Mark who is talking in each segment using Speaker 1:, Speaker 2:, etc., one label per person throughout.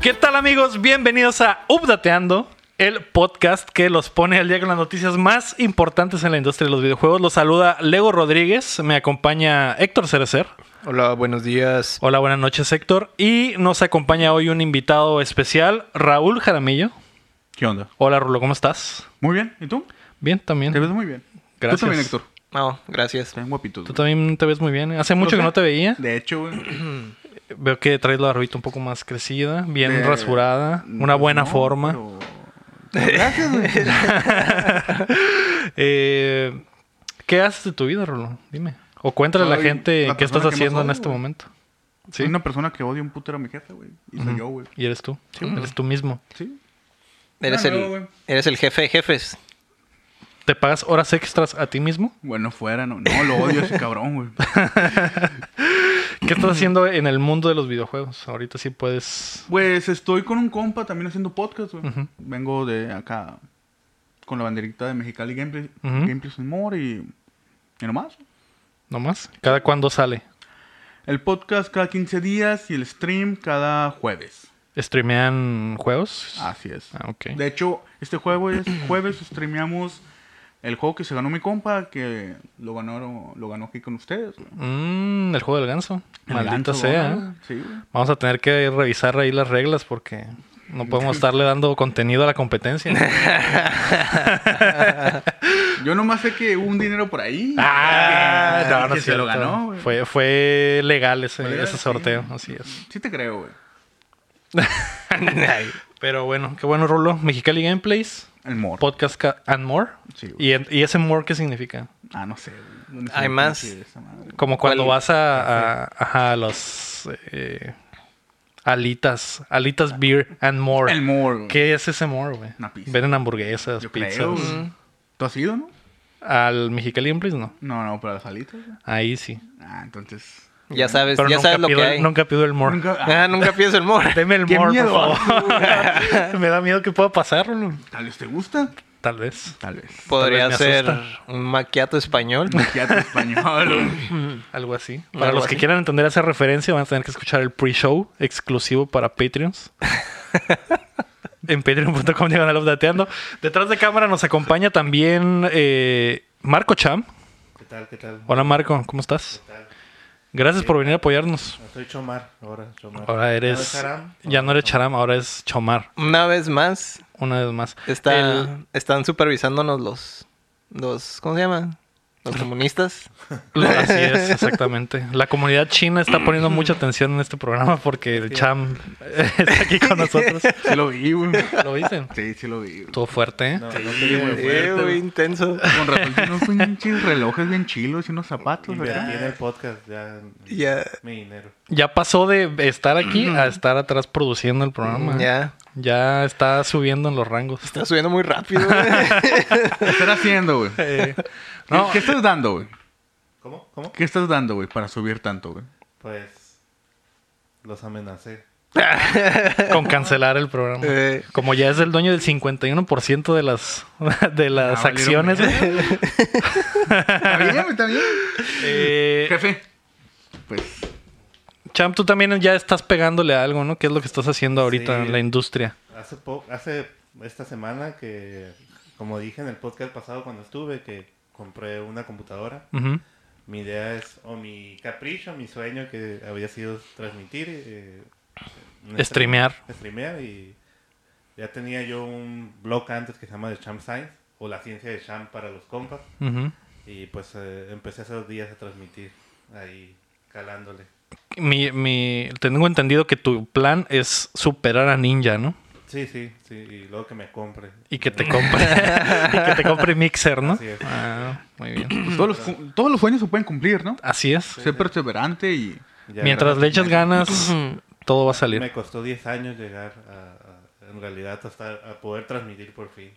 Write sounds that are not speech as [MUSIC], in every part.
Speaker 1: ¿Qué tal amigos? Bienvenidos a Updateando, el podcast que los pone al día con las noticias más importantes en la industria de los videojuegos. Los saluda Lego Rodríguez, me acompaña Héctor Cerecer.
Speaker 2: Hola, buenos días.
Speaker 1: Hola, buenas noches Héctor. Y nos acompaña hoy un invitado especial, Raúl Jaramillo.
Speaker 3: ¿Qué onda?
Speaker 1: Hola Rulo, ¿cómo estás?
Speaker 3: Muy bien. ¿Y tú?
Speaker 1: Bien también.
Speaker 3: Te ves muy bien.
Speaker 1: Gracias.
Speaker 3: Tú también, Héctor.
Speaker 2: No, gracias.
Speaker 3: Están guapitos.
Speaker 1: Tú
Speaker 3: güey.
Speaker 1: también te ves muy bien. Hace mucho que no te veía.
Speaker 3: De hecho, güey.
Speaker 1: Veo que traes la barbita un poco más crecida, bien
Speaker 3: De-
Speaker 1: rasurada, [CLEARS THROAT] una buena
Speaker 3: Eh, no,
Speaker 1: forma.
Speaker 3: pero- Gracias, güey.
Speaker 1: Eh, ¿Qué haces de tu vida, Rolo? Dime. O cuéntale a la
Speaker 3: Soy
Speaker 1: gente
Speaker 3: la
Speaker 1: qué estás
Speaker 3: persona que más
Speaker 1: haciendo en
Speaker 3: odio,
Speaker 1: este
Speaker 3: güey.
Speaker 1: momento. Sí.
Speaker 3: Soy una persona que odia un putero a mi jefe, güey. Y soy yo, güey.
Speaker 1: Y eres tú. Mm. Eres tú mismo.
Speaker 3: Sí.
Speaker 2: Eres,
Speaker 3: Ah, luego,
Speaker 2: el,
Speaker 3: güey.
Speaker 2: eres el jefe de jefes.
Speaker 1: ¿Te pagas horas extras a ti mismo?
Speaker 3: Bueno, fuera, no. No, lo odio a ese
Speaker 1: [LAUGHS]
Speaker 3: cabrón, güey.
Speaker 1: ¿Qué
Speaker 3: [CLEARS THROAT]
Speaker 1: estás haciendo en el mundo de los videojuegos? Ahorita sí puedes.
Speaker 3: Pues estoy con un compa también haciendo podcast, güey. Vengo de acá con la banderita de Mexicali Gameplay,
Speaker 1: Ujú.
Speaker 3: Gameplays and More y, y nomás.
Speaker 1: ¿Nomás? ¿Cada cuándo sale?
Speaker 3: El podcast cada 15 días y el stream cada jueves.
Speaker 1: ¿Streamean juegos?
Speaker 3: Así es.
Speaker 1: Ah, ok.
Speaker 3: De hecho,
Speaker 1: [CLEARS THROAT]
Speaker 3: este jueves, jueves streameamos el juego que se ganó mi compa, que lo ganó, lo ganó aquí con ustedes. güey.
Speaker 1: Mm, el juego del ganso.
Speaker 3: El
Speaker 1: Maldita
Speaker 3: ganso,
Speaker 1: sea. ¿eh?
Speaker 3: güey. Sí, güey.
Speaker 1: Vamos a tener que revisar ahí las reglas porque no
Speaker 3: [LAUGHS]
Speaker 1: podemos estarle dando contenido a la competencia.
Speaker 3: Yo nomás sé que hubo un dinero por ahí.
Speaker 1: Ah,
Speaker 3: [LAUGHS]
Speaker 1: no, no
Speaker 3: que
Speaker 1: es
Speaker 3: se lo
Speaker 1: cierto.
Speaker 3: ganó, güey.
Speaker 1: Fue, fue legal ese,
Speaker 3: Fue legal,
Speaker 1: ese
Speaker 3: sí.
Speaker 1: sorteo, así es.
Speaker 3: Sí te creo, güey.
Speaker 1: Pero bueno, qué bueno, Rulo. Mexicali Gameplays,
Speaker 3: El mor.
Speaker 1: Podcast ca- and More.
Speaker 3: Sí, güey.
Speaker 1: ¿Y, en- ¿Y ese more qué significa?
Speaker 3: Ah, no sé, güey. No sé
Speaker 2: Hay
Speaker 3: cómo
Speaker 2: más.
Speaker 3: se dice esa madre.
Speaker 1: Como cuando
Speaker 2: ¿Cuál?
Speaker 1: vas
Speaker 3: Ah,
Speaker 1: a, a, ajá, a los eh, alitas, alitas beer and more.
Speaker 3: El mor, güey.
Speaker 1: ¿Qué es ese more, güey?
Speaker 3: Una pizza.
Speaker 1: Venden hamburguesas,
Speaker 3: Yo
Speaker 1: pizzas.
Speaker 3: creo, güey. ¿Tú has ido, no?
Speaker 1: Al Mexicali Gameplays no.
Speaker 3: No, no, pero las alitas. güey.
Speaker 1: Ahí sí.
Speaker 3: Ah, entonces.
Speaker 2: Ya
Speaker 3: Pues
Speaker 2: sabes,
Speaker 1: Pero
Speaker 2: ya
Speaker 1: nunca,
Speaker 2: sabes lo
Speaker 1: pido
Speaker 2: que
Speaker 1: el-
Speaker 2: hay.
Speaker 1: nunca pido el more.
Speaker 3: Nunca. ah,
Speaker 2: Ah, nunca pienso el mor.
Speaker 1: Deme el
Speaker 3: Qué
Speaker 1: more, por
Speaker 3: miedo. [LAUGHS]
Speaker 1: favor. [LAUGHS] Me da miedo que pueda pasar, Rulo.
Speaker 3: Tal vez te gusta.
Speaker 1: Tal vez.
Speaker 3: Tal vez.
Speaker 2: Podría
Speaker 1: me
Speaker 2: ser
Speaker 1: asusta.
Speaker 2: un maquiato español.
Speaker 3: [LAUGHS] Ya tu español. güey.
Speaker 1: Algo así. Para
Speaker 2: Algo
Speaker 1: los que
Speaker 2: así.
Speaker 1: quieran entender esa referencia, van a tener que escuchar el pre-show exclusivo para
Speaker 2: [LAUGHS]
Speaker 1: Patreons. en patreon.com diagonal updateando. Detrás de cámara nos acompaña también eh, Marco Cham.
Speaker 4: ¿Qué tal? ¿Qué tal?
Speaker 1: Hola Marco, ¿cómo estás? Gracias por venir a apoyarnos.
Speaker 4: Soy Chomar, ahora Chomar.
Speaker 1: Ahora
Speaker 4: ¿No es
Speaker 1: eres...
Speaker 4: Charam?
Speaker 1: Ya no eres Charam, ahora es Chomar,
Speaker 2: Una vez más,
Speaker 1: una vez más.
Speaker 2: está, [LAUGHS]
Speaker 1: El-
Speaker 2: están supervisándonos los, los, ¿cómo se llama? Los comunistas.
Speaker 1: Así es, exactamente. La comunidad china está poniendo mucha atención en este programa porque el Cham [LAUGHS] está aquí con nosotros.
Speaker 3: Sí lo vi, güey.
Speaker 1: ¿Lo dicen?
Speaker 3: [LAUGHS] Sí, sí lo vi. güey.
Speaker 1: Todo fuerte, ¿eh?
Speaker 4: No, no te digo muy
Speaker 2: Eh,
Speaker 4: fuerte.
Speaker 2: güey,
Speaker 4: güey.
Speaker 2: intenso.
Speaker 3: Con razón tiene unos pinches relojes bien chilos y unos zapatos. acá.
Speaker 4: Invertí en el podcast, ya.
Speaker 2: Ya,
Speaker 4: Mi dinero.
Speaker 1: Ya pasó de estar aquí a estar atrás produciendo el programa.
Speaker 2: ya.
Speaker 1: Ya está subiendo en los rangos.
Speaker 2: Está subiendo muy rápido. güey.
Speaker 3: ¿Qué estás haciendo, güey?
Speaker 1: Eh,
Speaker 3: ¿Qué-
Speaker 1: no,
Speaker 3: ¿Qué estás dando, güey?
Speaker 4: ¿Cómo? ¿Cómo?
Speaker 3: ¿Qué estás dando, güey, para subir tanto, güey?
Speaker 4: Pues. Los amenacé.
Speaker 1: con cancelar el programa.
Speaker 2: Eh,
Speaker 1: Como ya es el dueño del 51% de las, [LAUGHS] de las
Speaker 3: Ah, valieron
Speaker 1: acciones. güey.
Speaker 3: Está bien, güey, está bien.
Speaker 1: [LAUGHS] Eh,
Speaker 3: Jefe. Pues,
Speaker 1: Cham, tú también ya estás pegándole a algo, ¿no? ¿Qué es lo que estás haciendo ahorita
Speaker 4: Sí.
Speaker 1: en la industria?
Speaker 4: Hace, po hace esta semana que, como dije en el podcast pasado cuando estuve, que compré una computadora.
Speaker 1: Ujú.
Speaker 4: Mi idea es, o mi capricho, mi sueño que había sido transmitir. eh, un stream-
Speaker 1: Streamear.
Speaker 4: Streamear y ya tenía yo un blog antes que se llama The Champ Science o la ciencia de Champ para los compas.
Speaker 1: Ujú.
Speaker 4: Y pues eh, empecé hace dos días a transmitir ahí, calándole.
Speaker 1: Mi, mi, tengo entendido que tu plan es superar a Ninja, ¿no?
Speaker 4: Sí, sí, sí. Y luego que me compre.
Speaker 1: Y que te compre, [LAUGHS] y que te compre Mixer, ¿no?
Speaker 4: Así es.
Speaker 1: Ah, muy bien.
Speaker 3: pues, todos, los, cu- todos los sueños se pueden cumplir, ¿no?
Speaker 1: Así es.
Speaker 3: Ser perseverante y...
Speaker 4: Ya
Speaker 1: Mientras le
Speaker 4: verás.
Speaker 1: echas
Speaker 4: [CLEARS THROAT]
Speaker 1: ganas, todo va a salir.
Speaker 4: Me costó 10 años llegar a, a- en realidad hasta a poder transmitir por fin.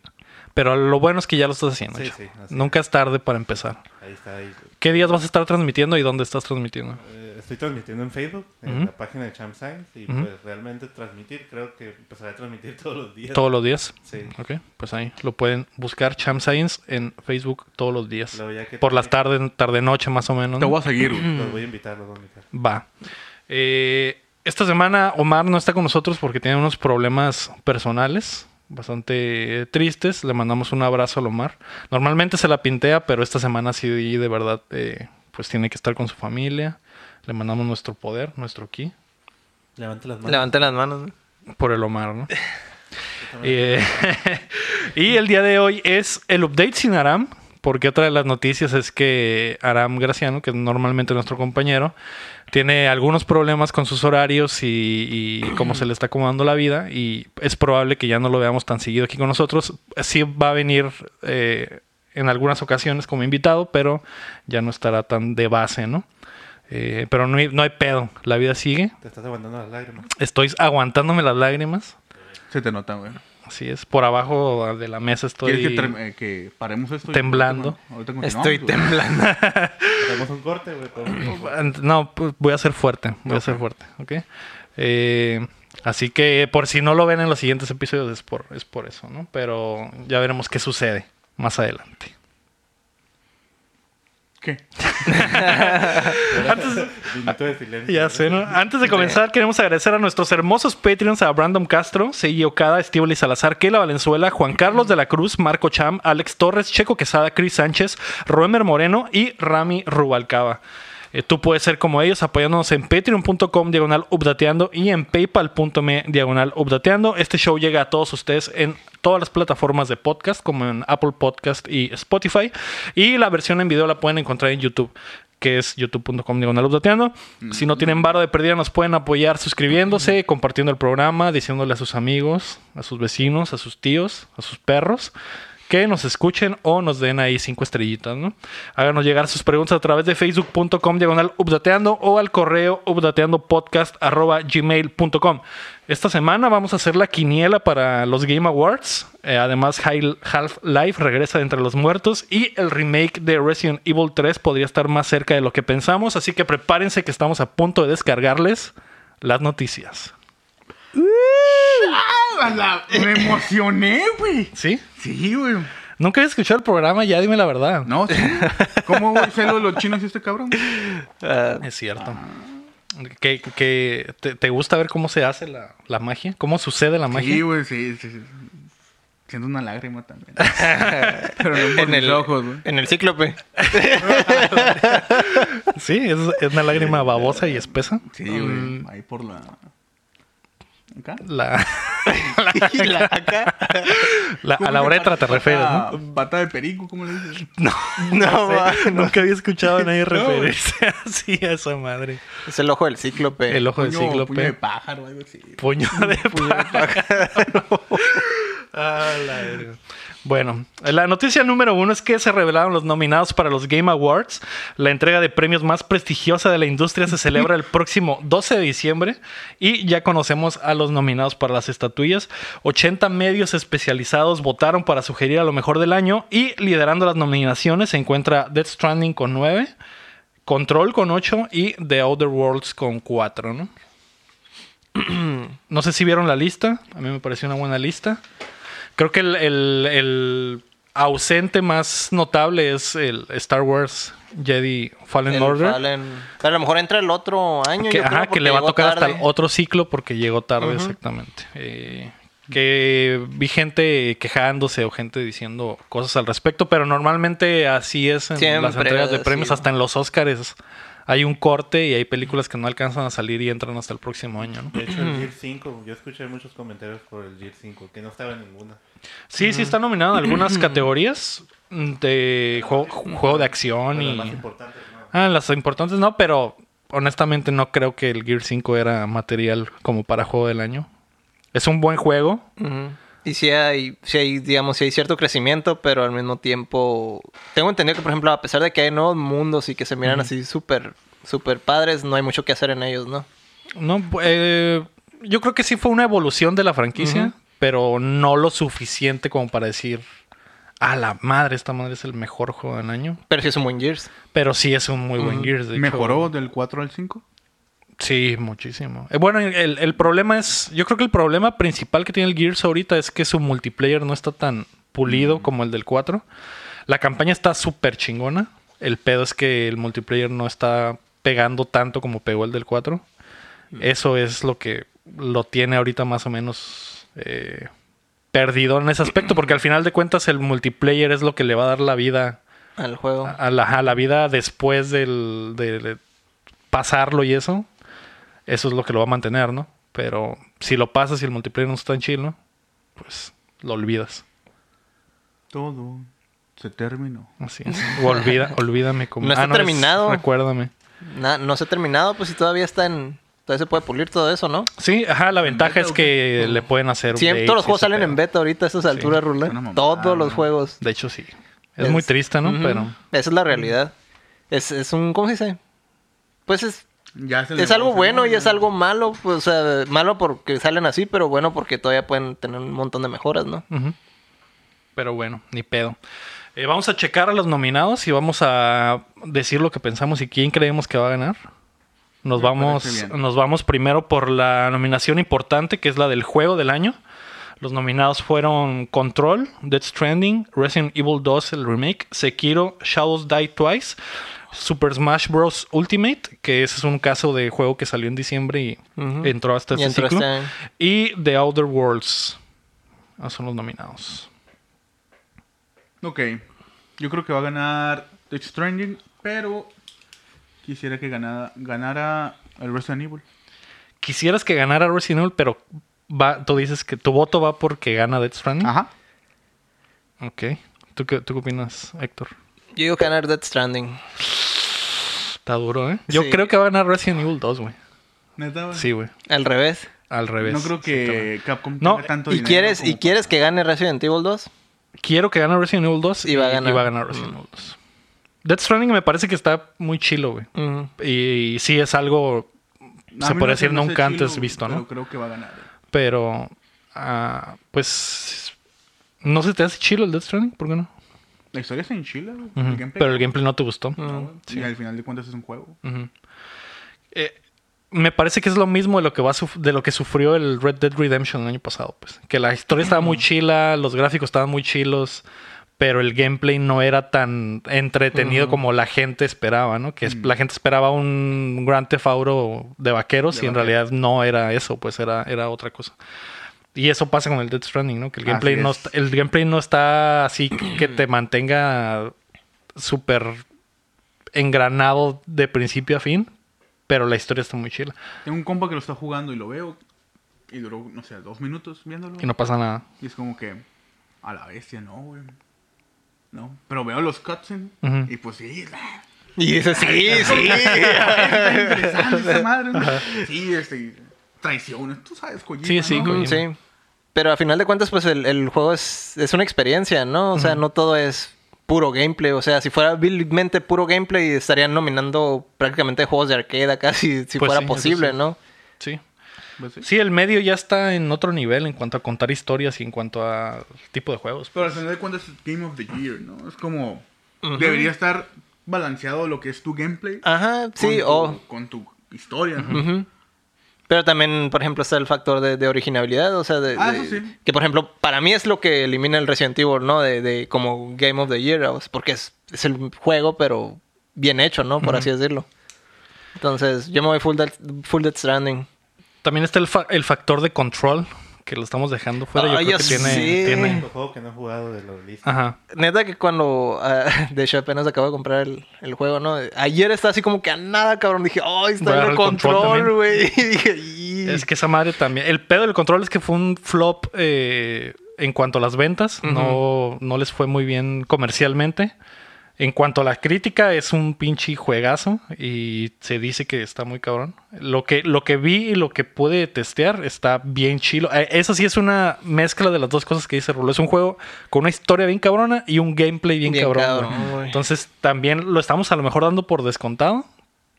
Speaker 1: Pero lo bueno es que ya lo estás haciendo.
Speaker 4: Sí,
Speaker 1: Cham.
Speaker 4: sí, así
Speaker 1: Nunca es tarde para empezar.
Speaker 4: Ahí está. Ahí.
Speaker 1: ¿Qué días vas a estar transmitiendo y dónde estás transmitiendo?
Speaker 4: Eh, estoy transmitiendo en Facebook, en
Speaker 1: Ujú.
Speaker 4: la página de Champ Science. Y pues realmente transmitir, creo que empezaré a transmitir [LAUGHS] todos los días.
Speaker 1: Todos los días.
Speaker 4: Sí.
Speaker 1: Ok, pues ahí lo pueden buscar Cham Science en Facebook todos los días.
Speaker 4: Luego ya que-
Speaker 1: Por las tardes, tarde-noche más o menos.
Speaker 3: Te
Speaker 1: ¿no?
Speaker 3: voy a seguir, güey.
Speaker 4: Los voy a invitar, los voy a invitar.
Speaker 1: Va. Eh, Esta semana Omar no está con nosotros porque tiene unos problemas personales bastante eh, tristes. Le mandamos un abrazo a Omar. Normalmente se la pintea, pero esta semana sí de verdad eh, pues tiene que estar con su familia. Le mandamos nuestro poder, nuestro ki,
Speaker 4: Levanta las manos.
Speaker 2: Levanten las manos. ¿no?
Speaker 1: por el Omar, ¿no? Eh, [LAUGHS] y el día de hoy es el update sin Aram, porque otra de las noticias es que Aram Graciano, que es normalmente nuestro compañero, tiene algunos problemas con sus horarios y, y cómo se le está acomodando la vida, y es probable que ya no lo veamos tan seguido aquí con nosotros. Sí va a venir eh, en algunas ocasiones como invitado, pero ya no estará tan de base, ¿no? Eh, pero no hay- no hay pedo, la vida sigue.
Speaker 4: Te estás aguantando las lágrimas.
Speaker 1: Estoy aguantándome las lágrimas.
Speaker 3: Se te nota, güey.
Speaker 1: Así es, por abajo de la mesa estoy.
Speaker 3: ¿Quieres que, term- eh, que paremos esto? y-
Speaker 1: temblando.
Speaker 3: Ahorita continuamos,
Speaker 2: Estoy
Speaker 3: güey.
Speaker 2: temblando.
Speaker 4: Tenemos un corte, güey.
Speaker 1: [COUGHS]
Speaker 4: podemos-
Speaker 1: No, pues, voy a ser fuerte, voy a ser fuerte, ¿ok? Eh, así que por si no lo ven en los siguientes episodios es por, es por eso, ¿no? Pero ya veremos qué sucede más adelante.
Speaker 3: ¿Qué?
Speaker 4: [LAUGHS] Minuto de silencio.
Speaker 1: Ya
Speaker 4: güey.
Speaker 1: sé, ¿no? Antes de comenzar, queremos agradecer a nuestros hermosos Patreons, a Brandon Castro, Seiji Okada, Estíbaliz Salazar, Keila Valenzuela, Juan Carlos de la Cruz, Marco Cham, Alex Torres, Checo Quesada, Cris Sánchez, Roemer Moreno y Rami Rubalcaba. Eh, tú puedes ser como ellos apoyándonos en patreon.com diagonal updateando y en paypal.me diagonal updateando. Este show llega a todos ustedes en todas las plataformas de podcast como en Apple Podcast y Spotify. Y la versión en video la pueden encontrar en YouTube que es youtube.com diagonal updateando. Si no tienen varo de pérdida, nos pueden apoyar suscribiéndose, compartiendo el programa, diciéndole a sus amigos, a sus vecinos, a sus tíos, a sus perros, que nos escuchen o nos den ahí cinco estrellitas, ¿no? Háganos llegar sus preguntas a través de facebook.com diagonal updateando o al correo updateandopodcast.gmail.com. Esta semana vamos a hacer la quiniela para los Game Awards. Eh, además, Hal- Half-Life regresa de entre los muertos y el remake de Resident Evil 3 podría estar más cerca de lo que pensamos. Así que prepárense que estamos a punto de descargarles las noticias.
Speaker 3: ¡Ah, la- Me emocioné, güey.
Speaker 1: ¿Sí?
Speaker 3: Sí, güey.
Speaker 1: Nunca he escuchado el programa, ya dime la verdad.
Speaker 3: No, sí. ¿Cómo güey, sé lo de los chinos y este cabrón?
Speaker 2: Ah,
Speaker 1: Es cierto. ¿Qué, qué- te, te gusta ver cómo se hace la, la magia? ¿Cómo sucede la magia?
Speaker 3: Sí, güey, sí, sí, sí. Siento una lágrima
Speaker 1: [LAUGHS]
Speaker 3: también. Pero no por
Speaker 2: en
Speaker 3: mis
Speaker 2: el
Speaker 3: ojos, güey.
Speaker 2: En el
Speaker 3: [LAUGHS]
Speaker 2: cíclope.
Speaker 1: Sí, es, es una lágrima babosa y espesa.
Speaker 3: Sí, güey.
Speaker 1: Mm.
Speaker 3: Ahí por la. Acá.
Speaker 1: La, [LAUGHS]
Speaker 2: Y la acá.
Speaker 1: la- a la uretra te refieres, ¿no?
Speaker 3: Ah, Pata de perico, ¿cómo le dices?
Speaker 2: No,
Speaker 1: sé,
Speaker 2: va,
Speaker 1: [LAUGHS]
Speaker 2: no.
Speaker 1: Nunca había escuchado a nadie [LAUGHS]
Speaker 2: güey.
Speaker 1: referirse así a esa madre.
Speaker 2: Es el ojo del cíclope.
Speaker 1: El ojo del
Speaker 3: Puño- puño de
Speaker 1: cíclope. Pues,
Speaker 3: pájaro, algo así.
Speaker 1: Puño de pájaro. Ah, la verga. Bueno, la noticia número uno es que se revelaron los nominados para los Game Awards. La entrega de premios más prestigiosa de la industria se celebra el próximo 12 de diciembre y ya conocemos a los nominados para las estatuillas. 80 medios especializados votaron para sugerir a lo mejor del año y liderando las nominaciones se encuentra Death Stranding con 9, Control con 8 y The Outer Worlds con 4, ¿no? No sé si vieron la lista. A mí me pareció una buena lista. Creo que el, el- el ausente más notable es el Star Wars Jedi Fallen
Speaker 2: El
Speaker 1: Order.
Speaker 2: Fallen. Pero a lo mejor entra el otro año.
Speaker 1: que,
Speaker 2: yo creo,
Speaker 1: ajá, que
Speaker 2: porque
Speaker 1: le va a
Speaker 2: llegó
Speaker 1: tocar hasta
Speaker 2: tarde.
Speaker 1: el otro ciclo porque llegó tarde, exactamente. Eh, que vi gente quejándose o gente diciendo cosas al respecto, pero normalmente así es en
Speaker 2: Siempre
Speaker 1: las entregas de
Speaker 2: ha
Speaker 1: premios,
Speaker 2: sido.
Speaker 1: hasta en los Oscars. Hay un corte y hay películas que no alcanzan a salir y entran hasta el próximo año, ¿no?
Speaker 4: De hecho, el Gear 5, yo escuché muchos comentarios por el Gear 5, que no estaba en ninguna.
Speaker 1: Sí, sí está nominado en [CLEARS THROAT] algunas categorías mm, de juego, juego de acción
Speaker 4: Pero
Speaker 1: y...
Speaker 4: las más importantes, ¿no?
Speaker 1: Ah, las importantes no, pero honestamente no creo que el Gear 5 era material como para juego del año. Es un buen juego.
Speaker 2: Ujú. Y si hay, si hay, digamos, si hay cierto crecimiento, pero al mismo tiempo... Tengo entendido que, por ejemplo, a pesar de que hay nuevos mundos y que se miran así súper, súper padres, no hay mucho que hacer en ellos, ¿no?
Speaker 1: No, eh, yo creo que sí fue una evolución de la franquicia, pero no lo suficiente como para decir, a la madre, esta madre es el mejor juego del año.
Speaker 2: Pero sí es un buen Gears.
Speaker 1: Pero sí es un muy buen Gears. de hecho.
Speaker 3: ¿Mejoró del 4 al 5?
Speaker 1: Sí, muchísimo. Eh, bueno, el, el problema es. Yo creo que el problema principal que tiene el Gears ahorita es que su multiplayer no está tan pulido como el del 4. La campaña está súper chingona. El pedo es que el multiplayer no está pegando tanto como pegó el del 4. Eso es lo que lo tiene ahorita más o menos eh, perdido en ese aspecto, porque al final de cuentas el multiplayer es lo que le va a dar la vida
Speaker 2: al juego.
Speaker 1: a la, a la vida después del, de, de pasarlo y eso. Eso es lo que lo va a mantener, ¿no? Pero si lo pasas y el multiplayer no está tan chill, ¿no? Pues lo olvidas.
Speaker 3: Todo se terminó.
Speaker 1: Así es. O
Speaker 2: [LAUGHS]
Speaker 1: olvida, olvídame como. ah,
Speaker 2: No está
Speaker 1: es
Speaker 2: terminado.
Speaker 1: recuérdame.
Speaker 2: Na- no se ha terminado, pues si todavía está en. Todavía se puede pulir todo eso, ¿no?
Speaker 1: Sí, ajá, la ventaja
Speaker 3: beta
Speaker 1: es
Speaker 3: o
Speaker 1: que le pueden hacer.
Speaker 2: Siempre,
Speaker 1: updates
Speaker 2: todos los
Speaker 1: y
Speaker 2: juegos
Speaker 1: ese
Speaker 2: salen
Speaker 1: pedo.
Speaker 2: en beta ahorita a estas alturas, Rula.
Speaker 3: una mamada,
Speaker 2: Todos los
Speaker 3: ¿no?
Speaker 2: juegos.
Speaker 1: De hecho, sí. Es, muy triste, ¿no?
Speaker 2: Ujú.
Speaker 1: Pero.
Speaker 2: Esa es la realidad. Es, es un. ¿Cómo se dice? Pues es.
Speaker 3: Ya se le
Speaker 2: Es algo
Speaker 3: pasa,
Speaker 2: bueno
Speaker 3: ¿no?
Speaker 2: y es algo malo, pues, o sea, malo porque salen así, pero bueno porque todavía pueden tener un montón de mejoras, ¿no?
Speaker 1: Ujú. Pero bueno, ni pedo. Eh, vamos a checar a los nominados y vamos a decir lo que pensamos y quién creemos que va a ganar. Nos
Speaker 3: Me
Speaker 1: vamos,
Speaker 3: parece bien.
Speaker 1: nos vamos primero por la nominación importante, que es la del juego del año. Los nominados fueron Control, Dead Stranding, Resident Evil 2, el remake, Sekiro, Shadows Die Twice, Super Smash Bros. Ultimate, que ese es un caso de juego que salió en diciembre y
Speaker 2: Ujú.
Speaker 1: entró hasta
Speaker 2: Y
Speaker 1: este
Speaker 2: entró
Speaker 1: ciclo.
Speaker 2: este año.
Speaker 1: Y The Outer Worlds. Ah, son los nominados.
Speaker 3: Ok. Yo creo que va a ganar Death Stranding, pero quisiera que ganara, ganara el Resident Evil.
Speaker 1: Quisieras que ganara Resident Evil, pero va, tú dices que tu voto va porque gana Death Stranding.
Speaker 3: Ajá.
Speaker 1: Ok. ¿Tú qué, ¿Tú qué opinas, Héctor?
Speaker 2: Yo digo que ganar Death Stranding.
Speaker 1: Está duro, ¿eh? Yo
Speaker 2: Sí.
Speaker 1: creo que va a ganar Resident Evil 2, güey.
Speaker 3: Neta, güey.
Speaker 1: Sí, güey.
Speaker 2: Al revés.
Speaker 1: Al revés.
Speaker 3: No creo que Capcom
Speaker 1: No,
Speaker 3: tenga tanto
Speaker 2: ¿Y
Speaker 3: dinero
Speaker 2: quieres,
Speaker 3: como
Speaker 2: ¿Y quieres que gane Resident Evil 2?
Speaker 1: Quiero que gane Resident Evil 2 y va a ganar, Resident
Speaker 2: Mm.
Speaker 1: Evil 2. Death Stranding me parece que está muy chilo, güey.
Speaker 2: Ujú.
Speaker 1: Y, y sí es algo,
Speaker 3: A
Speaker 1: se puede
Speaker 3: mí no
Speaker 1: decir,
Speaker 3: me hace
Speaker 1: nunca antes
Speaker 3: chilo,
Speaker 1: visto, ¿no?
Speaker 3: Pero creo que va a ganar.
Speaker 1: pero ah, pues no se te hace chilo el Death Stranding, ¿por qué no?
Speaker 3: La historia está en Chile, güey.
Speaker 1: Ujú.
Speaker 3: El gameplay,
Speaker 1: Pero el gameplay no te gustó.
Speaker 3: no, güey. Y al final de cuentas es un juego.
Speaker 1: Ujú. Eh, me parece que es lo mismo de lo que va a suf- de lo que sufrió el Red Dead Redemption el año pasado, pues, que la historia estaba muy chila, los gráficos estaban muy chilos, pero el gameplay no era tan entretenido como la gente esperaba, ¿no? Que es-
Speaker 3: Mm.
Speaker 1: la gente esperaba un Grand Theft Auto de vaqueros y
Speaker 3: De
Speaker 1: en
Speaker 3: vaqueros.
Speaker 1: realidad no era eso, pues era era otra cosa. Y eso pasa con el Death Stranding, ¿no? Que el
Speaker 3: Así
Speaker 1: gameplay no
Speaker 3: es.
Speaker 1: está, el gameplay no está así que te mantenga súper engranado de principio a fin, pero la historia está muy chila
Speaker 3: Tengo un compa que lo está jugando y lo veo. Y duró, no sé, dos minutos viéndolo.
Speaker 1: y no pasa nada.
Speaker 3: Y es como que, a la bestia, no, güey. No, pero veo los cutscenes
Speaker 1: Ujú.
Speaker 3: y pues sí, la-
Speaker 2: Y dices,
Speaker 3: [LAUGHS]
Speaker 2: sí, sí. [LAUGHS]
Speaker 3: está interesante esa madre. ¿no? Sí, este, traiciones, tú sabes, Kojima,
Speaker 1: Sí, sí,
Speaker 3: ¿no?
Speaker 1: Kojima.
Speaker 2: Mm, sí. Pero a final de cuentas, pues el, el juego es, es una experiencia, ¿no? O sea, no todo es puro gameplay. O sea, si fuera vilmente puro gameplay, estarían nominando prácticamente juegos de arcade acá [LAUGHS] si, si
Speaker 1: Pues
Speaker 2: fuera
Speaker 1: sí, eso
Speaker 2: posible,
Speaker 1: sí.
Speaker 2: ¿no?
Speaker 1: Sí.
Speaker 3: Pues sí.
Speaker 1: Sí, el medio ya está en otro nivel en cuanto a contar historias y en cuanto a tipo de juegos.
Speaker 3: Pero al final de cuentas es Game of the Year, ¿no? Es como,
Speaker 2: Ujú.
Speaker 3: debería estar balanceado lo que es tu gameplay
Speaker 2: Ajá,
Speaker 1: pues,
Speaker 2: sí,
Speaker 3: tu,
Speaker 2: o.
Speaker 3: con tu historia, ¿no?
Speaker 2: Ujú. Pero también, por ejemplo, está el factor de, de originalidad, o sea, de,
Speaker 3: Ah,
Speaker 2: de-
Speaker 3: eso sí.
Speaker 2: que por ejemplo, para mí es lo que elimina el Resident Evil, ¿no? De, de como Game of the Year, o sea, porque es, es el juego, pero bien hecho, ¿no? Por así decirlo. Entonces, yo me voy full, Death- full Death Stranding.
Speaker 1: También está el, fa- el factor de control que lo estamos dejando fuera.
Speaker 3: Ah,
Speaker 1: Yo
Speaker 2: Ay,
Speaker 1: creo que
Speaker 2: yo
Speaker 1: tiene,
Speaker 2: sé.
Speaker 4: El
Speaker 1: tiene-
Speaker 4: único juego que no he jugado de los listos.
Speaker 1: Ajá.
Speaker 2: Neta que cuando, ah, [LAUGHS] de hecho, apenas acabo de comprar el, el juego, ¿no? Ayer estaba así como que a nada, cabrón. Dije, ¡ay,
Speaker 1: Voy a
Speaker 2: está en el
Speaker 1: agarrar el control
Speaker 2: control,
Speaker 1: también.
Speaker 2: güey! [LAUGHS] Y dije, "Y".
Speaker 1: Es que esa madre también. El pedo del control es que fue un flop eh, en cuanto a las ventas. no, no les fue muy bien comercialmente. En cuanto a la crítica, es un pinche juegazo y se dice que está muy cabrón. Lo que, lo que vi y lo que pude testear está bien chilo. Eh, Eso sí es una mezcla de las dos cosas que dice Rulo. Es un juego con una historia bien cabrona y un gameplay bien,
Speaker 2: Bien
Speaker 1: cabrón.
Speaker 2: cabrón,
Speaker 1: güey.
Speaker 2: güey.
Speaker 1: Entonces también lo estamos a lo mejor dando por descontado,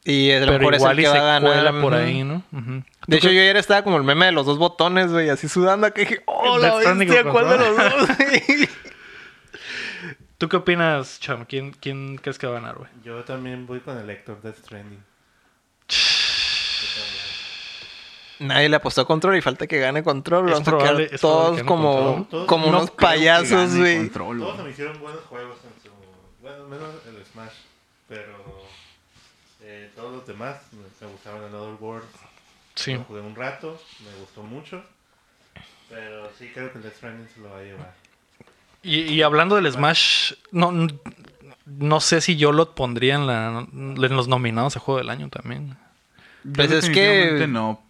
Speaker 2: Y a lo
Speaker 1: pero
Speaker 2: mejor es el
Speaker 1: igual y
Speaker 2: que
Speaker 1: se
Speaker 2: va a ganar.
Speaker 1: cuela por
Speaker 2: ujú.
Speaker 1: ahí, ¿no? Ujú.
Speaker 2: De hecho, yo ayer estaba como el meme de los dos botones, güey, así sudando. Que dije, ¡oh,
Speaker 1: El
Speaker 2: la
Speaker 1: Death Stranding
Speaker 2: bestia!
Speaker 1: con
Speaker 2: ¿Cuál de los
Speaker 1: control.
Speaker 2: dos? [LAUGHS] güey?"
Speaker 1: ¿Tú qué opinas, Cham? ¿Quién, quién crees que va a ganar, güey?
Speaker 4: Yo también voy con el Héctor Death Stranding.
Speaker 2: Nadie le apostó a control y falta que gane control.
Speaker 1: Es
Speaker 2: Vamos a quedar
Speaker 1: probable- es
Speaker 2: todos
Speaker 1: probable que gane
Speaker 2: como,
Speaker 4: Control. Todos-
Speaker 2: como
Speaker 3: No
Speaker 2: unos
Speaker 3: creo que
Speaker 2: payasos,
Speaker 3: gane
Speaker 2: güey.
Speaker 3: Control,
Speaker 4: Todos se
Speaker 3: güey.
Speaker 4: me hicieron buenos juegos en su... Bueno, menos el Smash. Pero... eh, todos los demás me gustaban el Other Worlds.
Speaker 1: Sí.
Speaker 4: Lo jugué un rato, me gustó mucho. Pero sí creo que el Death Stranding se lo va a llevar.
Speaker 1: Y, y hablando del Smash, no, n- no sé si yo lo pondría en, la- en los nominados a Juego del Año también.
Speaker 3: Yo
Speaker 2: Pues es que-
Speaker 3: definitivamente no.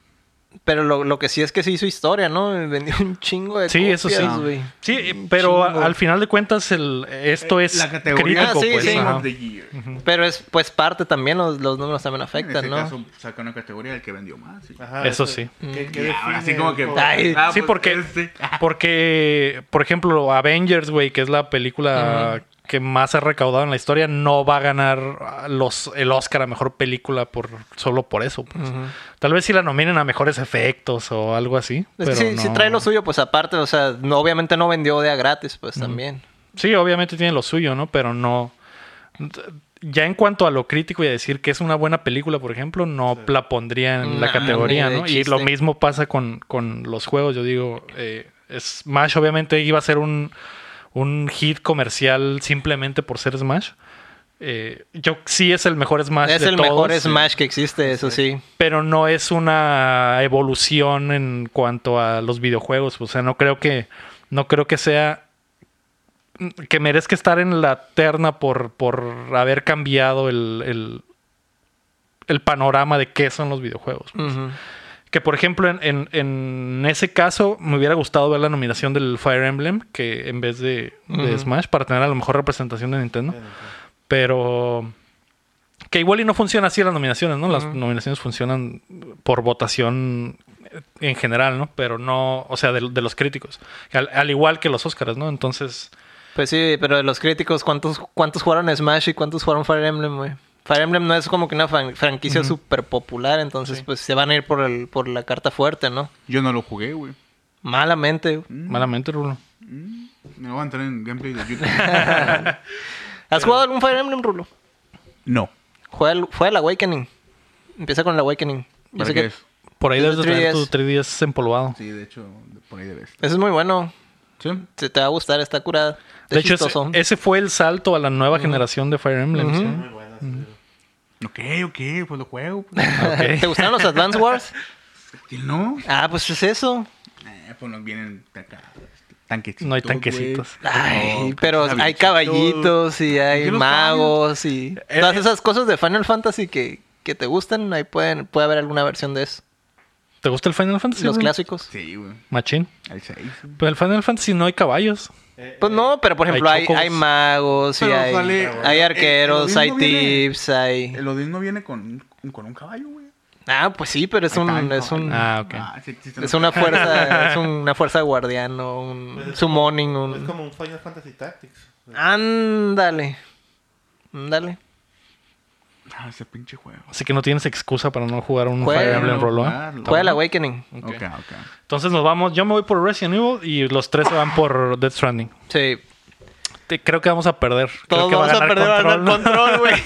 Speaker 2: Pero lo, lo que sí es que se hizo historia, ¿no? Vendió un chingo de
Speaker 1: Sí, eso sí.
Speaker 2: copias, güey.
Speaker 1: Sí, eh,
Speaker 2: Un
Speaker 1: pero a-
Speaker 2: chingo.
Speaker 1: al final de cuentas el, esto es
Speaker 3: la categoría
Speaker 1: crítico,
Speaker 2: Ah, sí,
Speaker 1: pues,
Speaker 2: sí.
Speaker 1: ajá.
Speaker 3: of the Year.
Speaker 2: Pero es pues parte también, los, los números también
Speaker 3: En
Speaker 2: afectan,
Speaker 3: este
Speaker 2: ¿no?
Speaker 3: caso saca una categoría del que vendió más. y-
Speaker 4: Ajá,
Speaker 1: Eso
Speaker 4: ese-
Speaker 1: sí.
Speaker 4: ¿qué- qué
Speaker 3: Y ahora
Speaker 4: define
Speaker 3: sí Mm, como
Speaker 4: el
Speaker 3: que...
Speaker 4: juego?
Speaker 2: Ay,
Speaker 3: ah,
Speaker 1: sí,
Speaker 3: pues,
Speaker 1: porque-
Speaker 3: este.
Speaker 1: [LAUGHS] Porque, por ejemplo, Avengers, güey, que es la película que más ha recaudado en la historia, no va a ganar ah, los, el Oscar a mejor película por solo por eso. pues. Tal vez si la nominen a mejores efectos o algo así.
Speaker 2: Es que
Speaker 1: pero
Speaker 2: sí, sí
Speaker 1: no.
Speaker 2: trae lo suyo, pues aparte, o sea, no, obviamente no vendió de a gratis, pues también.
Speaker 1: Sí, obviamente tiene lo suyo, ¿no? Pero no. Ya en cuanto a lo crítico y a decir que es una buena película, por ejemplo, no la pondría en la
Speaker 2: Nah,
Speaker 1: categoría,
Speaker 2: Ah, ni de
Speaker 1: ¿no? Y lo
Speaker 2: chiste.
Speaker 1: mismo pasa con, con los juegos. Yo digo, eh, Smash obviamente iba a ser un, un hit comercial simplemente por ser Smash. Eh, yo Ah, sí es el mejor Smash
Speaker 2: es
Speaker 1: de
Speaker 2: el
Speaker 1: todos,
Speaker 2: mejor Smash que existe, eso sí.
Speaker 1: pero no es una evolución en cuanto a los videojuegos. O sea, no creo que, no creo que sea que merezca estar en la terna por, por haber cambiado el, el, el panorama de qué son los videojuegos.
Speaker 2: Ujú.
Speaker 1: Que por ejemplo, en, en- en ese caso, me hubiera gustado ver la nominación del Fire Emblem, que en vez de, de
Speaker 2: Ujú.
Speaker 1: Smash, para tener a lo mejor representación de Nintendo.
Speaker 4: Bueno, pues,
Speaker 1: Pero. Que igual y no funciona así las nominaciones, ¿no? Las
Speaker 2: Ujú.
Speaker 1: nominaciones funcionan por votación en general, ¿no? Pero no, o sea, de, de los críticos. Al, al igual que los Óscares, ¿no? Entonces,
Speaker 2: Pues sí, pero de los críticos, ¿cuántos, ¿cuántos jugaron Smash y cuántos jugaron Fire Emblem, güey? Fire Emblem no es como que una fran- franquicia súper popular, entonces pues se van a ir por, el, por la carta fuerte, ¿no?
Speaker 3: Yo no lo jugué, güey.
Speaker 2: Malamente. güey.
Speaker 1: malamente, Rulo.
Speaker 3: Me voy a entrar en gameplay de YouTube.
Speaker 2: [LAUGHS] ¿Has jugado algún Fire Emblem, Rulo?
Speaker 3: no.
Speaker 2: Juega el, juega el Awakening. Empieza con el Awakening. Yo
Speaker 3: ¿Para
Speaker 2: sé
Speaker 3: qué
Speaker 2: que-
Speaker 3: es?
Speaker 1: Por ahí
Speaker 2: Es de
Speaker 1: debes de traer
Speaker 2: 3DS.
Speaker 1: tu 3DS empolvado.
Speaker 3: Sí, de hecho, por ahí debes.
Speaker 2: Eso es muy bueno.
Speaker 3: ¿Sí?
Speaker 2: Te, te va a gustar, está curada.
Speaker 1: De hecho, ese,
Speaker 3: eh,
Speaker 2: chistoso.
Speaker 1: ese fue el salto a la nueva generación de Fire Emblem.
Speaker 2: Ujú. [LAUGHS]
Speaker 1: ¿sí?
Speaker 4: Muy buenas.
Speaker 3: Ok, ok, pues lo juego. [LAUGHS] pues.
Speaker 1: Ah, ok.
Speaker 2: [LAUGHS] ¿Te gustaron los
Speaker 3: [LAUGHS]
Speaker 2: Advance Wars?
Speaker 3: Si no,
Speaker 2: Ah, pues es eso.
Speaker 3: eh, pues nos vienen acá este, tanquecitos.
Speaker 1: No hay tanquecitos.
Speaker 3: güey.
Speaker 2: Ay,
Speaker 3: No,
Speaker 2: pero
Speaker 3: pues,
Speaker 2: hay
Speaker 3: avioncitos.
Speaker 2: caballitos y hay
Speaker 3: Yo los
Speaker 2: magos y
Speaker 1: Eh,
Speaker 2: todas
Speaker 1: eh.
Speaker 2: esas cosas de Final Fantasy que, que te gustan, ahí pueden, puede haber alguna versión de eso.
Speaker 1: ¿Te gusta el Final Fantasy?
Speaker 2: Los
Speaker 1: Rulo?
Speaker 2: clásicos.
Speaker 3: Sí, güey.
Speaker 1: Machín.
Speaker 3: Al 6.
Speaker 1: Pero el Final Fantasy no hay caballos.
Speaker 4: Eh,
Speaker 2: Pues
Speaker 4: eh,
Speaker 2: no, pero por
Speaker 1: Hay
Speaker 2: ejemplo hay,
Speaker 1: chocobos.
Speaker 2: hay magos y
Speaker 3: Pero
Speaker 2: hay,
Speaker 3: sale-
Speaker 2: hay
Speaker 3: eh,
Speaker 2: arqueros,
Speaker 3: el
Speaker 2: hay
Speaker 3: mismo viene-
Speaker 2: tips, hay...
Speaker 3: El Odín no viene con, con un caballo, güey.
Speaker 2: Ah, pues sí, pero es
Speaker 3: Ahí
Speaker 2: un...
Speaker 3: está, ahí
Speaker 2: Es,
Speaker 3: está.
Speaker 2: un
Speaker 1: Ah, ok.
Speaker 3: sí existen
Speaker 2: es
Speaker 3: los-
Speaker 2: una fuerza,
Speaker 3: [LAUGHS]
Speaker 2: es una fuerza guardiano, un
Speaker 4: Pues-
Speaker 2: summoning,
Speaker 4: Es
Speaker 2: un...
Speaker 4: como un Final Fantasy Tactics.
Speaker 2: Ándale. Ándale.
Speaker 3: Ah, ese pinche juego.
Speaker 1: Así que no tienes excusa para no jugar un
Speaker 2: Juega.
Speaker 1: Fire Emblem Rulo. ¿eh?
Speaker 3: Jugarlo.
Speaker 1: Está
Speaker 2: Juega el
Speaker 1: bueno.
Speaker 2: Awakening.
Speaker 1: Ok.
Speaker 3: Ok, ok.
Speaker 1: Entonces nos vamos. Yo me voy por Resident Evil y los tres se van por Death Stranding.
Speaker 2: Sí.
Speaker 1: Te- creo que vamos a perder. creo
Speaker 2: Todos
Speaker 1: que
Speaker 2: vamos a perder va a ganar control, güey.
Speaker 1: [LAUGHS]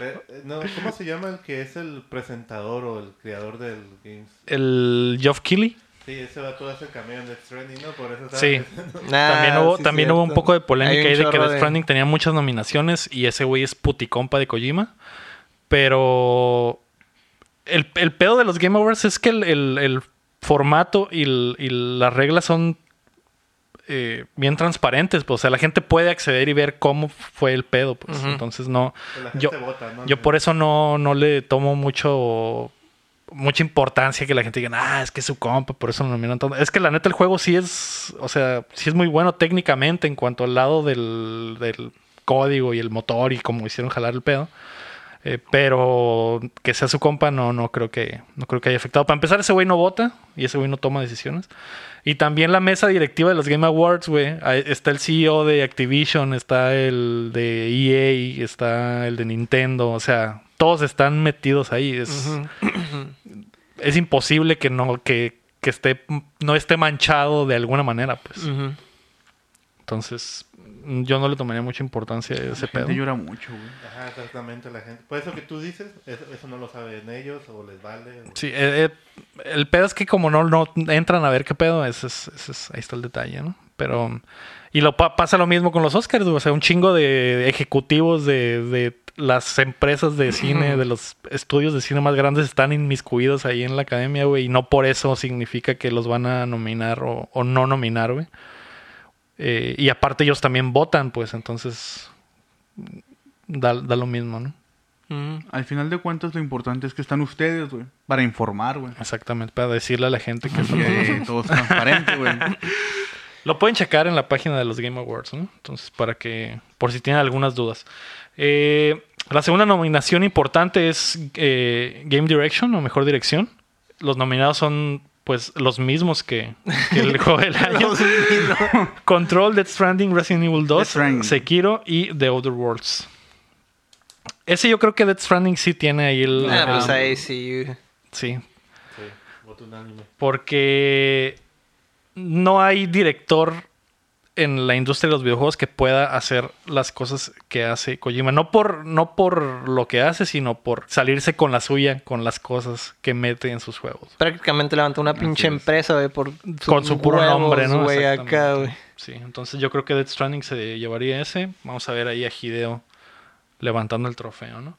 Speaker 4: Eh, eh, no, ¿Cómo se llama el que es el presentador o el creador del Games?
Speaker 1: El Geoff Keighley.
Speaker 4: Sí, ese va todo hacer camión de Stranding, ¿no? Por eso estaba
Speaker 1: Sí.
Speaker 4: pensando.
Speaker 2: Ah,
Speaker 1: también hubo,
Speaker 2: sí,
Speaker 1: también
Speaker 2: cierto.
Speaker 1: hubo un poco de polémica
Speaker 2: Hay un
Speaker 1: ahí de que
Speaker 2: chorro
Speaker 1: Death Stranding tenía muchas nominaciones y ese güey es puticompa de Kojima. Pero el, el pedo de los Game Awards es que el, el- el formato y, el- y las reglas son eh, bien transparentes. pues. o sea, la gente puede acceder y ver cómo fue el pedo. Pues.
Speaker 2: Ujú.
Speaker 1: Entonces no...
Speaker 4: Pues la gente
Speaker 1: Yo-
Speaker 4: vota, ¿no?
Speaker 1: Yo por eso no, no le tomo mucho mucha importancia que la gente diga, ah, es que es su compa, por eso lo nominan tanto. Es que la neta el juego sí es, o sea, sí es muy bueno técnicamente en cuanto al lado del, del código y el motor y cómo hicieron jalar el pedo. Eh, pero que sea su compa no, no creo que no creo que haya afectado. Para empezar, ese güey no vota y ese güey no toma decisiones. Y también la mesa directiva de los Game Awards, güey. Ahí Está el CEO de Activision, está el de EA, está el de Nintendo. O sea, todos están metidos ahí. Es,
Speaker 2: Ujú.
Speaker 1: es imposible que no, que, que esté, no esté manchado de alguna manera, pues.
Speaker 2: Ujú.
Speaker 1: Entonces, yo no le tomaría mucha importancia a ese
Speaker 3: La
Speaker 1: pedo.
Speaker 3: gente llora mucho, güey.
Speaker 4: Ajá, exactamente, la gente. Por eso que tú dices, eso, eso no lo saben ellos o les vale. o-
Speaker 1: Sí, eh, eh, el pedo es que como no, no entran a ver qué pedo, ese es, ese es- ahí está el detalle, ¿no? Pero... Y lo pa- pasa lo mismo con los Oscars, güey. o sea, un chingo de ejecutivos de, de las empresas de cine, de los estudios de cine más grandes están inmiscuidos ahí en la academia, güey, y no por eso significa que los van a nominar o, o no nominar, güey. Eh, y aparte ellos también votan, pues entonces da, da lo mismo, ¿no?
Speaker 2: Ujú.
Speaker 3: Al final de cuentas, lo importante es que están ustedes, güey. Para informar, güey.
Speaker 1: Exactamente, para decirle a la gente que...
Speaker 3: Que eh, todo es transparente, güey.
Speaker 1: Lo pueden checar en la página de los Game Awards, ¿no? Entonces, para que, por si tienen algunas dudas. Eh, la segunda nominación importante es eh, Game Direction o Mejor Dirección. Los nominados son, pues, los mismos que, que el juego
Speaker 2: [LAUGHS]
Speaker 1: del año. [LAUGHS] Control, Death Stranding, Resident Evil
Speaker 3: Death
Speaker 1: 2,
Speaker 3: Stranding.
Speaker 1: Sekiro y The Other Worlds. Ese yo creo que Death Stranding sí tiene ahí el...
Speaker 2: Ah, pues
Speaker 1: el-
Speaker 2: ahí sí.
Speaker 1: Sí,
Speaker 4: Sí, voto unánime.
Speaker 1: porque no hay director en la industria de los videojuegos que pueda hacer las cosas que hace Kojima. No por, no por lo que hace, sino por salirse con la suya, con las cosas que mete en sus juegos.
Speaker 2: Prácticamente levantó una pinche empresa, güey, por
Speaker 1: Con su puro
Speaker 2: huevos,
Speaker 1: nombre, ¿no?
Speaker 2: güey,
Speaker 1: Exactamente.
Speaker 2: acá, güey.
Speaker 1: Sí, entonces yo creo que Death Stranding se llevaría ese. Vamos a ver ahí a Hideo levantando el trofeo, ¿no?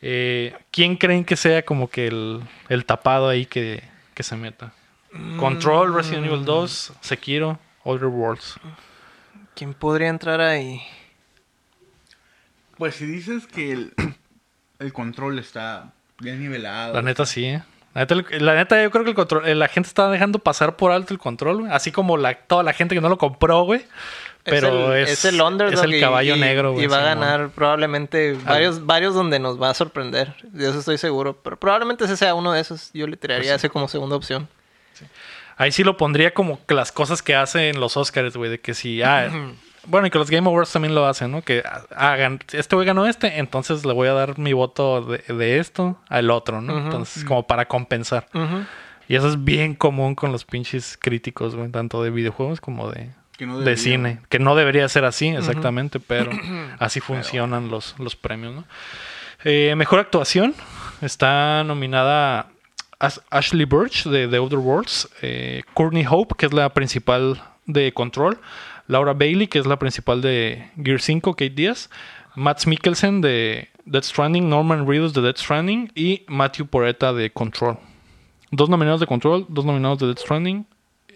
Speaker 1: Eh, ¿Quién creen que sea como que el, el tapado ahí que, que se meta? Control, Resident
Speaker 2: Mm.
Speaker 1: Evil 2, Sekiro, Other Worlds.
Speaker 2: ¿Quién podría entrar ahí?
Speaker 3: Pues si dices que el, el control está bien nivelado.
Speaker 1: La neta sí, ¿eh? La neta, el- la neta, yo creo que el control, eh, la gente está dejando pasar por alto el control, güey. Así como la, toda la gente que no lo compró, güey. Pero es,
Speaker 2: el underdog
Speaker 1: es el
Speaker 2: y-
Speaker 1: caballo
Speaker 2: y-
Speaker 1: negro, güey.
Speaker 2: Y va a
Speaker 1: Simón.
Speaker 2: ganar probablemente varios, varios donde nos va a sorprender. De eso estoy seguro. Pero probablemente ese sea uno de esos. Yo le
Speaker 1: Pues
Speaker 2: tiraría ese como segunda opción.
Speaker 1: Ahí sí lo pondría como que las cosas que hacen los Oscars, güey. De que si. Ah, bueno, y que los Game Awards también lo hacen, ¿no? Que hagan. Este güey ganó este, entonces le voy a dar mi voto de, de esto al otro, ¿no?
Speaker 2: Ujú.
Speaker 1: Entonces, como para compensar.
Speaker 2: Ujú.
Speaker 1: Y eso es bien común con los pinches críticos, güey. Tanto de videojuegos como de,
Speaker 3: Que no
Speaker 1: de
Speaker 3: debería.
Speaker 1: cine. Que no debería ser así, exactamente,
Speaker 3: [CLEARS THROAT]
Speaker 1: pero así funcionan los, los premios, ¿no? Eh, mejor actuación. Está nominada As- Ashley Burch de The Outer Worlds, eh, Courtney Hope, que es la principal de Control, Laura Bailey, que es la principal de Gear 5, Kate Díaz, Matt Mikkelsen de Death Stranding, Norman Reedus de Death Stranding y Matthew Poretta de Control. Dos nominados de Control, dos nominados de Death Stranding,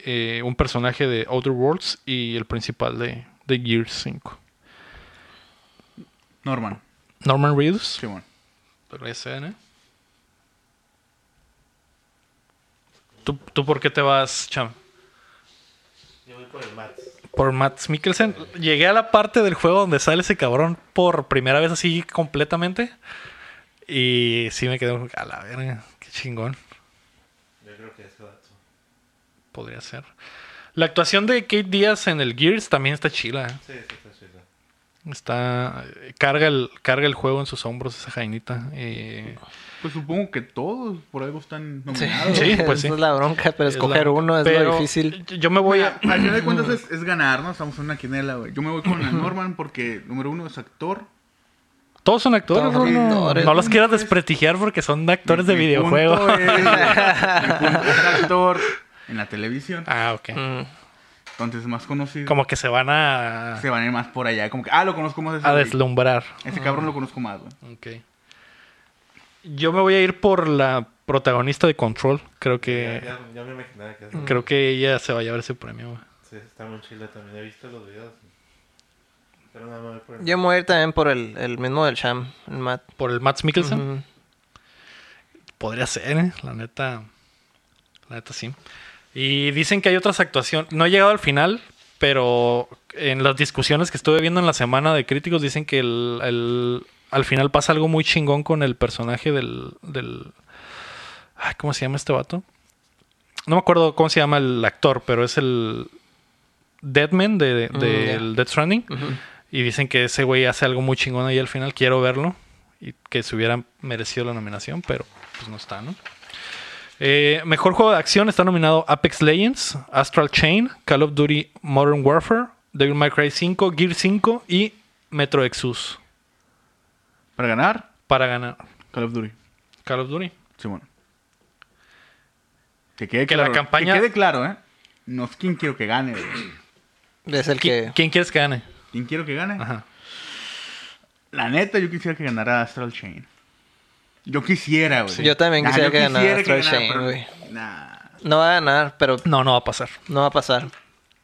Speaker 1: eh, un personaje de Outer Worlds y el principal de, de Gear 5.
Speaker 3: Norman.
Speaker 1: Norman Reedus.
Speaker 3: Simón.
Speaker 1: Pero ese, ¿no? ¿Tú, ¿Tú por qué te vas, Cham?
Speaker 4: Yo voy por el Mats.
Speaker 1: Por Matt Mikkelsen. Llegué a la parte del juego donde sale ese cabrón por primera vez así completamente. Y sí me quedé como, a la verga, qué chingón.
Speaker 4: Yo creo que es Kodatsu.
Speaker 1: Podría ser. La actuación de Kate Díaz en el Gears también está chila. ¿eh?
Speaker 4: Sí, sí, está chido.
Speaker 1: Está. eh, Carga el, carga el juego en sus hombros esa jainita. Eh,
Speaker 3: Pues supongo que todos por algo están nominados.
Speaker 2: [LAUGHS]
Speaker 1: Sí, pues sí.
Speaker 2: Esa es la bronca, pero
Speaker 1: es
Speaker 2: escoger
Speaker 1: la-
Speaker 2: uno es
Speaker 1: pero
Speaker 2: lo difícil.
Speaker 1: Yo me [LAUGHS] voy
Speaker 3: Mira,
Speaker 1: a.
Speaker 3: al final
Speaker 1: [CLEARS THROAT]
Speaker 3: de cuentas es, es ganar, ¿no? Estamos en una quinela, güey. Yo me voy con la Norman porque, número uno, es actor.
Speaker 1: Todos son actores,
Speaker 2: Todos
Speaker 1: Rulo.
Speaker 2: son actores.
Speaker 1: No los quieras desprestigiar porque son actores de
Speaker 3: Mi
Speaker 1: videojuego.
Speaker 3: punto es- mi punto es actor en la televisión.
Speaker 1: [LAUGHS] Ah, ok.
Speaker 2: Mm.
Speaker 3: Entonces, más conocido.
Speaker 1: Como que se van a,
Speaker 3: Se van a ir más por allá. Como que, ah, lo conozco más. Ese,
Speaker 1: a
Speaker 3: güey.
Speaker 1: deslumbrar.
Speaker 3: Ese cabrón lo conozco más, güey.
Speaker 1: Ok. Yo me voy a ir por la protagonista de Control. Creo
Speaker 4: Ya,
Speaker 1: que
Speaker 4: ya- ya me imaginaba que es.
Speaker 1: creo que ella se va a llevar ese premio. güey.
Speaker 4: Sí, está muy chila también. He visto los videos. Pero nada más pues, voy por el
Speaker 2: Yo me voy a ir también por el, el mismo del Sham, el Matt.
Speaker 1: Por el Max Mikkelsen.
Speaker 2: Ujú.
Speaker 1: Podría ser, ¿eh? La neta. La neta sí. Y dicen que hay otras actuaciones. No he llegado al final, pero en las discusiones que estuve viendo en la semana de críticos dicen que el, el- al final pasa algo muy chingón con el personaje del... del ay, ¿Cómo se llama este vato? No me acuerdo cómo se llama el actor, pero es el Deadman de, de,
Speaker 2: Mm,
Speaker 1: del Death Stranding. Y dicen que ese güey hace algo muy chingón ahí al final. Quiero verlo. Y que se hubiera merecido la nominación, pero pues no está, ¿no? Eh, mejor juego de acción está nominado Apex Legends, Astral Chain, Call of Duty Modern Warfare, Devil May Cry 5, Gear 5 y Metro Exodus
Speaker 3: Para ganar,
Speaker 1: para ganar
Speaker 3: Call of Duty.
Speaker 1: Call of Duty.
Speaker 3: Simón. Que quede
Speaker 1: Que la
Speaker 3: claro.
Speaker 1: campaña-
Speaker 3: Que quede claro, ¿eh? No es quién quiero que gane, güey.
Speaker 2: Es el
Speaker 1: ¿Qui-
Speaker 2: que...
Speaker 1: ¿Quién quieres que gane?
Speaker 3: ¿Quién quiero que gane?
Speaker 1: Ajá.
Speaker 3: La neta, yo quisiera que ganara Astral Chain. Yo quisiera, güey. Ah,
Speaker 2: Sí. Yo también quisiera
Speaker 3: yo
Speaker 2: que ganara
Speaker 3: quisiera
Speaker 2: Astral
Speaker 3: ganara,
Speaker 2: Chain,
Speaker 3: pero-
Speaker 2: güey.
Speaker 3: Nah.
Speaker 2: No va a ganar, pero
Speaker 1: No, no va a pasar.
Speaker 2: no va a pasar.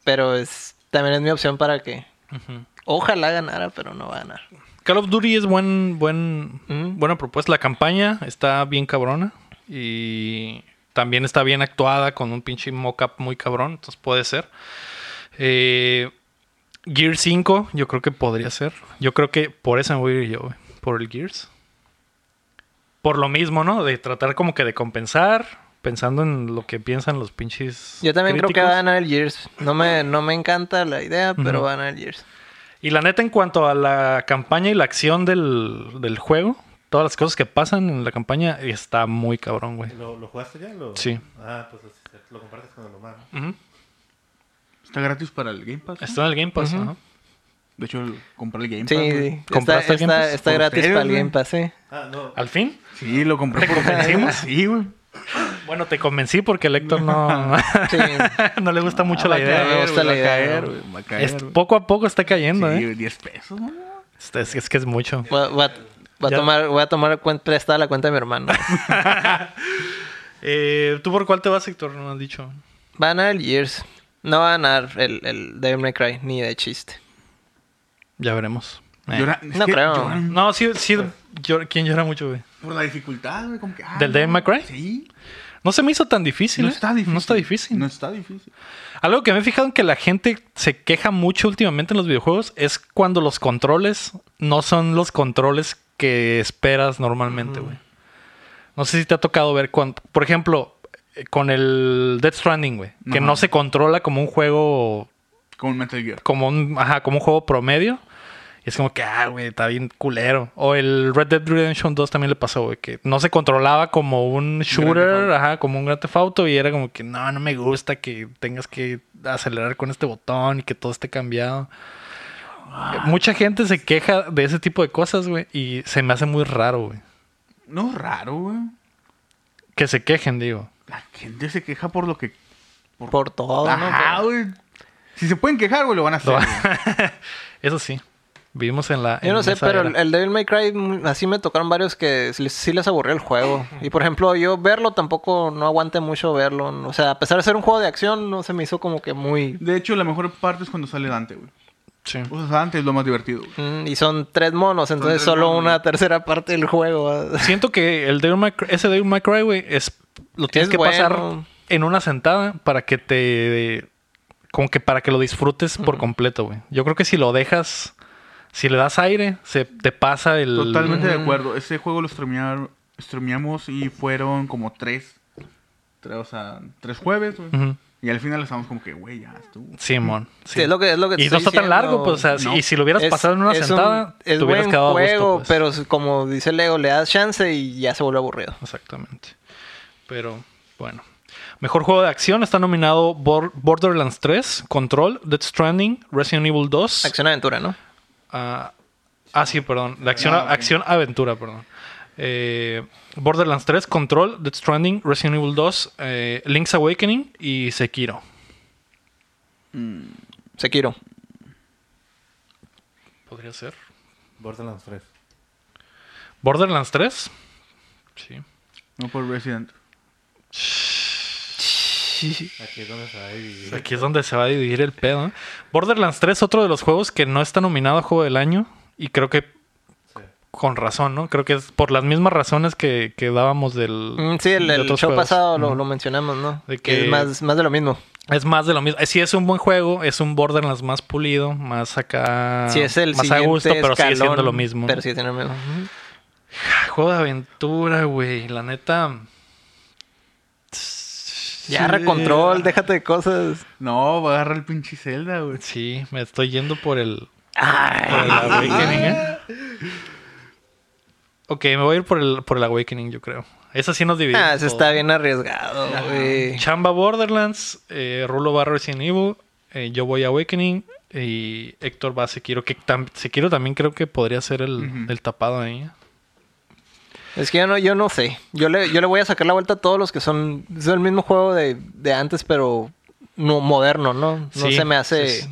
Speaker 2: Pero es también es mi opción para que.
Speaker 1: Ujú.
Speaker 2: Ojalá ganara, pero no va a ganar.
Speaker 1: Call of Duty es buen, buen,
Speaker 2: Ujú.
Speaker 1: buena propuesta. La campaña está bien cabrona. Y también está bien actuada con un pinche mockup muy cabrón. Entonces puede ser. Eh, Gear 5, yo creo que podría ser. Yo creo que por eso me voy a ir yo, güey, Por el Gears. Por lo mismo, ¿no? De tratar como que de compensar. Pensando en lo que piensan los pinches.
Speaker 2: Yo también creo
Speaker 1: críticos.
Speaker 2: que va a ganar el Years. No me, no me encanta la idea, pero
Speaker 1: Ujú.
Speaker 2: va a ganar el Years.
Speaker 1: Y la neta, en cuanto a la campaña y la acción del, del juego, todas las cosas que pasan en la campaña está muy cabrón, güey.
Speaker 4: ¿Lo, lo jugaste ya? ¿Lo...
Speaker 1: Sí.
Speaker 4: Ah, pues es cierto, lo compartes con el humano.
Speaker 1: Ujú.
Speaker 3: Está gratis para el Game Pass. ¿no?
Speaker 1: Está en el Game Pass,
Speaker 2: Ujú.
Speaker 1: ¿no?
Speaker 3: De hecho, el- compré el Game
Speaker 2: Sí,
Speaker 3: Pass.
Speaker 2: sí.
Speaker 3: güey.
Speaker 2: Está,
Speaker 1: ¿Compraste el Game
Speaker 2: está-
Speaker 1: Pass?
Speaker 2: está
Speaker 3: Por
Speaker 2: gratis
Speaker 3: ustedes,
Speaker 2: para el
Speaker 3: güey.
Speaker 2: Game Pass, sí.
Speaker 4: Ah, no.
Speaker 1: Al fin.
Speaker 3: Sí, lo
Speaker 2: [LAUGHS]
Speaker 3: compré por
Speaker 1: convencimos?
Speaker 3: Sí, güey.
Speaker 1: Bueno, te convencí porque el Héctor [LAUGHS] no,
Speaker 2: Sí.
Speaker 1: no le gusta mucho
Speaker 3: Ah,
Speaker 1: la
Speaker 3: va a
Speaker 1: idea.
Speaker 2: me
Speaker 3: caer,
Speaker 2: gusta la
Speaker 3: güey, va a
Speaker 2: idea,
Speaker 3: caer,
Speaker 2: güey.
Speaker 3: güey, Va a caer,
Speaker 1: Es-
Speaker 3: güey.
Speaker 1: poco a poco está cayendo,
Speaker 3: Sí,
Speaker 1: ¿eh?
Speaker 3: güey, 10 pesos, ¿no?
Speaker 1: Este, Es, es que es mucho.
Speaker 2: Voy a, voy a- voy a
Speaker 1: Ya.
Speaker 2: tomar, voy a tomar cuen- prestada la cuenta de mi hermano.
Speaker 1: Eh, ¿Tú por cuál te vas, Héctor? No me has dicho.
Speaker 2: Va a ganar el Years. No va a ganar el, el Devil May Cry, ni de chiste.
Speaker 1: Ya veremos. Eh.
Speaker 3: Llora- es
Speaker 2: No
Speaker 3: que
Speaker 2: creo.
Speaker 3: lloran
Speaker 1: No, sí, sí. llora- ¿Quién llora mucho, güey?
Speaker 3: Por la dificultad, güey. Como que, ah,
Speaker 1: ¿Del
Speaker 3: no,
Speaker 1: Devil May Cry?
Speaker 3: Sí.
Speaker 1: No se me hizo tan difícil.
Speaker 3: No
Speaker 1: ¿eh?
Speaker 3: está difícil.
Speaker 1: No está difícil.
Speaker 3: No está difícil.
Speaker 1: Algo que me he fijado en que la gente se queja mucho últimamente en los videojuegos es cuando los controles no son los controles que esperas normalmente, güey. No sé si te ha tocado ver cuando, por ejemplo, eh, con el Death Stranding, güey, que
Speaker 3: Ajá.
Speaker 1: no se controla como un juego
Speaker 3: Como el Metal Gear.
Speaker 1: como un, ajá, como un juego promedio. Y es como que, ah, güey, está bien culero. O el Red Dead Redemption 2 también le pasó, güey, que no se controlaba como un
Speaker 3: Theft
Speaker 1: shooter,
Speaker 3: Auto.
Speaker 1: ajá, como un Grand Theft Auto. Y era como que, no, no me gusta que tengas que acelerar con este botón y que todo esté cambiado. Eh, Mucha gente se queja de ese tipo de cosas, güey, y se me hace muy raro, güey.
Speaker 3: No es raro, güey.
Speaker 1: Que se quejen, digo.
Speaker 3: La gente se queja por lo que.
Speaker 2: Por todo, Oh, ¿no?
Speaker 3: Ajá,
Speaker 2: Pero-
Speaker 3: güey. Si se pueden quejar, güey, lo van a hacer.
Speaker 1: Lo-
Speaker 3: güey.
Speaker 1: [LAUGHS] Eso sí. Vivimos en la.
Speaker 2: Yo
Speaker 1: en
Speaker 2: no sé,
Speaker 1: esa
Speaker 2: pero
Speaker 1: era.
Speaker 2: el Devil May Cry, mm, así me tocaron varios que sí les- sí les aburrió el juego. Y por ejemplo, yo verlo tampoco no aguante mucho verlo. O sea, a pesar de ser un juego de acción, no se me hizo como que muy.
Speaker 3: De hecho, la mejor parte es cuando sale Dante, güey.
Speaker 1: Sí.
Speaker 3: O sea, Dante es lo más divertido, güey.
Speaker 2: Mm, Y son tres monos, entonces
Speaker 3: tres
Speaker 2: solo
Speaker 3: monos.
Speaker 2: una tercera parte del juego.
Speaker 1: Siento que el Devil May Cry- ese Devil May Cry, güey, es, lo tienes
Speaker 2: Es
Speaker 1: que pasar
Speaker 2: bueno.
Speaker 1: en una sentada para que te... Como que para que lo disfrutes por completo, güey. Yo creo que si lo dejas... Si le das aire, se te pasa el...
Speaker 3: Totalmente de acuerdo. Ese juego lo streamearon- streameamos y fueron como tres. tres o sea, tres jueves, güey.
Speaker 1: Ujú.
Speaker 3: Y al final estábamos como que, güey, ya estuvo.
Speaker 1: Simón. sí.
Speaker 2: Sí, es lo que, es lo que te
Speaker 1: y no está
Speaker 2: estoy
Speaker 1: tan largo,
Speaker 2: diciendo.
Speaker 1: pues. O sea, si-
Speaker 3: No.
Speaker 1: Y si lo hubieras
Speaker 2: Es-
Speaker 1: pasado en una
Speaker 2: es un-
Speaker 1: sentada,
Speaker 2: es
Speaker 1: te hubieras
Speaker 2: buen
Speaker 1: quedado a gusto,
Speaker 2: juego,
Speaker 1: pues.
Speaker 2: pero s- como dice Lego, le das chance y ya se vuelve aburrido.
Speaker 1: Exactamente. Pero, bueno. Mejor juego de acción está nominado Bor- Borderlands 3, Control, Death Stranding, Resident Evil 2.
Speaker 2: Acción aventura, ¿no?
Speaker 1: Ah, ah, sí, perdón. La acción,
Speaker 3: Ah, ok.
Speaker 1: acción aventura, perdón. Eh, Borderlands 3, Control, Death Stranding, Resident Evil 2, eh, Link's Awakening y Sekiro.
Speaker 2: Sekiro.
Speaker 1: Podría ser.
Speaker 4: Borderlands 3.
Speaker 1: Borderlands 3. Sí.
Speaker 3: No por Resident.
Speaker 4: Aquí es donde se va a dividir.
Speaker 1: Aquí es donde se va a dividir el pedo. ¿eh? Borderlands 3, otro de los juegos que no está nominado a juego del año. Y creo que
Speaker 4: Sí.
Speaker 1: con razón, ¿no? Creo que es por las mismas razones que, que dábamos del.
Speaker 2: Mm, sí, el,
Speaker 1: de
Speaker 2: el
Speaker 1: otros
Speaker 2: show
Speaker 1: juegos.
Speaker 2: pasado
Speaker 1: Ujú.
Speaker 2: lo, lo mencionamos, ¿no?
Speaker 1: De
Speaker 2: que
Speaker 1: que-
Speaker 2: es más, más de lo mismo.
Speaker 1: Es más de lo mismo. Eh, Sí, es un buen juego, es un Borderlands más pulido, más acá.
Speaker 2: Si es el
Speaker 1: Ah, más
Speaker 2: siguiente
Speaker 1: a gusto, pero sigue
Speaker 2: escalón,
Speaker 1: siendo lo mismo. Ah,
Speaker 2: Pero sigue siendo lo mismo. Ujú.
Speaker 1: Juego de aventura, güey. La neta.
Speaker 2: Ya, recontrol, déjate de cosas.
Speaker 3: No, va a agarrar el pinche Zelda, güey.
Speaker 1: Sí, me estoy yendo por el. Por el Awakening, ¿eh? Ok, me voy a ir por el, por el Awakening, yo creo. Esa sí Ah, nos divide.
Speaker 2: Ah, se está bien arriesgado, güey.
Speaker 1: Chamba Borderlands, eh, Rulo va Resident Evil, eh, yo voy a Awakening y Héctor va a Sekiro. Que tam- Sekiro también creo que podría ser el,
Speaker 3: Ujú.
Speaker 1: el tapado ahí.
Speaker 2: Es que yo no, yo no sé. Yo le, yo le voy a sacar la vuelta a todos los que son. Es el mismo juego de, de antes, pero no, moderno, ¿no? No
Speaker 1: Sí,
Speaker 2: se me hace.
Speaker 1: es-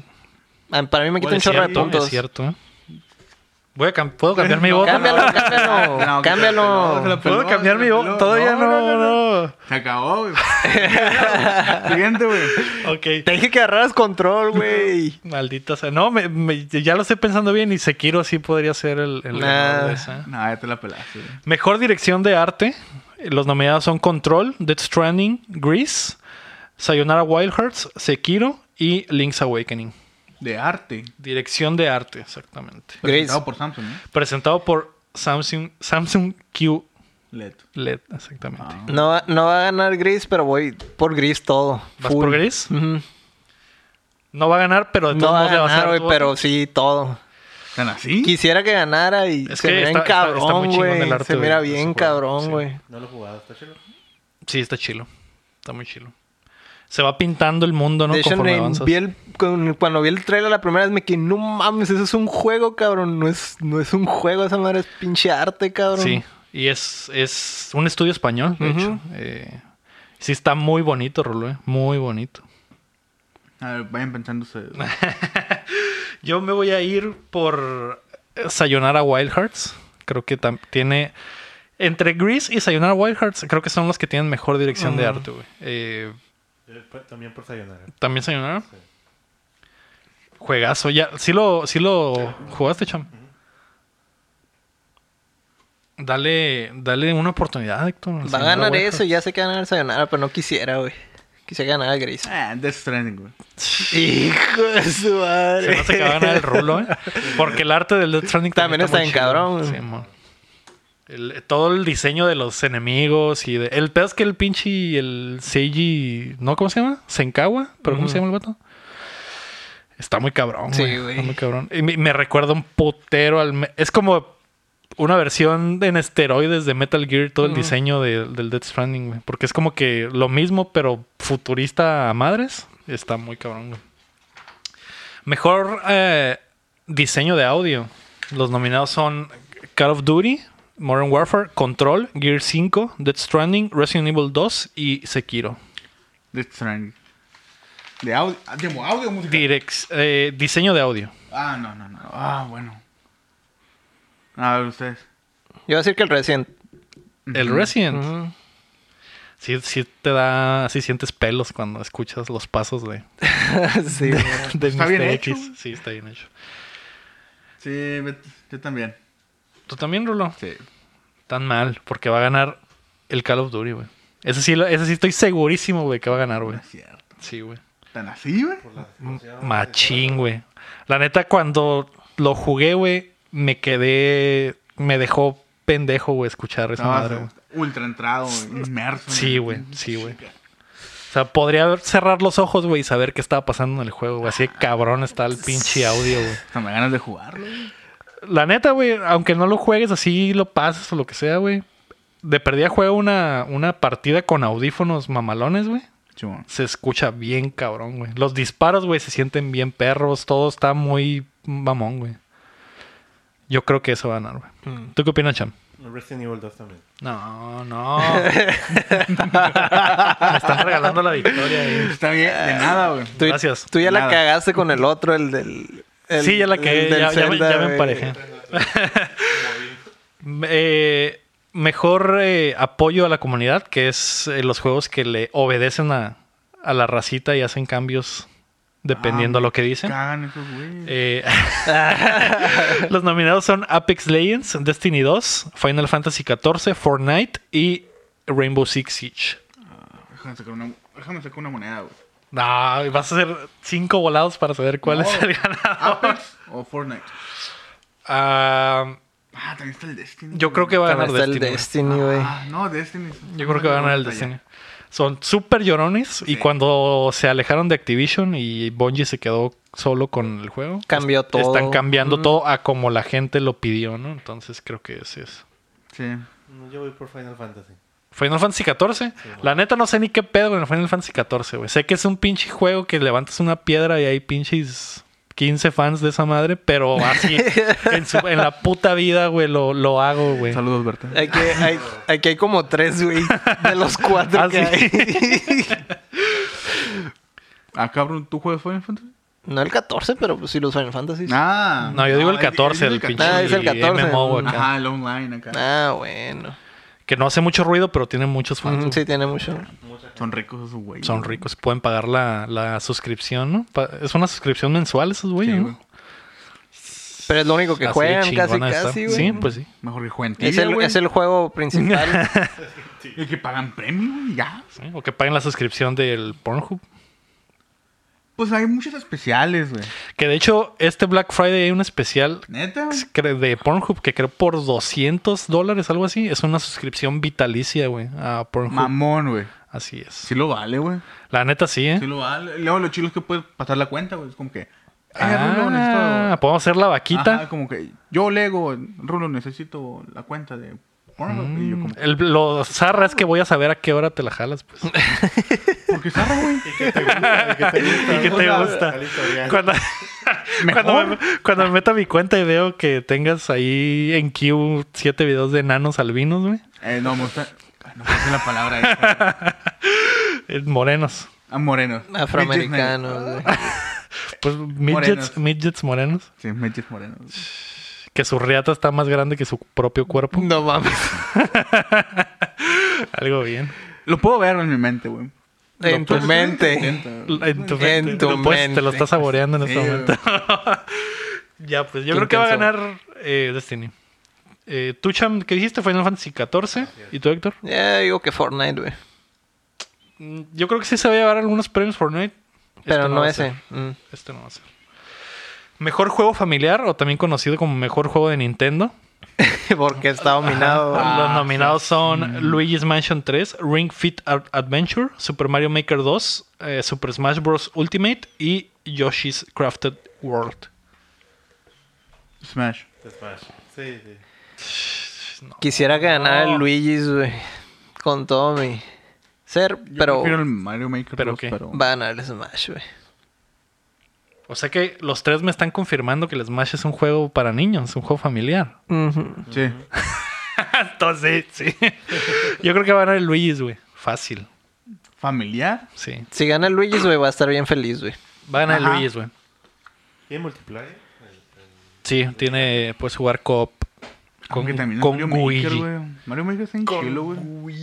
Speaker 2: Ah, Para mí me quita
Speaker 1: Igual
Speaker 2: un
Speaker 1: es
Speaker 2: chorro de
Speaker 1: cierto,
Speaker 2: puntos.
Speaker 1: Es cierto. ¿eh? Voy a cam- ¿Puedo cambiar mi
Speaker 3: No,
Speaker 1: voto?
Speaker 2: Cámbialo,
Speaker 3: No,
Speaker 2: cámbialo.
Speaker 3: no,
Speaker 2: cámbialo.
Speaker 3: que la peló,
Speaker 1: ¿Puedo cambiar mi
Speaker 3: la
Speaker 1: voto?
Speaker 3: peló.
Speaker 1: Todavía no, no,
Speaker 3: Se acabó, güey. [LAUGHS] Siguiente, güey.
Speaker 1: Ok.
Speaker 2: Te dije que agarraras control,
Speaker 1: [LAUGHS]
Speaker 2: güey.
Speaker 1: Maldita sea. No, me- me- ya lo estoy pensando bien y Sekiro sí podría ser el, el
Speaker 2: Nah.
Speaker 1: ganador de esa.
Speaker 3: No, ya te la pelaste. güey.
Speaker 1: Mejor dirección de arte. Los nominados son Control, Death Stranding, Grease, Sayonara Wild Hearts, Sekiro y Link's Awakening.
Speaker 3: De arte.
Speaker 1: Dirección de arte, exactamente.
Speaker 3: Presentado
Speaker 2: Grace.
Speaker 3: por Samsung, ¿eh?
Speaker 1: Presentado por Samsung, Samsung Q
Speaker 3: LED.
Speaker 1: LED, exactamente.
Speaker 3: Ah.
Speaker 2: No, va- no va a ganar Gris, pero voy por Gris todo.
Speaker 1: ¿Vas por Gris?
Speaker 2: Ujú.
Speaker 1: No va a ganar, pero de todos
Speaker 2: No va a
Speaker 1: modos le va a
Speaker 2: ganar,
Speaker 1: hacer
Speaker 2: güey,
Speaker 1: todo.
Speaker 2: pero sí todo.
Speaker 3: ¿Tan así?
Speaker 2: Quisiera que ganara y
Speaker 1: Es
Speaker 2: se
Speaker 1: que
Speaker 2: mira
Speaker 1: está-
Speaker 2: bien
Speaker 1: está- está muy
Speaker 2: cabrón,
Speaker 1: chingón el
Speaker 2: güey.
Speaker 1: arte
Speaker 2: Se mira
Speaker 1: de ese
Speaker 2: bien
Speaker 1: juego, sí.
Speaker 2: cabrón, güey.
Speaker 4: No lo he jugado, está chido.
Speaker 1: Sí, está chilo. Está muy chilo. Se va pintando el mundo, ¿no?
Speaker 2: De hecho,
Speaker 1: Conforme
Speaker 2: me-
Speaker 1: avanzas.
Speaker 2: vi el- con- cuando vi el trailer la primera vez me quedé, no mames, eso es un juego, cabrón. No es, no es un juego, esa madre es pinche arte, cabrón.
Speaker 1: Sí, y es, es un estudio español, de
Speaker 2: Ujú.
Speaker 1: hecho. Eh, sí, está muy bonito, Rulo, eh, muy bonito.
Speaker 3: A ver, vayan Eh, pensando ustedes.
Speaker 1: Yo me voy a ir por eh, Sayonara Wild Hearts. Creo que tam- tiene. Entre Grease y Sayonara Wild Hearts, creo que son los que tienen mejor dirección de arte, güey. Eh,
Speaker 4: Eh, pa- También por Sayonara.
Speaker 1: También Sayonara.
Speaker 4: Sí.
Speaker 1: Juegazo, ya. Sí lo, sí lo jugaste, cham. Dale, dale una oportunidad, Héctor. al
Speaker 2: Va a
Speaker 1: Sayonara
Speaker 2: ganar
Speaker 1: Wild
Speaker 2: eso,
Speaker 1: Hearts.
Speaker 2: ya sé que va a ganar el Sayonara, pero no quisiera, güey. Quisiera ganar Gris.
Speaker 3: Ah, Death Stranding, güey.
Speaker 1: [LAUGHS]
Speaker 2: Hijo de su
Speaker 1: Se me
Speaker 2: madre.
Speaker 1: hace que va a ganar el
Speaker 2: [LAUGHS]
Speaker 1: rulo, ¿eh? Porque el arte del Death Stranding
Speaker 2: También está
Speaker 1: muy
Speaker 2: bien
Speaker 1: chido.
Speaker 2: cabrón.
Speaker 1: Sí, mo. El- todo el diseño de los enemigos y de, el pedo es que el pinche y el Seiji, ¿no? ¿Cómo se llama? Senkawa, pero ¿cómo se llama el vato? Está muy cabrón,
Speaker 2: Sí,
Speaker 1: güey.
Speaker 2: güey.
Speaker 1: Está muy cabrón. Y me, me recuerda un putero al me- es como una versión en esteroides de Metal Gear todo el diseño de- del Death Stranding, güey, porque es como que lo mismo pero futurista a madres. Está muy cabrón, güey. Mejor eh, diseño de audio. Los nominados son Call of Duty, Modern Warfare, Control, Gear 5, Death Stranding, Resident Evil 2 y Sekiro.
Speaker 3: Death Stranding. De audio. ah, De mo- audio o música.
Speaker 1: Direx- eh, diseño de audio.
Speaker 3: Ah, no, no, no. Ah, bueno. A ver, ustedes.
Speaker 2: Yo voy a decir que el Resident.
Speaker 1: El Resident. Sí, sí te da... Sí sientes pelos cuando escuchas los pasos de,
Speaker 2: sí,
Speaker 1: [LAUGHS]
Speaker 2: güey.
Speaker 1: de
Speaker 3: Pues Está
Speaker 1: Mr.
Speaker 3: bien
Speaker 1: X.
Speaker 3: hecho, güey.
Speaker 1: Sí, está bien hecho.
Speaker 3: Sí, vete- yo también.
Speaker 1: ¿Tú también, Rulo?
Speaker 3: Sí.
Speaker 1: Tan mal, porque va a ganar el Call of Duty, güey. Ese sí, lo- ese sí estoy segurísimo, güey, que va a ganar, güey.
Speaker 3: Es cierto.
Speaker 1: Sí, güey.
Speaker 3: ¿Tan así, güey?
Speaker 4: Por la
Speaker 1: Mm.
Speaker 4: situación.
Speaker 1: Machín, güey. La neta, cuando lo jugué, güey, me quedé. Me dejó pendejo, güey, escuchar esa
Speaker 3: Estabas
Speaker 1: madre, güey.
Speaker 3: ultra entrado, güey, inmerso. en
Speaker 1: Sí,
Speaker 3: el-
Speaker 1: güey, sí, güey. O sea, podría haber- cerrar los ojos, güey, y saber qué estaba pasando en el juego, güey. Así de cabrón está el pinche audio, güey.
Speaker 3: Hasta me ganas de jugarlo. güey.
Speaker 1: La neta, güey, aunque no lo juegues así, lo pases o lo que sea, güey. De perdida juega una, una partida con audífonos mamalones, güey.
Speaker 3: Chimón.
Speaker 1: se escucha bien cabrón, güey. Los disparos, güey, se sienten bien perros. Todo está muy mamón, güey. Yo creo que eso va a ganar, güey. ¿Tú qué opinas, Cham?
Speaker 4: Resident Evil 2 también.
Speaker 1: Mm. No, no. Me están regalando la victoria ahí.
Speaker 3: Está bien,
Speaker 1: Ah,
Speaker 3: de nada, güey.
Speaker 2: Tú,
Speaker 1: Gracias.
Speaker 2: Tú ya
Speaker 3: Nada.
Speaker 2: la cagaste con el otro, el del. el-
Speaker 1: sí, ya la que
Speaker 2: el del
Speaker 1: ya, ya me-
Speaker 2: Zelda,
Speaker 1: ya me
Speaker 2: güey.
Speaker 1: emparejé. [LAUGHS] Eh, mejor eh, apoyo a la comunidad, que es eh, los juegos que le obedecen a, a la racita y hacen cambios dependiendo
Speaker 3: Ah,
Speaker 1: a lo que dicen.
Speaker 3: Cagan esos güeyes.
Speaker 1: Eh, [LAUGHS] los nominados son Apex Legends, Destiny 2, Final Fantasy XIV, Fortnite y Rainbow Six Siege.
Speaker 3: Déjame sacar una, déjame sacar una
Speaker 1: [LAUGHS]
Speaker 3: moneda, güey.
Speaker 1: No, vas a hacer cinco volados para saber cuál
Speaker 3: No.
Speaker 1: es el
Speaker 2: Ah.
Speaker 1: ganador.
Speaker 3: ¿Apex o Fortnite?
Speaker 1: Ah,
Speaker 3: Ah, también está el Destiny.
Speaker 1: yo creo que va a
Speaker 2: También
Speaker 1: ganar
Speaker 2: está
Speaker 1: Destiny. güey.
Speaker 2: el Destiny, güey.
Speaker 3: Ah, no, Destiny.
Speaker 1: Yo creo que va a ganar el
Speaker 3: Está Ah, ya.
Speaker 1: Destiny. Son súper llorones y
Speaker 3: Sí.
Speaker 1: cuando se alejaron de Activision y Bungie se quedó solo con el juego, pues,
Speaker 2: Cambió todo.
Speaker 1: están cambiando
Speaker 2: Mm.
Speaker 1: todo a como la gente lo pidió, ¿no? Entonces creo que ese es.
Speaker 3: Sí.
Speaker 4: No, Mm, Yo voy por Final
Speaker 1: [LAUGHS]
Speaker 4: Fantasy.
Speaker 1: Final Fantasy XIV. La neta no sé ni qué pedo con el Final Fantasy XIV, güey. Sé que es un pinche juego que levantas una piedra y hay pinches 15 fans de esa madre, pero así en, su- en la puta vida, güey, lo, lo hago, güey.
Speaker 3: Saludos, Berta.
Speaker 1: Eh.
Speaker 2: Aquí hay, aquí hay como tres, güey. De los cuatro
Speaker 1: Ah,
Speaker 2: que
Speaker 1: sí.
Speaker 2: hay. [LAUGHS]
Speaker 3: Ah, cabrón, ¿tú juegas Final Fantasy?
Speaker 2: No el 14, pero pues sí los Final Fantasy.
Speaker 3: Ah.
Speaker 1: No, yo digo el
Speaker 3: él- él
Speaker 1: 14,
Speaker 3: dice
Speaker 1: el pinche
Speaker 2: Ah, es el 14.
Speaker 1: MMO acá.
Speaker 3: Ajá, el online acá.
Speaker 2: Ah, bueno.
Speaker 1: Que no hace mucho ruido, pero tiene muchos fans.
Speaker 2: Mm, Sí, tiene mucho.
Speaker 3: Son ricos esos güeyes.
Speaker 1: Son ricos. Pueden pagar la, la suscripción, ¿no? Pa- es una suscripción mensual esos
Speaker 3: Sí,
Speaker 1: güeyes,
Speaker 3: güey.
Speaker 1: ¿no?
Speaker 2: Pero es lo único
Speaker 1: Así
Speaker 2: que
Speaker 1: de
Speaker 2: juegan casi,
Speaker 1: chingona está.
Speaker 2: casi, güey.
Speaker 1: Sí, pues sí.
Speaker 3: Mejor que jueguen
Speaker 2: es,
Speaker 3: tibia,
Speaker 2: el,
Speaker 3: güey.
Speaker 2: es el juego
Speaker 1: [LAUGHS]
Speaker 2: principal.
Speaker 3: Y que pagan premio, güey, ya.
Speaker 1: Sí, O que paguen la suscripción del Pornhub.
Speaker 3: Pues hay muchos especiales, güey.
Speaker 1: Que de hecho, este Black Friday hay un especial
Speaker 3: Neta, güey.
Speaker 1: cre- de Pornhub que creo por 200 dólares, algo así. Es una suscripción vitalicia, güey, a Pornhub.
Speaker 3: Mamón, güey.
Speaker 1: Así es.
Speaker 3: Sí lo vale, güey.
Speaker 1: La neta sí, ¿eh?
Speaker 3: Sí lo vale. Luego lo chido es que puedes pasar la cuenta, güey. Es como que. Eh, Rulo,
Speaker 1: Ah,
Speaker 3: necesito.
Speaker 1: podemos hacer la vaquita.
Speaker 3: Ajá, como que yo Lego, Rulo, necesito la cuenta de Pornhub. Y yo como,
Speaker 1: El- lo zarra es que voy a saber a qué hora te la jalas,
Speaker 3: [LAUGHS]
Speaker 1: pues.
Speaker 3: ¿por qué zarra, güey?
Speaker 4: ¿Y qué te gusta? ¿Y qué te gusta?
Speaker 1: [LAUGHS]
Speaker 4: [LAUGHS]
Speaker 1: ¿Y qué te
Speaker 4: Vamos a-
Speaker 1: gusta?
Speaker 4: al historial.
Speaker 1: Cuando, cuando, me, cuando me meto a mi cuenta y veo que tengas ahí en queue siete videos de enanos albinos, güey.
Speaker 3: Eh, no, me gusta. No puedo decir la palabra esa.
Speaker 1: Eh, Morenos.
Speaker 3: A morenos.
Speaker 2: afroamericano. güey.
Speaker 1: Pues midgets
Speaker 3: Morenos.
Speaker 1: midgets morenos.
Speaker 3: Sí, meches morenos.
Speaker 1: Que su riata está más grande que su propio cuerpo. [LAUGHS]
Speaker 2: No mames.
Speaker 1: Algo bien.
Speaker 3: Lo puedo ver en mi mente, güey. Pues,
Speaker 2: En
Speaker 3: Lo
Speaker 2: tu
Speaker 3: puedo- [LAUGHS]
Speaker 2: mente.
Speaker 1: En tu
Speaker 2: En
Speaker 1: mente.
Speaker 2: tu
Speaker 1: Lo puedes- te lo
Speaker 2: mente.
Speaker 1: estás saboreando en
Speaker 3: Sí,
Speaker 1: este momento. [LAUGHS] ya, pues yo
Speaker 2: Qué
Speaker 1: creo que va a
Speaker 2: intenso.
Speaker 1: ganar eh, Destiny. Eh, tú, Cham, ¿qué dijiste? Final Fantasy XIV. ¿Y tú, Héctor?
Speaker 2: Ya digo que Fortnite, güey.
Speaker 1: Mm, Yo creo que sí se va a llevar algunos premios Fortnite.
Speaker 2: Pero
Speaker 1: Este
Speaker 2: no
Speaker 1: va a
Speaker 2: ese.
Speaker 1: ser.
Speaker 2: Mm. [LAUGHS]
Speaker 1: Este no va a ser. Mejor juego familiar o también conocido como mejor juego de Nintendo.
Speaker 2: Porque está dominado.
Speaker 1: Los nominados son Luigi's Mansion 3, Ring Fit Ad- Adventure, Super Mario Maker 2, eh, Super Smash Bros. Ultimate y Yoshi's Crafted World.
Speaker 3: Smash.
Speaker 4: Smash. Sí, sí.
Speaker 2: Quisiera ganar
Speaker 1: No.
Speaker 2: el Luigi's, güey. Con todo mi ser,
Speaker 3: Yo
Speaker 2: pero
Speaker 3: prefiero el Mario Maker
Speaker 1: ¿Pero
Speaker 3: 2,
Speaker 1: qué?
Speaker 3: pero...
Speaker 2: va a ganar el Smash, güey.
Speaker 1: O sea que los tres me están confirmando que el Smash es un juego para niños, un juego familiar.
Speaker 2: Ujú.
Speaker 3: Sí.
Speaker 1: [LAUGHS] Entonces, sí. Yo creo que va a ganar el Luigi's, güey. Fácil,
Speaker 3: ¿Familiar?
Speaker 1: sí.
Speaker 2: Si gana el Luigi's, güey, va a estar bien feliz, güey.
Speaker 1: Va a ganar el
Speaker 3: Ajá.
Speaker 1: Luigi's, güey.
Speaker 4: ¿Y multiplayer?
Speaker 1: Sí, tiene, puedes jugar co-op con,
Speaker 3: Aunque Ah, también es
Speaker 1: con
Speaker 3: Mario
Speaker 1: Luigi.
Speaker 3: Maker, güey. Mario Maker está en chilo, güey.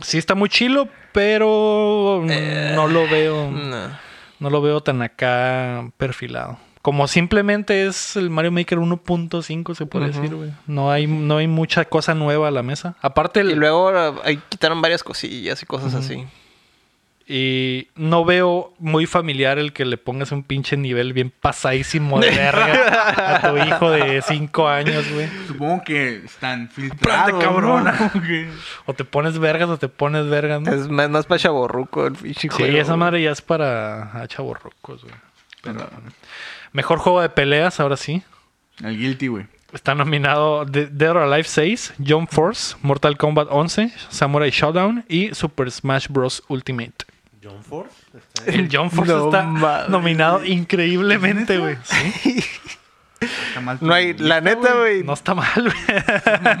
Speaker 1: Sí, está muy chilo, pero
Speaker 2: Eh,
Speaker 1: no lo veo.
Speaker 2: No.
Speaker 1: No lo veo tan acá perfilado. Como simplemente es el Mario Maker 1.5, se puede decir, güey. No hay, no hay mucha cosa nueva a la mesa. Aparte, el-
Speaker 2: Y luego ah, ahí quitaron varias cosillas y cosas así.
Speaker 1: y no veo muy familiar el que le pongas un pinche nivel bien pasadísimo de
Speaker 2: [LAUGHS]
Speaker 1: verga a tu hijo de 5 años, güey.
Speaker 3: Supongo que están filtrados,
Speaker 1: Plante, cabrón.
Speaker 3: [LAUGHS] ¿no? Como que-
Speaker 1: O te pones vergas o te pones vergas, ¿no?
Speaker 2: Es más, más para chaborruco el pinche
Speaker 1: Sí,
Speaker 2: juego,
Speaker 1: esa
Speaker 2: güey.
Speaker 1: madre ya es para ah, chavorrucos, güey.
Speaker 3: Pero
Speaker 1: Mejor juego de peleas, ahora sí.
Speaker 3: el Guilty, güey.
Speaker 1: Está nominado De- Dead or Alive 6, John Force, Mortal Kombat 11, Samurai Showdown y Super Smash Bros. Ultimate.
Speaker 4: ¿John Force? Está
Speaker 2: [LAUGHS]
Speaker 4: ahí.
Speaker 1: El John Force
Speaker 2: No
Speaker 1: está
Speaker 2: mames.
Speaker 1: nominado increíblemente, güey. Sí,
Speaker 3: Está mal
Speaker 2: No hay, la neta, güey.
Speaker 1: no está mal, güey.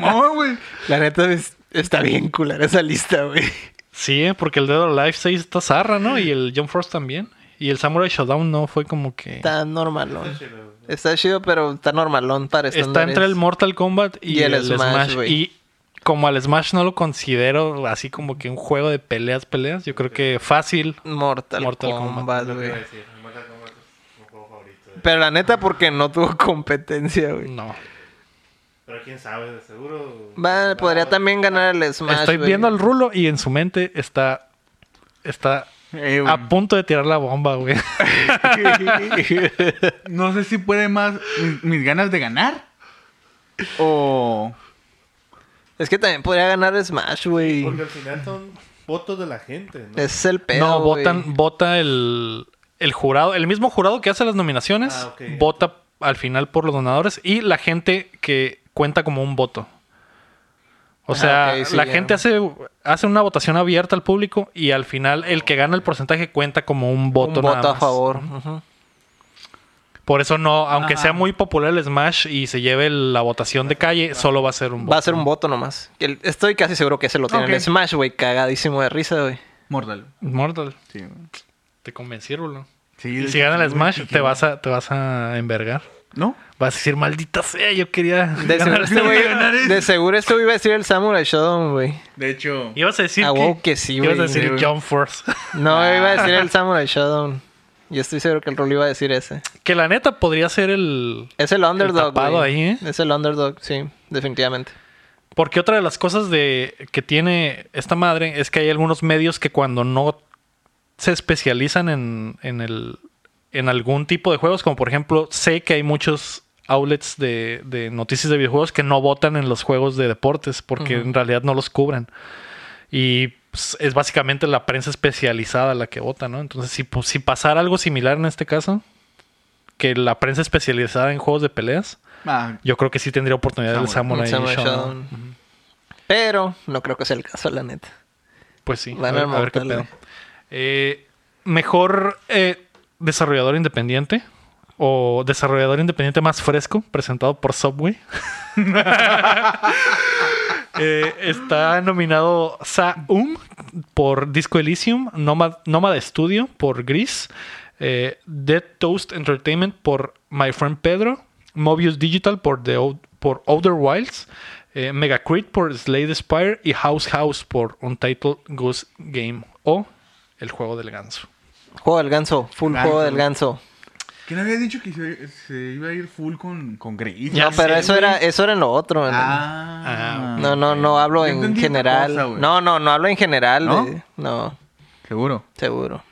Speaker 1: [LAUGHS]
Speaker 3: [LAUGHS] No, güey.
Speaker 2: La neta es- está bien culera esa lista, güey.
Speaker 1: Sí, eh, porque el Dead or Alive 6 está zarra, ¿no? Y el John Force también. Y el Samurai Showdown no fue como que...
Speaker 2: Está normalón.
Speaker 4: chido.
Speaker 2: Está chido, pero está normalón para
Speaker 1: Está
Speaker 2: estándares.
Speaker 1: entre el Mortal Kombat y, el, Smash.
Speaker 2: güey.
Speaker 1: y como al Smash no lo considero así como que un juego de peleas, peleas, yo creo que fácil.
Speaker 2: Mortal,
Speaker 1: Mortal Kombat,
Speaker 2: Kombat,
Speaker 4: Lo que
Speaker 2: güey.
Speaker 4: iba a decir. Mortal Kombat es mi juego favorito. eh.
Speaker 2: Pero la neta, porque no tuvo competencia, güey.
Speaker 1: No.
Speaker 4: Pero quién sabe, de seguro.
Speaker 2: Va, podría también ganar el Smash.
Speaker 1: Estoy
Speaker 2: güey.
Speaker 1: viendo al rulo y en su mente está... Está
Speaker 3: Eh, güey.
Speaker 1: a punto de tirar la bomba, güey.
Speaker 3: [LAUGHS] No sé si puede más mis, mis ganas de ganar. O...
Speaker 2: Es que también podría ganar Smash, güey.
Speaker 4: Porque al final son votos de la gente, ¿no?
Speaker 2: Ese es el pedo.
Speaker 1: no,
Speaker 2: güey.
Speaker 1: votan, vota el, el jurado, el mismo jurado que hace las nominaciones,
Speaker 4: Ah, ok.
Speaker 1: vota al final por los donadores y la gente que cuenta como un voto. O
Speaker 2: Ah,
Speaker 1: sea,
Speaker 2: ok, sí,
Speaker 1: la
Speaker 2: ya.
Speaker 1: gente hace, hace una votación abierta al público y al final el que gana el porcentaje cuenta como un
Speaker 2: Un
Speaker 1: voto.
Speaker 2: voto
Speaker 1: nada
Speaker 2: a
Speaker 1: más.
Speaker 2: favor. Ujú.
Speaker 1: Por eso no, aunque
Speaker 3: Ajá.
Speaker 1: sea muy popular el Smash y se lleve la votación de calle, solo va a ser un voto.
Speaker 2: Va a ser un voto nomás. El- Estoy casi seguro que ese lo tiene
Speaker 3: Ok.
Speaker 2: el Smash, güey. Cagadísimo de risa, güey.
Speaker 3: Mortal.
Speaker 1: Mortal,
Speaker 3: Sí, güey.
Speaker 1: te convencí, Rulo.
Speaker 3: Sí,
Speaker 1: Y
Speaker 3: de
Speaker 1: si
Speaker 3: hecho,
Speaker 1: gana la
Speaker 3: sí,
Speaker 1: Smash,
Speaker 3: güey.
Speaker 1: te vas a, te vas a envergar.
Speaker 3: ¿No?
Speaker 1: Vas a decir, maldita sea, yo quería
Speaker 2: De seguro,
Speaker 1: ganar
Speaker 2: este
Speaker 1: este
Speaker 2: güey-
Speaker 3: ganar es-
Speaker 2: de seguro este güey iba a decir el Samurai Shodown, güey.
Speaker 3: De hecho,
Speaker 1: Ibas a decir
Speaker 2: Ah,
Speaker 1: que,
Speaker 2: wow, que sí,
Speaker 1: ibas a
Speaker 2: güey.
Speaker 1: decir Ah.
Speaker 2: Sí, güey.
Speaker 1: Jump Force. [LAUGHS]
Speaker 2: No, iba a decir el Samurai Shodown. Yo estoy seguro que el rol iba a decir ese.
Speaker 1: que la neta podría ser el...
Speaker 2: Es el underdog,
Speaker 1: tapado
Speaker 2: güey.
Speaker 1: ahí, ¿eh?
Speaker 2: Es el underdog, sí, definitivamente.
Speaker 1: Porque otra de las cosas de que tiene esta madre es que hay algunos medios que cuando no se especializan en, en el, en algún tipo de juegos, como por ejemplo, sé que hay muchos outlets de, de noticias de videojuegos que no votan en los juegos de deportes porque en realidad no los cubren. Y pues, es básicamente la prensa especializada la que vota, ¿no? Entonces, si, pues, si pasara algo similar en este caso, que la prensa especializada en juegos de peleas,
Speaker 3: ah,
Speaker 1: yo creo que sí tendría oportunidades de Samurai,
Speaker 2: El Samurai
Speaker 1: Shodown.
Speaker 2: Shodown. Pero no creo que sea el caso, la neta.
Speaker 1: Pues sí, a
Speaker 2: Van
Speaker 1: ver,
Speaker 2: a
Speaker 1: a ver qué
Speaker 2: matarle.
Speaker 1: pedo. Eh, mejor eh, desarrollador independiente o desarrollador independiente más fresco presentado por Subway. Eh, está nominado Saum por Disco Elysium, Nomad, Nomad Studio por Gris, eh, Dead Toast Entertainment por My Friend Pedro, Mobius Digital por, The Out- por Outer Wilds, eh, Megacrit por Slade Spire y House House por Untitled Goose Game o El Juego del Ganso.
Speaker 2: Juego del ganso, full
Speaker 3: Ganso.
Speaker 2: juego del ganso.
Speaker 3: ¿quién había dicho que se, se iba a ir full con, con Grace?
Speaker 1: Ya
Speaker 2: no, pero
Speaker 1: sé,
Speaker 2: eso era, eso era en lo otro. en-
Speaker 3: Ah,
Speaker 2: no, no, no hablo
Speaker 3: Yo
Speaker 2: en
Speaker 3: entendí otra
Speaker 2: general.
Speaker 3: cosa, güey.
Speaker 2: no, no, no hablo en general.
Speaker 3: ¿No?
Speaker 2: de- no
Speaker 3: Seguro.
Speaker 2: seguro.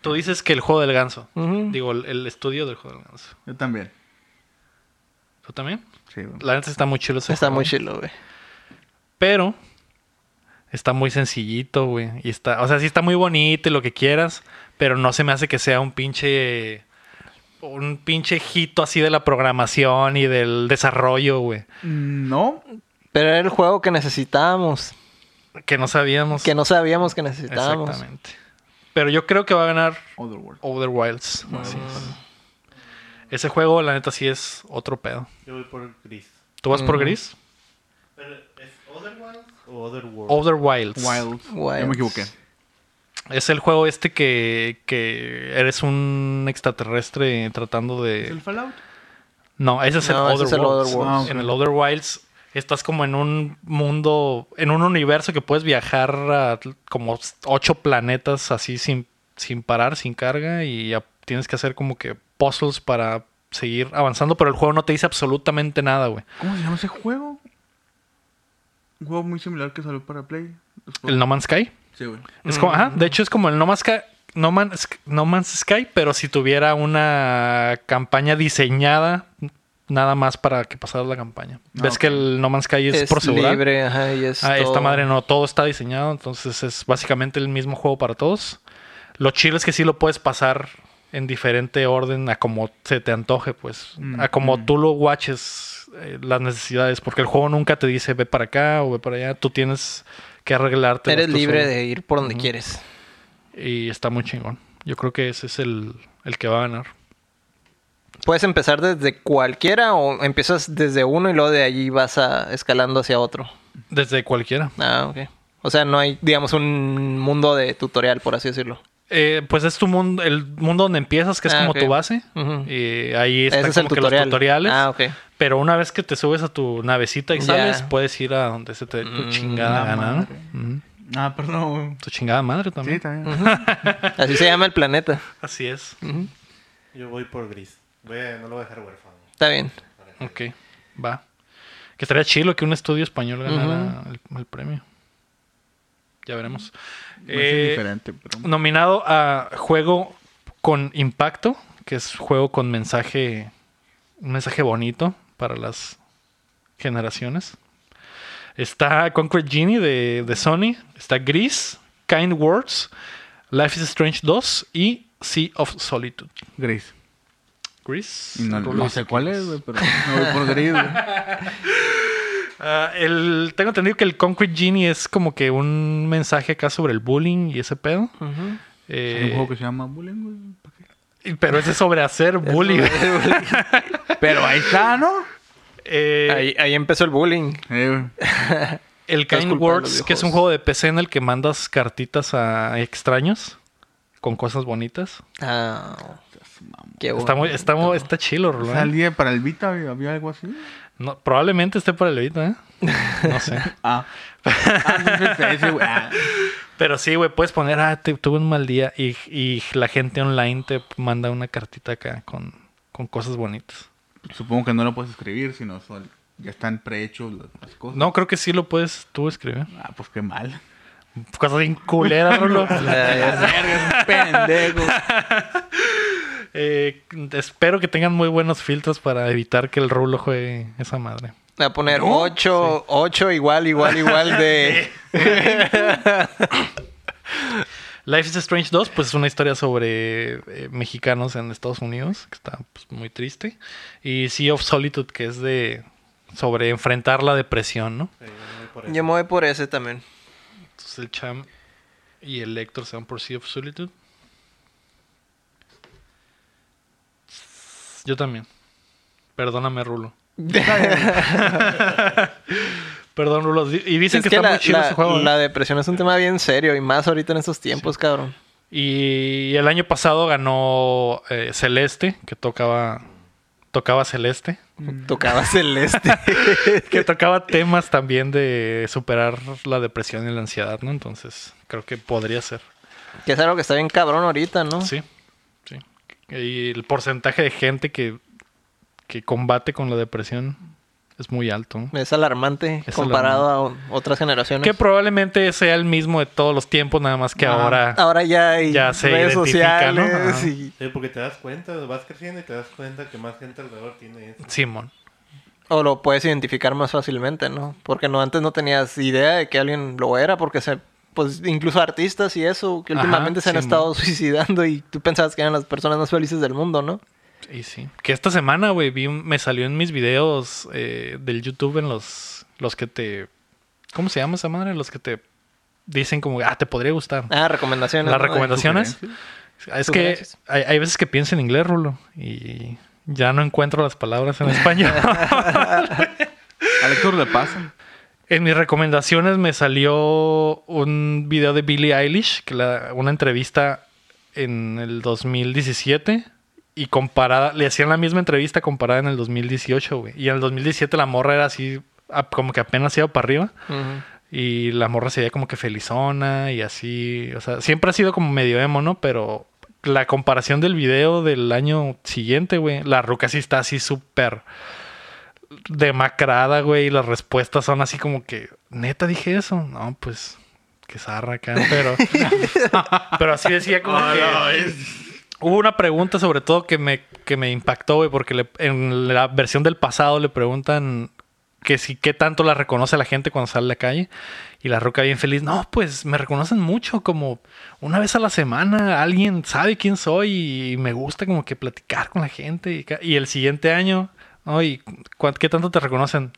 Speaker 1: Tú dices que El Juego del Ganso.
Speaker 2: Ujú.
Speaker 1: Digo, el, el estudio del Juego del Ganso.
Speaker 3: Yo también.
Speaker 1: ¿Tú también?
Speaker 3: Sí, güey.
Speaker 1: La neta está muy chido ese
Speaker 2: Está
Speaker 1: juego.
Speaker 2: muy chilo, güey.
Speaker 1: Pero está muy sencillito, güey. Y está, o sea, sí está muy bonito y lo que quieras, pero no se me hace que sea un pinche un pinche hito así de la programación y del desarrollo, güey,
Speaker 3: No,
Speaker 2: Pero era el juego que necesitábamos.
Speaker 1: que no sabíamos.
Speaker 2: Que no sabíamos que necesitábamos.
Speaker 1: Exactamente. Pero yo creo que va a ganar
Speaker 3: Otherworld.
Speaker 1: Other Wilds. Así es. Ese juego, la neta, sí es otro pedo.
Speaker 4: Yo voy por Gris.
Speaker 1: ¿Tú vas por
Speaker 2: Ujú.
Speaker 1: gris?
Speaker 4: Pero, ¿es Otherworld o Otherworld?
Speaker 1: Other Wilds.
Speaker 3: Wild.
Speaker 2: Wilds.
Speaker 3: Ya me equivoqué.
Speaker 1: Es el juego este que, que eres un extraterrestre tratando de...
Speaker 3: ¿Es el Fallout?
Speaker 1: No, ese es el
Speaker 2: No, ese
Speaker 1: Other
Speaker 2: es el
Speaker 1: Worlds.
Speaker 2: Other
Speaker 3: Worlds. Ah,
Speaker 1: En
Speaker 3: ok.
Speaker 1: el Other Wilds estás como en un mundo, en un universo que puedes viajar a como ocho planetas así sin, sin parar, sin carga y ya tienes que hacer como que puzzles para seguir avanzando, pero el juego no te dice absolutamente nada, güey.
Speaker 3: ¿Cómo se llama ese juego? Un juego muy similar que salió para Play. Después-
Speaker 1: El No Man's Sky.
Speaker 3: Sí, güey.
Speaker 1: Es como,
Speaker 2: Mm.
Speaker 1: ajá, de hecho es como el No Man's Sky. No Man's, no Man's Sky, pero si tuviera una campaña diseñada nada más para que pasara la campaña.
Speaker 3: Ah,
Speaker 1: Ves
Speaker 3: ok.
Speaker 1: que el No Man's Sky es,
Speaker 2: Es
Speaker 1: procedural.
Speaker 2: libre, ajá, y es
Speaker 1: Ah, esta
Speaker 2: todo.
Speaker 1: madre no, todo está diseñado, entonces es básicamente el mismo juego para todos. Lo chido es que sí lo puedes pasar en diferente orden a como se te antoje, pues,
Speaker 3: Mm,
Speaker 1: a como
Speaker 3: mm.
Speaker 1: tú lo watches eh, las necesidades, porque el juego nunca te dice ve para acá o ve para allá, tú tienes que arreglarte.
Speaker 2: Eres
Speaker 1: vas tú
Speaker 2: libre
Speaker 1: solo.
Speaker 2: de ir por donde quieres.
Speaker 1: Y está muy chingón. Yo creo que ese es el, el que va a ganar.
Speaker 2: Puedes empezar desde cualquiera o empiezas desde uno y luego de allí vas a, escalando hacia otro.
Speaker 1: Desde cualquiera.
Speaker 2: Ah, ok. O sea, no hay, digamos, un mundo de tutorial, por así decirlo.
Speaker 1: Eh, pues es tu mundo, el mundo donde empiezas, que es
Speaker 2: Ah,
Speaker 1: como
Speaker 2: ok.
Speaker 1: tu base.
Speaker 2: Ujú.
Speaker 1: Y ahí
Speaker 2: Ese
Speaker 1: están
Speaker 2: es el
Speaker 1: como que
Speaker 2: tutorial.
Speaker 1: los tutoriales.
Speaker 2: Ah, ok.
Speaker 1: Pero una vez que te subes a tu navecita y
Speaker 2: Ya.
Speaker 1: sales, puedes ir a donde se te dé tu chingada
Speaker 3: Mm, la
Speaker 1: gana, ¿no?
Speaker 3: madre.
Speaker 1: Ujú.
Speaker 3: Ah, perdón.
Speaker 1: Tu chingada madre también.
Speaker 3: Sí, también.
Speaker 2: Así se llama el planeta.
Speaker 1: Así es.
Speaker 4: Yo voy por Gris. Voy a- no lo voy a dejar huérfano.
Speaker 2: Está bien.
Speaker 1: Ok, va. Que estaría chilo que un estudio español ganara el, el premio. Ya veremos.
Speaker 3: es
Speaker 1: Eh,
Speaker 3: diferente, pero...
Speaker 1: nominado a juego con impacto, que es juego con mensaje, un mensaje bonito para las generaciones. Está Concrete Genie de, de Sony, está Gris, Kind Words, Life is Strange 2 y Sea of Solitude.
Speaker 3: Gris.
Speaker 1: Gris.
Speaker 3: Y No,
Speaker 1: tú
Speaker 3: no
Speaker 1: lo
Speaker 3: sé
Speaker 1: dices.
Speaker 3: cuál es, güey, pero me voy por
Speaker 1: [LAUGHS]
Speaker 3: Gris, güey.
Speaker 1: Ah, el, tengo entendido que el Concrete Genie es como que un mensaje acá sobre el bullying y ese pedo.
Speaker 3: Hay un
Speaker 1: Eh,
Speaker 3: juego que se llama Bullying, güey. ¿para qué?
Speaker 1: pero ese es sobre
Speaker 3: [LAUGHS]
Speaker 1: hacer bullying.
Speaker 3: Pero ahí está, ¿no?
Speaker 1: [LAUGHS] Eh,
Speaker 2: Ahí, ahí empezó el bullying.
Speaker 3: Eh, güey.
Speaker 1: El
Speaker 2: Estás
Speaker 1: Kind
Speaker 2: culpando a
Speaker 1: Words,
Speaker 2: los
Speaker 1: que es un
Speaker 2: videojuegos.
Speaker 1: juego de PC en el que mandas cartitas a extraños. con cosas bonitas.
Speaker 2: Ah, qué
Speaker 1: Está muy,
Speaker 2: [LAUGHS]
Speaker 1: está, muy-
Speaker 2: bonito.
Speaker 1: está chilo, Rulán.
Speaker 3: ¿Salía para el Vita? ¿Había había algo así?
Speaker 1: No, probablemente esté para el Evita, ¿eh? No
Speaker 2: [LAUGHS]
Speaker 1: sé.
Speaker 3: Ah. Ah, entonces ese, güey. Ah.
Speaker 1: Pero sí, güey, puedes poner, ah, te- tuve un mal día y, y la gente online te manda una cartita acá con, con cosas bonitas.
Speaker 3: Supongo que no lo puedes escribir, sino sol- ya están prehechos las, las cosas.
Speaker 1: No, creo que sí lo puedes tú escribir.
Speaker 3: Ah, pues qué mal.
Speaker 1: Cosas bien culeras,
Speaker 2: [LAUGHS]
Speaker 1: Rulo.
Speaker 2: Ya, ya sé.
Speaker 3: Pendejo.
Speaker 1: Eh, espero que tengan muy buenos filtros para evitar que el Rulo juegue esa madre.
Speaker 2: Voy a poner
Speaker 3: ¿No?
Speaker 2: 8, 8 igual, igual, igual
Speaker 1: [LAUGHS]
Speaker 2: de...
Speaker 1: Life is Strange 2, pues es una historia sobre eh, mexicanos en Estados Unidos, que está pues, muy triste. Y Sea of Solitude, que es de sobre enfrentar la depresión, ¿no?
Speaker 4: Sí, muy por eso.
Speaker 2: [LAUGHS] Yo me voy por ese también.
Speaker 1: Entonces el Cham y el Héctor se van por Sea of Solitude. Yo también. Perdóname, Rulo. Perdón, Rulo. Di- Y dicen
Speaker 2: Es
Speaker 1: que,
Speaker 2: que
Speaker 1: está
Speaker 2: la,
Speaker 1: muy chido
Speaker 2: la-
Speaker 1: ese juego. ¿eh?
Speaker 2: la depresión es un tema bien serio y más ahorita en estos tiempos, cabrón.
Speaker 1: Y el año pasado ganó eh, Celeste, que tocaba tocaba Celeste, [LAUGHS]
Speaker 2: Tocaba celeste.
Speaker 1: que tocaba temas también de superar la depresión y la ansiedad, ¿no? Entonces, creo que podría ser.
Speaker 2: que es algo que está bien cabrón ahorita,
Speaker 3: Ah.
Speaker 2: ¿no?
Speaker 1: Sí. Sí. Y el porcentaje de gente que que combate con la depresión es muy alto. ¿no?
Speaker 2: Es alarmante
Speaker 1: Es
Speaker 2: comparado a otras generaciones.
Speaker 1: Que probablemente sea el mismo de todos los tiempos, nada más que
Speaker 3: Ah,
Speaker 1: ahora
Speaker 2: Ahora ya hay
Speaker 1: Ya se
Speaker 2: redes
Speaker 1: identifica, ¿no?
Speaker 2: sociales
Speaker 1: Ajá.
Speaker 2: y
Speaker 4: Sí, porque te das cuenta, vas creciendo y te das cuenta que más gente alrededor tiene eso.
Speaker 1: Simón.
Speaker 2: O lo puedes identificar más fácilmente, ¿no? Porque no antes no tenías idea de que alguien lo era, porque se, pues incluso artistas y eso, que
Speaker 1: Ajá,
Speaker 2: últimamente se han
Speaker 1: sí,
Speaker 2: estado [LAUGHS] suicidando y tú pensabas que eran las personas más felices del mundo, ¿no?
Speaker 1: Y sí. Que esta semana, güey, vi un- me salió en mis videos eh, del YouTube en los, los que te... ¿Cómo se llama esa madre? Los que te dicen como, ah, te podría gustar.
Speaker 2: Ah, recomendaciones.
Speaker 1: Las
Speaker 2: ¿no?
Speaker 1: recomendaciones. Es que
Speaker 2: Sugerencias.
Speaker 1: hay, hay veces que pienso en inglés, Rulo, y ya no encuentro las palabras en español.
Speaker 3: A Héctor le pasan.
Speaker 1: en mis recomendaciones me salió un video de Billie Eilish, que la- una entrevista en el 2017. Y comparada, le hacían la misma entrevista comparada en el 2018, güey. Y en el 2017 la morra era así, ap- como que apenas iba para arriba.
Speaker 2: Ujú.
Speaker 1: Y la morra se veía como que felizona y así. O sea, siempre ha sido como medio emo, ¿no? Pero la comparación del video del año siguiente, güey. La ruca sí está así súper demacrada, güey. Y las respuestas son así como que, neta dije eso. No, pues, que zarra acá. Pero, [LAUGHS] pero así decía como
Speaker 3: Ah,
Speaker 1: que. Hubo una pregunta sobre todo que me, que me impactó, güey, porque le- en la versión del pasado le preguntan que si qué tanto la reconoce la gente cuando sale a la calle. Y la roca bien feliz, no, pues me reconocen mucho, como una vez a la semana alguien sabe quién soy y me gusta como que platicar con la gente. Y, ca- y el siguiente año, ay, ¿cu- ¿qué tanto te reconocen?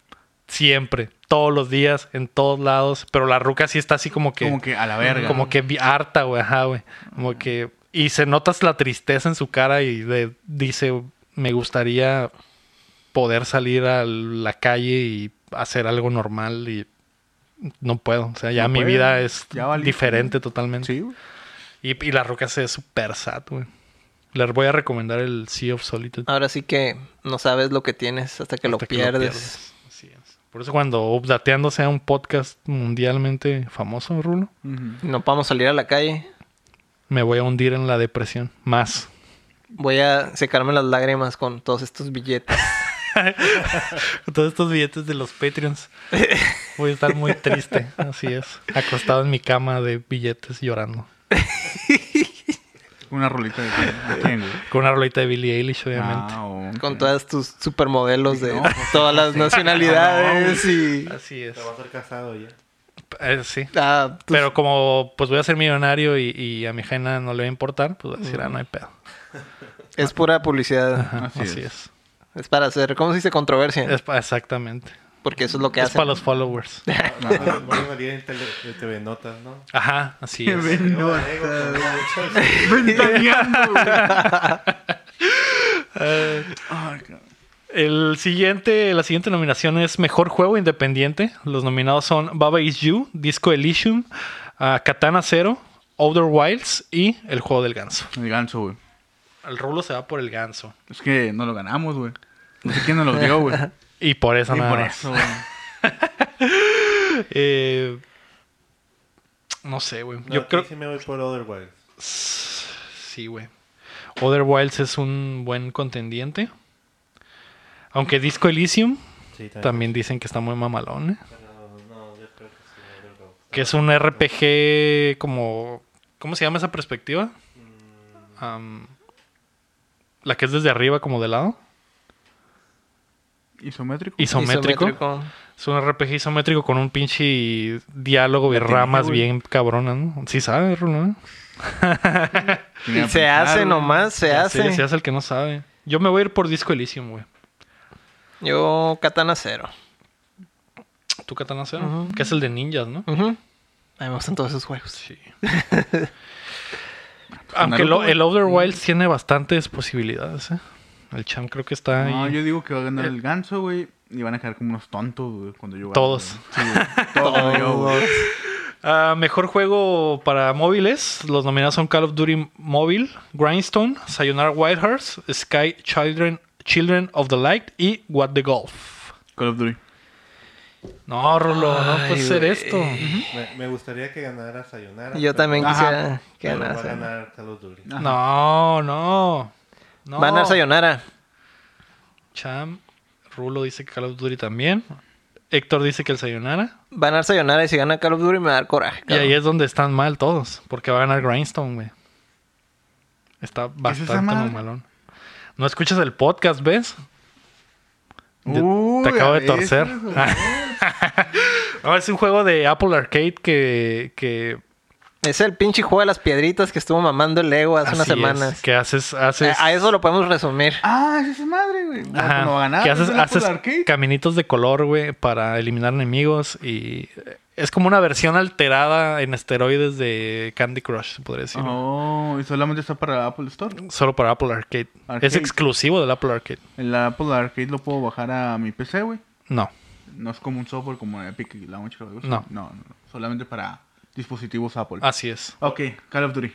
Speaker 1: Siempre, todos los días, en todos lados. Pero la ruca sí está así como que...
Speaker 3: Como que a la verga.
Speaker 1: Como que vi- harta, güey, ajá, güey. Como que. Y se notas la tristeza en su cara y de- dice: Me gustaría poder salir a la calle y hacer algo normal y no puedo. O sea, ya
Speaker 3: No
Speaker 1: mi
Speaker 3: puedo.
Speaker 1: vida es
Speaker 3: Ya valí.
Speaker 1: diferente totalmente.
Speaker 3: Sí, güey.
Speaker 1: Y, y la roca se ve súper sad, güey. Les voy a recomendar el Sea of Solitude.
Speaker 2: Ahora sí que no sabes lo que tienes hasta Ah, que, lo,
Speaker 1: hasta que
Speaker 2: pierdes.
Speaker 1: Así es. Por eso cuando Updateando sea un podcast mundialmente famoso, Rulo,
Speaker 3: Ujú.
Speaker 2: No podemos salir a la calle.
Speaker 1: me voy a hundir en la depresión. Más.
Speaker 2: Voy a secarme las lágrimas con todos estos billetes.
Speaker 1: Con [LAUGHS] Todos estos billetes de los Patreons. Voy a estar muy triste, así es. Acostado en mi cama de billetes llorando.
Speaker 3: Una rolita de, de quién, güey.
Speaker 1: Con una rolita de Billie Eilish, obviamente.
Speaker 3: Ah, ok.
Speaker 2: Con todas tus supermodelos de
Speaker 3: No, pues,
Speaker 2: todas las nacionalidades y...
Speaker 1: Así es.
Speaker 4: Te vas a ser casado ya.
Speaker 1: Eh, sí.
Speaker 2: Ah, tus-
Speaker 1: Pero como pues voy a ser millonario y, y a mi jena no le va a importar, pues voy a decir, ah, no hay pedo.
Speaker 2: Es pura publicidad.
Speaker 1: Ajá,
Speaker 3: Así
Speaker 1: así, es.
Speaker 2: Es para hacer, ¿cómo se dice? Controversia.
Speaker 1: Es pa- exactamente.
Speaker 2: Porque eso es lo que
Speaker 1: Es
Speaker 2: hacen.
Speaker 1: para los followers.
Speaker 4: No, no, no salía en tele, en TV Notas, ¿no?
Speaker 1: Ajá, así
Speaker 3: [LAUGHS]
Speaker 1: es.
Speaker 4: Yo agrego con una
Speaker 1: [LAUGHS]
Speaker 4: muchacha.
Speaker 3: Ventaneando, güey. Ay, cabrón.
Speaker 1: El siguiente, la siguiente nominación es Mejor Juego Independiente. Los nominados son Baba Is You, Disco Elysium, ah, Katana Zero, Outer Wilds y el juego del ganso.
Speaker 3: El ganso, güey.
Speaker 1: El Rulo se va por el ganso.
Speaker 3: Es que no lo ganamos, güey. No sé
Speaker 1: [LAUGHS]
Speaker 3: quién nos lo dio, güey.
Speaker 1: Y por eso
Speaker 3: Y
Speaker 1: nada
Speaker 3: por
Speaker 1: más.
Speaker 3: eso, güey.
Speaker 1: [LAUGHS] Eh, no sé, güey.
Speaker 4: No,
Speaker 1: Yo
Speaker 3: Ah,
Speaker 4: aquí
Speaker 1: creo
Speaker 4: sí me voy por Otherwise.
Speaker 1: Sí, güey. Other Wilds es un buen contendiente. Aunque Disco Elysium
Speaker 4: Sí,
Speaker 1: también dicen que está muy mamalón. ¿eh?
Speaker 4: Pero no, yo creo que sí, Otherwise.
Speaker 1: Que es un RPG como... ¿Cómo se llama esa perspectiva?
Speaker 4: Mm.
Speaker 1: Am, la que es desde arriba como de lado.
Speaker 3: Isométrico.
Speaker 1: Isométrico. Es un RPG isométrico con un pinche diálogo y
Speaker 3: Ya tiene,
Speaker 1: ramas
Speaker 3: güey.
Speaker 1: bien cabronas, ¿no? Sí sabes, Rulo, ¿eh?
Speaker 3: Tenía
Speaker 2: Y se
Speaker 3: pensar,
Speaker 2: hace
Speaker 3: güey.
Speaker 2: nomás, se
Speaker 1: Ya
Speaker 2: hace.
Speaker 1: sé, Se hace el que no sabe. Yo me voy a ir por Disco Elysium, güey.
Speaker 2: Yo, Katana Cero.
Speaker 1: ¿Tú, Katana Zero?
Speaker 2: Ujú.
Speaker 1: Que es el de ninjas, ¿no?
Speaker 2: Ujú. A mí me gustan todos esos juegos.
Speaker 1: Sí. [LAUGHS] Aunque
Speaker 3: Naruto,
Speaker 1: lo-
Speaker 3: güey.
Speaker 1: el Outer Wilds tiene bastantes posibilidades, ¿eh? El Cham creo que está ahí.
Speaker 3: No, yo digo que va a
Speaker 1: Eh.
Speaker 3: ganar el ganso, güey. Y van a quedar como unos tontos, güey, cuando yo gane,
Speaker 1: Todos.
Speaker 3: güey. Sí, güey.
Speaker 1: [LAUGHS]
Speaker 3: Todos. cuando yo, güey.
Speaker 1: Ah, mejor juego para móviles. Los nominados son Call of Duty Mobile, Grindstone, Sayonara Wild Hearts, Sky Children, Children of the Light y What the Golf.
Speaker 3: Call of Duty.
Speaker 1: No, Rolo, no
Speaker 2: Ay,
Speaker 1: puede ser
Speaker 2: güey.
Speaker 1: esto.
Speaker 4: Me, me gustaría que ganara Sayonara.
Speaker 2: Yo
Speaker 4: pero-
Speaker 2: también
Speaker 3: Ajá.
Speaker 2: quisiera que
Speaker 4: pero va a
Speaker 2: ganase.
Speaker 4: ganar Call of Duty.
Speaker 3: Ajá.
Speaker 1: No, no. no.
Speaker 2: Van a Sayonara.
Speaker 1: Cham, Rulo dice que Call of Duty también. Héctor dice que el Sayonara.
Speaker 2: Van a Sayonara y si gana Call of Duty me va a dar coraje.
Speaker 1: Y
Speaker 2: cabrón.
Speaker 1: ahí es donde están mal todos, porque va a ganar Grindstone, güey. Está
Speaker 3: es
Speaker 1: bastante
Speaker 3: esa madre?
Speaker 1: mamalón. No escuchas el podcast, ¿ves? Yo-
Speaker 3: Uy,
Speaker 1: te acabo
Speaker 3: a
Speaker 1: de torcer.
Speaker 3: veces,
Speaker 1: [LAUGHS] No, es un juego de Apple Arcade que, que
Speaker 2: Es el pinche juego de las piedritas que estuvo mamando el Lego hace unas
Speaker 1: así es,
Speaker 2: semanas.
Speaker 1: que haces, haces,
Speaker 2: A, a eso lo podemos resumir.
Speaker 3: Ah, es esa madre, güey. No,
Speaker 1: ajá,
Speaker 3: no va a ganar.
Speaker 1: que
Speaker 3: es
Speaker 1: haces,
Speaker 3: el Apple
Speaker 1: haces
Speaker 3: Arcade.
Speaker 1: caminitos de color, güey, para eliminar enemigos y eh, es como una versión alterada en esteroides de Candy Crush, se podría decir.
Speaker 3: Oh, y solamente está para Apple Store.
Speaker 1: Solo para Apple Arcade. Es
Speaker 3: Arcade.
Speaker 1: exclusivo del Apple Arcade.
Speaker 3: El Apple Arcade lo puedo bajar a mi PC, güey.
Speaker 1: No.
Speaker 3: No es como un software como Epic Launch. creo que es.
Speaker 1: No. Ah,
Speaker 3: no. No, solamente para dispositivos Apple.
Speaker 1: Así es.
Speaker 3: Ok, Call of Duty.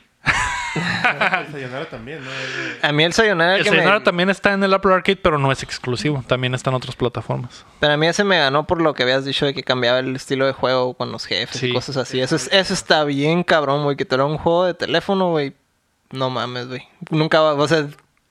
Speaker 4: Ah, Sayonara también, ¿no? eh, Es de-
Speaker 2: A mí el Sayonara,
Speaker 1: El
Speaker 2: que me-
Speaker 1: Sayonara también está en el Apple Arcade, pero no es exclusivo. También está en otras plataformas.
Speaker 2: Pero a mí ese me ganó por lo que habías dicho de que cambiaba el estilo de juego con los jefes
Speaker 1: Sí.
Speaker 2: y cosas así. Eso, es- eso está bien cabrón, güey. Que te lo haga un juego de teléfono, güey. No mames, güey. Nunca va, o sea,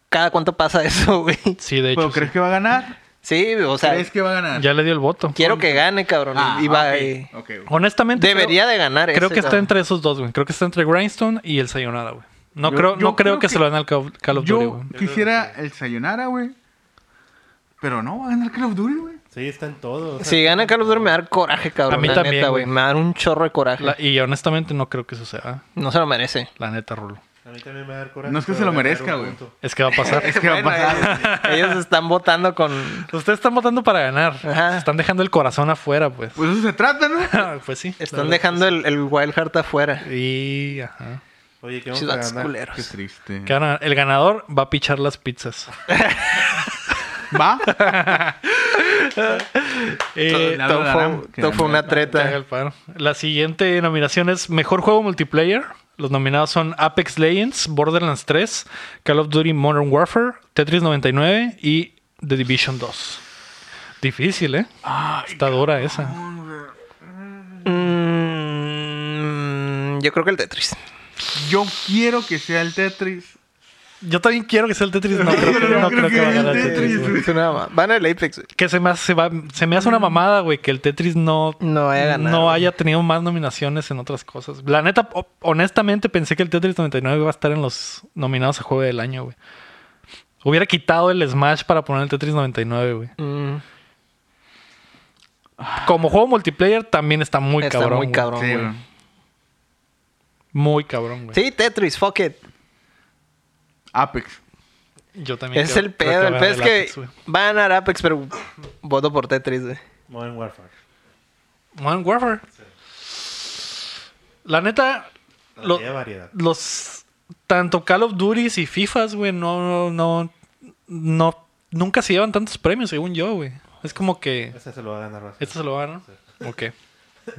Speaker 2: cada cuánto pasa [LAUGHS] eso, güey.
Speaker 1: Sí, de hecho.
Speaker 3: ¿Pero crees que va a ganar?
Speaker 2: Sí, o sea,
Speaker 3: ¿Crees que va a
Speaker 1: sí.
Speaker 3: ganar?
Speaker 1: Ya le dio el voto.
Speaker 2: quiero que gane, cabrón.
Speaker 3: Ah,
Speaker 2: y va,
Speaker 3: ok,
Speaker 2: eh,
Speaker 3: ok, güey.
Speaker 1: Honestamente.
Speaker 2: Debería de ganar
Speaker 1: Creo, creo
Speaker 2: ese,
Speaker 1: que está
Speaker 2: cabrón.
Speaker 1: entre esos dos, güey. Creo que está entre Grindstone y el Sayonara, güey. No,
Speaker 3: Yo-
Speaker 1: creo,
Speaker 3: yo
Speaker 1: no creo,
Speaker 3: creo
Speaker 1: que, se
Speaker 3: que-
Speaker 1: lo den al Call Call of Duty,
Speaker 3: Yo
Speaker 1: güey.
Speaker 3: quisiera el Sayonara, güey. Pero no va a ganar Call of Duty, güey.
Speaker 4: Sí, está en todo. o sea,
Speaker 2: Si gana Call of Duty me va a dar coraje, cabrón.
Speaker 1: A mí
Speaker 2: la
Speaker 1: también,
Speaker 2: neta,
Speaker 1: güey.
Speaker 2: güey. Me va a dar un chorro de coraje.
Speaker 1: La- y honestamente no creo que suceda.
Speaker 2: No se
Speaker 1: [LAUGHS]
Speaker 2: lo merece.
Speaker 1: La neta, Rulo.
Speaker 4: A mí también me va a dar coraje.
Speaker 3: No es que
Speaker 4: pero
Speaker 3: se lo
Speaker 4: va a ganar
Speaker 3: merezca,
Speaker 4: un
Speaker 3: güey.
Speaker 4: punto.
Speaker 1: Es que va a pasar.
Speaker 2: [LAUGHS]
Speaker 3: Es que va a
Speaker 2: Bueno, eh.
Speaker 3: pasar.
Speaker 2: ellos, ellos están votando con...
Speaker 1: Ustedes están votando para ganar.
Speaker 2: Ajá.
Speaker 1: Se están dejando el corazón afuera, pues.
Speaker 3: Pues eso se trata, ¿no?
Speaker 1: [LAUGHS] pues sí. la
Speaker 2: Están
Speaker 1: verdad.
Speaker 2: dejando el, el Wild Heart afuera.
Speaker 1: Y. Ajá.
Speaker 4: Oye, ¿qué vamos a
Speaker 2: Ciudades
Speaker 4: ganar?
Speaker 2: culeros.
Speaker 3: Qué triste.
Speaker 1: Que gana- El ganador va a pichar las pizzas.
Speaker 3: ¿Va?
Speaker 1: Eh,
Speaker 3: Claro,
Speaker 2: Todo
Speaker 3: Aram,
Speaker 2: fue-
Speaker 3: que
Speaker 2: todo fue
Speaker 3: Aram.
Speaker 2: una
Speaker 1: Te haga
Speaker 2: treta.
Speaker 1: el paro. La siguiente nominación es Mejor Juego Multiplayer. Los nominados son Apex Legends, Borderlands 3, Call of Duty Modern Warfare, Tetris 99 y The Division 2. Difícil, ¿eh? Está dura esa.
Speaker 2: Mm, yo creo que el Tetris.
Speaker 3: Yo quiero que sea el Tetris.
Speaker 1: Yo también quiero que sea el Tetris.
Speaker 3: [LAUGHS]
Speaker 1: No creo que,
Speaker 3: Yo
Speaker 1: no creo que
Speaker 3: sea
Speaker 1: vaya
Speaker 3: el
Speaker 1: a Tetris.
Speaker 3: Tetris,
Speaker 1: güey.
Speaker 3: güey.
Speaker 2: Es una mamá. Van al Apex. güey.
Speaker 1: Que se me, hace, se va- se me hace una mamada, güey, que el Tetris no,
Speaker 2: Mm, No vaya a ganar,
Speaker 1: no
Speaker 2: güey.
Speaker 1: haya tenido más nominaciones en otras cosas. La neta, ho- honestamente pensé que el Tetris 99 iba a estar en los nominados a Juego del Año, güey. Hubiera quitado el Smash para poner el Tetris 99, güey.
Speaker 2: Mm,
Speaker 1: Como juego multiplayer también está muy
Speaker 2: está
Speaker 1: cabrón.
Speaker 2: muy
Speaker 1: güey.
Speaker 2: cabrón,
Speaker 3: Sí,
Speaker 2: güey.
Speaker 3: güey.
Speaker 1: Muy cabrón, güey.
Speaker 2: Sí, Tetris, fuck it.
Speaker 3: Apex.
Speaker 1: Yo también.
Speaker 2: Ese es
Speaker 1: creo-
Speaker 2: el
Speaker 1: creo
Speaker 2: pedo. El
Speaker 1: va a
Speaker 2: pedo es
Speaker 1: ganar el Apex,
Speaker 2: que
Speaker 1: güey.
Speaker 2: van a ganar Apex, pero voto por Tetris, güey.
Speaker 4: Modern Warfare.
Speaker 1: Modern Warfare. La neta, lo-
Speaker 4: Había variedad.
Speaker 1: los tanto Call of Duty y FIFAs, güey, no, no, no, nunca se llevan tantos premios, según yo, güey. Es como que
Speaker 4: Ese se lo va a ganar Russell.
Speaker 1: esto se lo van, ¿no? Ok.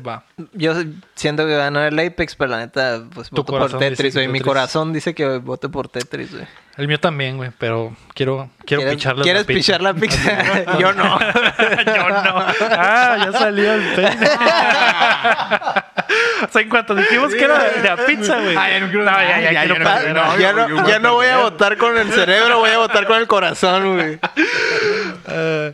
Speaker 1: Va.
Speaker 2: Yo siento que va a ganar el Apex, pero la neta, pues
Speaker 1: Tu
Speaker 2: voto por
Speaker 1: corazón dice
Speaker 2: Tetris,
Speaker 1: que
Speaker 2: güey. Mi
Speaker 1: Tetris.
Speaker 2: corazón dice que vote por Tetris, güey.
Speaker 1: El mío también, güey, pero quiero, quiero
Speaker 2: ¿Quieres,
Speaker 1: picharle
Speaker 2: ¿quieres
Speaker 1: la pizza.
Speaker 2: pichar la pizza? [LAUGHS] Yo no.
Speaker 1: [LAUGHS] Yo no. Ah, ya salió el pene. o sea, en cuanto dijimos que era de la pizza, güey.
Speaker 3: Ay, no quiero-
Speaker 1: No, ya, ya,
Speaker 3: ay, ya,
Speaker 1: quiero
Speaker 3: ya no
Speaker 1: perder.
Speaker 3: quiero-
Speaker 2: Ah, ya
Speaker 3: yo voy
Speaker 2: no,
Speaker 3: a
Speaker 2: ya no voy a
Speaker 3: perder.
Speaker 2: votar con el cerebro, voy a votar con el corazón, güey.
Speaker 1: Ah,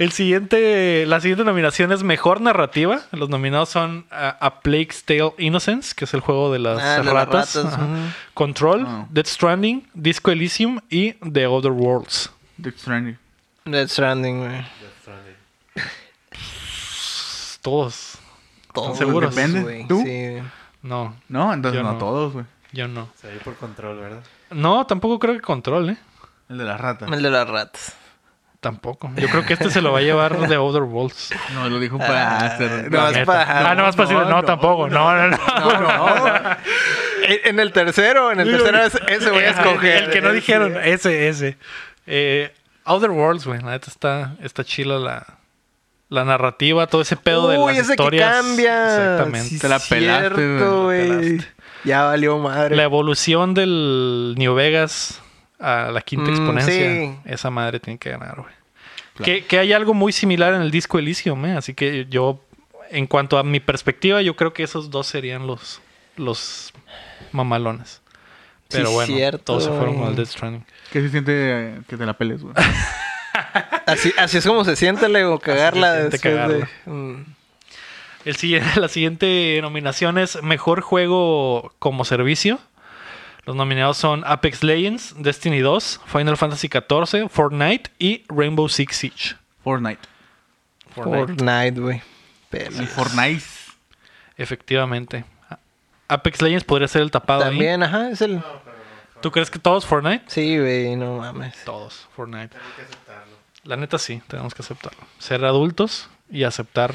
Speaker 1: el siguiente, la siguiente nominación es Mejor Narrativa. Los nominados son ah, A Plague's Tale Innocence, que es el juego de las
Speaker 2: Ah, de las
Speaker 1: ratas.
Speaker 2: ratas,
Speaker 1: Ajá.
Speaker 2: ujú.
Speaker 1: Control,
Speaker 3: Ah.
Speaker 1: Dead Stranding, Disco Elysium y The Other Worlds.
Speaker 3: Death Stranding.
Speaker 2: Dead Stranding, güey.
Speaker 4: Death Stranding.
Speaker 1: Todos.
Speaker 2: Todos,
Speaker 1: seguros?
Speaker 3: Depende.
Speaker 2: güey.
Speaker 3: ¿Tú?
Speaker 2: Sí.
Speaker 1: No,
Speaker 3: No, entonces
Speaker 1: Yo
Speaker 3: no,
Speaker 1: no.
Speaker 3: todos, güey.
Speaker 1: yo no.
Speaker 4: Se va a ir por control, ¿verdad?
Speaker 1: No, tampoco creo que Control, ¿eh?
Speaker 3: El de las ratas.
Speaker 2: El de las ratas.
Speaker 1: Tampoco. Yo creo que este se lo va a llevar The Other
Speaker 2: [LAUGHS]
Speaker 1: Worlds.
Speaker 3: No, lo dijo para
Speaker 2: Ah,
Speaker 3: hacer.
Speaker 2: no, es- para-
Speaker 1: Ah, no, más
Speaker 3: no,
Speaker 1: posible. No,
Speaker 3: no,
Speaker 1: tampoco. No, no, no.
Speaker 2: No, no. En en el tercero, en el tercero es- ese voy a
Speaker 1: [LAUGHS]
Speaker 2: escoger. eh,
Speaker 1: El que no
Speaker 2: Ese.
Speaker 1: dijeron. Ese, ese. Eh, Outer Worlds, güey. La neta está, está chila la, la narrativa, todo ese pedo de
Speaker 2: Uy,
Speaker 1: las
Speaker 2: ese que
Speaker 1: historias.
Speaker 2: cambia.
Speaker 1: Exactamente.
Speaker 2: Sí,
Speaker 3: Te la pelaste,
Speaker 2: cierto,
Speaker 3: güey, te la
Speaker 2: güey. Ya valió madre.
Speaker 1: La evolución del New Vegas a la quinta
Speaker 2: Mm,
Speaker 1: exponencia.
Speaker 2: sí.
Speaker 1: Esa madre tiene que ganar, güey.
Speaker 3: Claro.
Speaker 1: Que, que hay algo muy similar en el disco Elysium, ¿eh? Así que yo, en cuanto a mi perspectiva, yo creo que esos dos serían los, los mamalones.
Speaker 2: Sí,
Speaker 1: Pero bueno,
Speaker 2: cierto,
Speaker 1: todos se fueron
Speaker 2: güey.
Speaker 1: con el Death Stranding.
Speaker 3: ¿Qué se siente eh, que te la peles, güey?
Speaker 2: Así, así es como se siente luego cagarla
Speaker 1: siente
Speaker 2: después
Speaker 1: cagarla.
Speaker 2: de. Mm.
Speaker 1: El siguiente- [LAUGHS] la siguiente nominación es Mejor Juego como Servicio. Los nominados son Apex Legends, Destiny 2, Final Fantasy XIV, Fortnite y Rainbow Six Siege.
Speaker 3: Fortnite.
Speaker 2: Fortnite, güey. Pelas.
Speaker 3: El Fortnite.
Speaker 1: Efectivamente. Apex Legends podría ser el tapado ahí.
Speaker 2: También, ajá, es el.
Speaker 1: ¿Tú crees que todos Fortnite?
Speaker 2: Sí, güey, no mames.
Speaker 1: Todos Fortnite.
Speaker 4: Hay que aceptarlo.
Speaker 1: La neta sí, tenemos que aceptarlo. Ser adultos y aceptar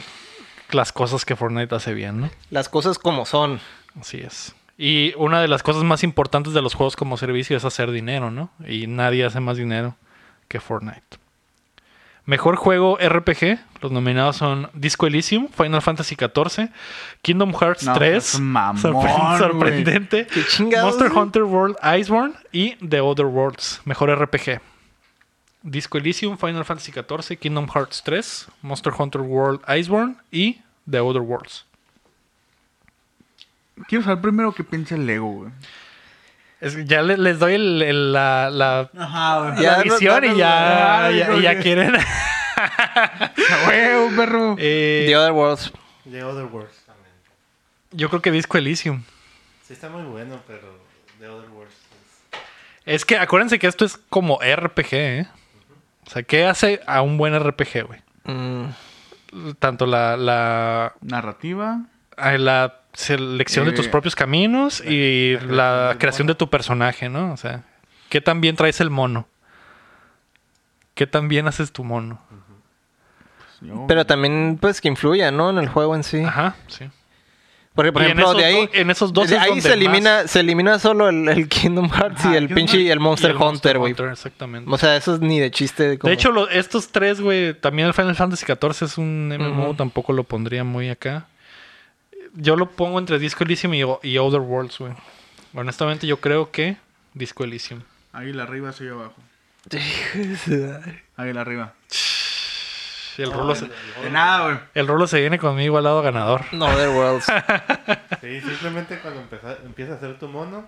Speaker 1: las cosas que Fortnite hace bien, ¿no?
Speaker 2: Las cosas como son.
Speaker 1: Así es. Y una de las cosas más importantes de los juegos como servicio es hacer dinero, ¿no? Y nadie hace más dinero que Fortnite. Mejor juego RPG. Los nominados son Disco Elysium, Final Fantasy XIV, Kingdom Hearts
Speaker 3: No,
Speaker 1: 3,
Speaker 3: es un
Speaker 1: [LAUGHS]
Speaker 3: mamón, güey.
Speaker 1: sorprendente,
Speaker 2: Qué chingados,
Speaker 1: Monster
Speaker 2: güey.
Speaker 1: Hunter World Iceborne y The Other Worlds. Mejor RPG. Disco Elysium, Final Fantasy XIV, Kingdom Hearts 3, Monster Hunter World Iceborne y The Other Worlds.
Speaker 3: Quiero saber primero qué piensa el Lego, güey.
Speaker 1: Es que ya le- les doy el- el- la, la-
Speaker 3: Ajá, [LAUGHS] güey.
Speaker 2: Ya
Speaker 1: la
Speaker 2: no-
Speaker 1: visión
Speaker 2: no
Speaker 1: y
Speaker 2: nos
Speaker 1: ya,
Speaker 3: la-
Speaker 1: ya-
Speaker 3: Ay,
Speaker 1: ya
Speaker 2: [LAUGHS]
Speaker 3: no,
Speaker 1: quieren.
Speaker 3: Huevo, perro.
Speaker 1: Eh,
Speaker 2: The Other Worlds.
Speaker 4: The Other Worlds también.
Speaker 1: yo creo que Disco Elysium.
Speaker 4: Sí está muy bueno, pero The Other Worlds es...
Speaker 1: Es que acuérdense que esto es como RPG, ¿eh? O sea, ¿qué hace a un buen RPG, güey?
Speaker 2: Mm.
Speaker 1: Tanto la, la,
Speaker 3: Narrativa.
Speaker 1: a la selección de tus
Speaker 3: Eh,
Speaker 1: propios caminos y la creación de tu personaje, ¿no? O sea, ¿qué tan bien traes el mono? ¿Qué tan bien haces tu mono?
Speaker 3: pues, yo-
Speaker 2: Pero también, pues, que influya, ¿no? En el juego en sí.
Speaker 1: Ajá, sí.
Speaker 2: Porque, por
Speaker 1: Y en
Speaker 2: ejemplo,
Speaker 1: esos
Speaker 2: de ahí.
Speaker 1: do- en esos dos
Speaker 2: de
Speaker 1: es
Speaker 2: ahí
Speaker 1: donde Ah,
Speaker 2: se elimina, se elimina solo el, el Kingdom Hearts
Speaker 3: Ajá,
Speaker 2: y el
Speaker 3: Kingdom
Speaker 2: pinche y el Monster
Speaker 1: Y el
Speaker 2: Hunter, güey.
Speaker 1: Hunter, Exactamente.
Speaker 2: O sea, eso es ni de chiste. como-
Speaker 1: De hecho, lo- estos tres, güey, también el Final Fantasy XIV es un MMO,
Speaker 2: Ujú.
Speaker 1: tampoco lo pondría muy acá. Yo lo pongo entre Disco Elysium y, O- y Outer Worlds, güey. Honestamente, yo creo que Disco Elysium.
Speaker 3: Águila arriba, soy abajo. Águila arriba.
Speaker 1: El rolo, se,
Speaker 3: De nada, güey.
Speaker 1: el rolo se viene conmigo al lado ganador.
Speaker 2: [LAUGHS] No, Other Worlds.
Speaker 4: Sí, simplemente cuando empieza, empieza a hacer tu mono,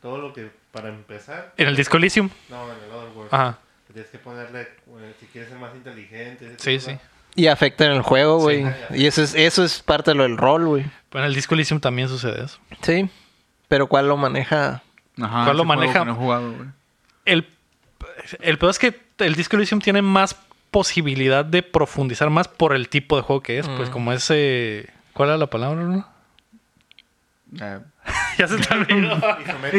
Speaker 4: todo lo que para empezar...
Speaker 1: En el Disco Elysium.
Speaker 4: No, en el Other Worlds.
Speaker 1: Ajá.
Speaker 4: Tienes que ponerle, bueno, si quieres ser más inteligente. ese
Speaker 1: Sí,
Speaker 4: tipo de-
Speaker 1: sí.
Speaker 2: y afecta en el juego, güey.
Speaker 4: Sí.
Speaker 2: y eso es, eso es parte de lo del rol, güey.
Speaker 1: Pero en el Disco Elysium también sucede eso.
Speaker 2: Sí. Pero ¿cuál lo maneja?
Speaker 3: Ajá.
Speaker 1: ¿Cuál lo
Speaker 3: ese juego
Speaker 1: maneja?
Speaker 3: que No he jugado, güey.
Speaker 1: El, el peor es que el Disco Elysium tiene más posibilidad de profundizar más por el tipo de juego que es. Pues como ese... ¿Cuál era la palabra, no?
Speaker 3: Eh,
Speaker 1: [LAUGHS] ya se te olvidó.
Speaker 4: Isométrico.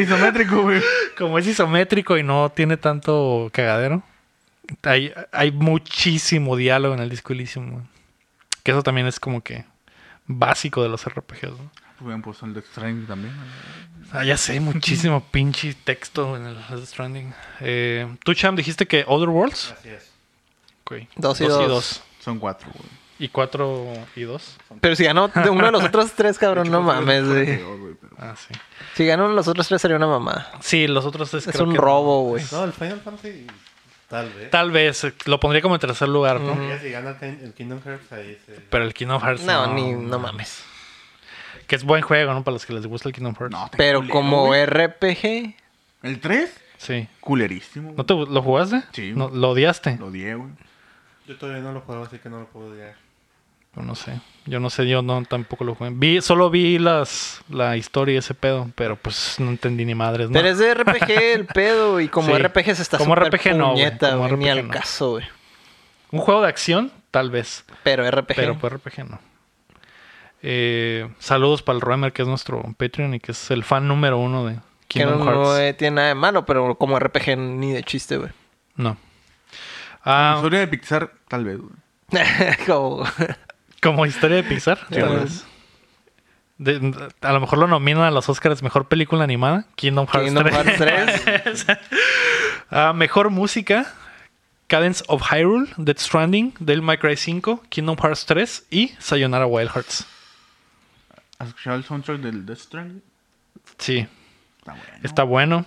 Speaker 3: [LAUGHS]
Speaker 4: [LAUGHS]
Speaker 3: Isométrico, güey.
Speaker 1: [LAUGHS] Como es isométrico y no tiene tanto cagadero, hay, hay muchísimo diálogo en el disco Elysium. güey. Que eso también es como que básico de los RPGs. ¿no?
Speaker 3: Hubieran puesto el de pues, Stranding también. güey.
Speaker 1: Ah, ya sé,
Speaker 3: [LAUGHS]
Speaker 1: muchísimo pinche texto en el Death Stranding. Eh, Tú, Cham, dijiste que Other Worlds.
Speaker 4: Así es.
Speaker 1: Ok.
Speaker 2: Dos y dos.
Speaker 3: Son cuatro, güey.
Speaker 1: Y 4 y 2.
Speaker 2: Pero si ganó de uno de los
Speaker 1: [LAUGHS]
Speaker 2: otros tres, cabrón, no
Speaker 1: pues,
Speaker 2: mames, güey.
Speaker 1: Ah, sí.
Speaker 2: Si ganó uno de los otros tres sería una mamá.
Speaker 1: Sí, los otros tres
Speaker 2: Es
Speaker 1: Pues creo
Speaker 2: un
Speaker 1: que no.
Speaker 2: robo, güey.
Speaker 4: No, el Final Fantasy, tal vez.
Speaker 1: Tal vez, eh, lo pondría como en tercer lugar, ¿no?
Speaker 4: Ya si gana el Kin- el Kingdom Hearts, ahí se...
Speaker 1: Pero el Kingdom Hearts.
Speaker 2: No, ni, no mames.
Speaker 1: Que es buen juego, ¿no? Para los que les gusta el Kingdom Hearts.
Speaker 3: No, está
Speaker 2: Pero
Speaker 3: culero,
Speaker 2: como
Speaker 3: güey.
Speaker 2: RPG,
Speaker 3: ¿El 3?
Speaker 1: Sí.
Speaker 3: Culerísimo.
Speaker 1: ¿No te, ¿Lo jugaste?
Speaker 3: Sí.
Speaker 1: No, ¿Lo odiaste?
Speaker 3: Lo odié, güey.
Speaker 4: Yo todavía no lo juego, así que no lo puedo odiar.
Speaker 1: Yo No sé. Yo no sé, yo no tampoco lo jugué. Vi, solo vi las, la historia y ese pedo, pero pues no entendí ni madres, ¿no?
Speaker 2: Pero es de RPG el pedo, y como
Speaker 1: Sí.
Speaker 2: RPG se está
Speaker 1: Como
Speaker 2: súper
Speaker 1: RPG no, güey.
Speaker 2: puñeta,
Speaker 1: Como
Speaker 2: güey, ni
Speaker 1: RPG
Speaker 2: al
Speaker 1: no.
Speaker 2: caso, güey.
Speaker 1: Un juego de acción, tal vez.
Speaker 2: Pero RPG.
Speaker 1: Pero pues RPG no. Eh, saludos para el Roemer, que es nuestro Patreon y que es el fan número uno de
Speaker 2: que no,
Speaker 1: Kingdom
Speaker 2: no,
Speaker 1: Hearts.
Speaker 2: eh, tiene nada de malo, pero como RPG ni de chiste, güey. [LAUGHS]
Speaker 1: No. Ah,
Speaker 3: Historia Pues, de Pixar, tal vez, güey.
Speaker 2: como...
Speaker 1: como historia de
Speaker 2: [LAUGHS]
Speaker 1: Pixar,
Speaker 2: Sí,
Speaker 1: tal
Speaker 2: güey.
Speaker 1: vez. De- a lo mejor lo nominan a los Oscars mejor película animada, Kingdom Hearts
Speaker 2: Kingdom
Speaker 1: 3.
Speaker 2: Hearts 3.
Speaker 1: [LAUGHS] Ah, mejor música, Cadence of Hyrule, Death Stranding, Del May Cry 5, Kingdom Hearts 3 y Sayonara Wild Hearts.
Speaker 3: ¿Has escuchado el soundtrack del Death Stranding?
Speaker 1: Sí,
Speaker 3: Está bueno.
Speaker 1: está bueno.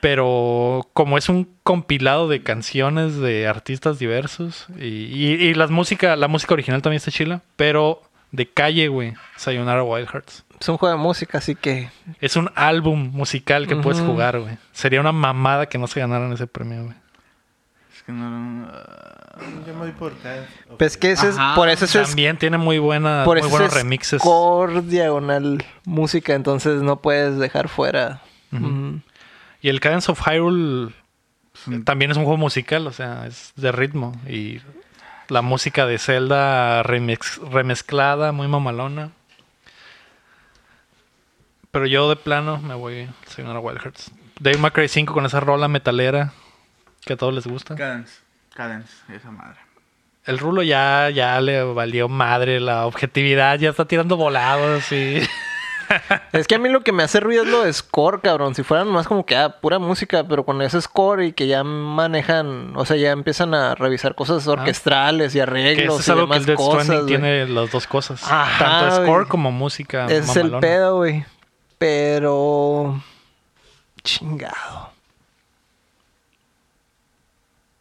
Speaker 1: Pero como es un compilado de canciones de artistas diversos y, y- y las música, la música original también está chila, pero de calle, güey, Sayonara Wild Hearts.
Speaker 2: es un juego de música, así que
Speaker 1: Es un álbum musical que puedes
Speaker 2: Ujú.
Speaker 1: jugar, güey. Sería una mamada que no se ganaran ese premio, güey.
Speaker 3: Es que no, no, no.
Speaker 1: Ah.
Speaker 4: Mm, Yo me voy por Cats.
Speaker 2: pues que ese es,
Speaker 3: Ajá,
Speaker 2: por eso es
Speaker 1: También tiene muy buena,
Speaker 2: por
Speaker 1: muy
Speaker 2: eso
Speaker 1: buenos
Speaker 2: es
Speaker 1: remixes.
Speaker 2: score diagonal música, entonces no puedes dejar fuera. Mm. Ujú.
Speaker 1: Y el Cadence of Hyrule pues,
Speaker 3: Es un-
Speaker 1: también es un juego musical, o sea, es de ritmo. Y la música de Zelda remix- remezclada, muy mamalona. Pero yo de plano me voy a Señora Wild Hearts. Dave McRae 5 con esa rola metalera que a todos les gusta.
Speaker 3: Cadence. Cadence, esa madre.
Speaker 1: El rulo ya, ya le valió madre la objetividad, ya está tirando volados y...
Speaker 2: Es que a mí lo que me hace ruido es lo de score, cabrón. Si fueran más como que ah, pura música, pero con ese score y que ya manejan, o sea, ya empiezan a revisar cosas orquestrales y
Speaker 1: Ah. [LAUGHS] Que eso
Speaker 2: arreglos
Speaker 1: es
Speaker 2: y
Speaker 1: algo que el
Speaker 2: demás
Speaker 1: Death
Speaker 2: cosas.
Speaker 1: Stranding
Speaker 2: güey.
Speaker 1: tiene las dos cosas.
Speaker 2: Ajá,
Speaker 1: Tanto score
Speaker 2: güey.
Speaker 1: como música.
Speaker 2: Ese es el
Speaker 1: mamalona.
Speaker 2: pedo, güey. Pero chingado.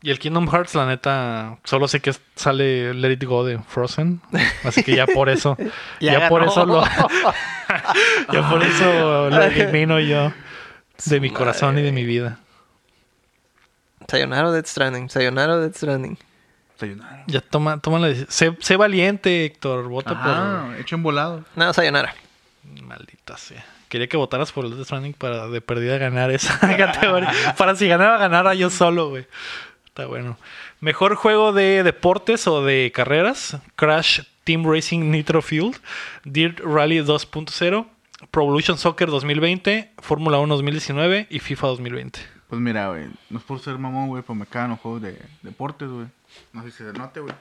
Speaker 1: Y el Kingdom Hearts, la neta, solo sé que sale Let It Go de Frozen. Así que ya por
Speaker 2: [LAUGHS]
Speaker 1: eso. ya
Speaker 2: Ya ganó.
Speaker 1: por eso lo. ya por eso lo elimino yo. De mi corazón y de mi vida.
Speaker 2: [LAUGHS] Sayonara Death Stranding, Sayonara Death Stranding.
Speaker 3: Sayonara.
Speaker 1: Ya toma, toma la decisión. Sé, sé valiente, Héctor. Vota
Speaker 3: Ah, hecho en volado.
Speaker 2: No, Sayonara.
Speaker 1: por. Maldita sea. Quería que votaras por el Death Stranding para de perdida ganar esa [LAUGHS] categoría. Para si ganaba, ganara yo solo, güey. Está bueno. Mejor juego de deportes o de carreras. Crash Team Racing Nitro Fuel. Dirt Rally 2.0. Pro Evolution Soccer 2020. Fórmula 1 2019. Y FIFA 2020.
Speaker 3: Pues mira, güey. No es por ser mamón, güey, pues me cagan los juegos de deportes, güey. No sé si se
Speaker 1: [LAUGHS]
Speaker 3: note, güey.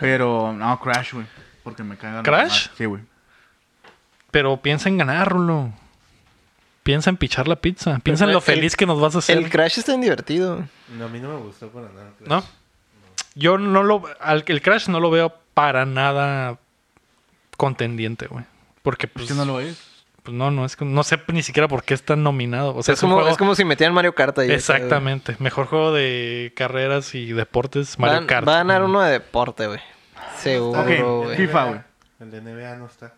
Speaker 3: Pero, no, Crash, güey. Porque me cagan. los
Speaker 1: ¿Crash?
Speaker 3: demás. Sí, güey.
Speaker 1: Pero piensa en ganarlo. Piensa en pichar la pizza. Piensa en
Speaker 2: Pero
Speaker 1: lo
Speaker 2: Pues, el-
Speaker 1: feliz que nos vas a hacer.
Speaker 2: El Crash está bien divertido.
Speaker 4: No, a mí no me gustó para nada.
Speaker 2: pues.
Speaker 4: Crash.
Speaker 1: ¿No? Yo no lo. Al, el Crash no lo veo para nada contendiente, güey. Porque
Speaker 3: Es
Speaker 1: pues,
Speaker 3: que no lo es.
Speaker 1: pues, no, no, es que no sé ni siquiera por qué está nominado. O sea,
Speaker 2: es, como,
Speaker 1: un juego-
Speaker 2: es como eh, si metieran Mario Kart ahí.
Speaker 1: Exactamente. Mejor juego de carreras y deportes, Mario
Speaker 2: va,
Speaker 1: Kart. Mm.
Speaker 2: va a ganar uno de deporte, güey. Seguro,
Speaker 3: Ok.
Speaker 2: güey.
Speaker 3: Sí. FIFA, güey.
Speaker 4: El de NBA no está.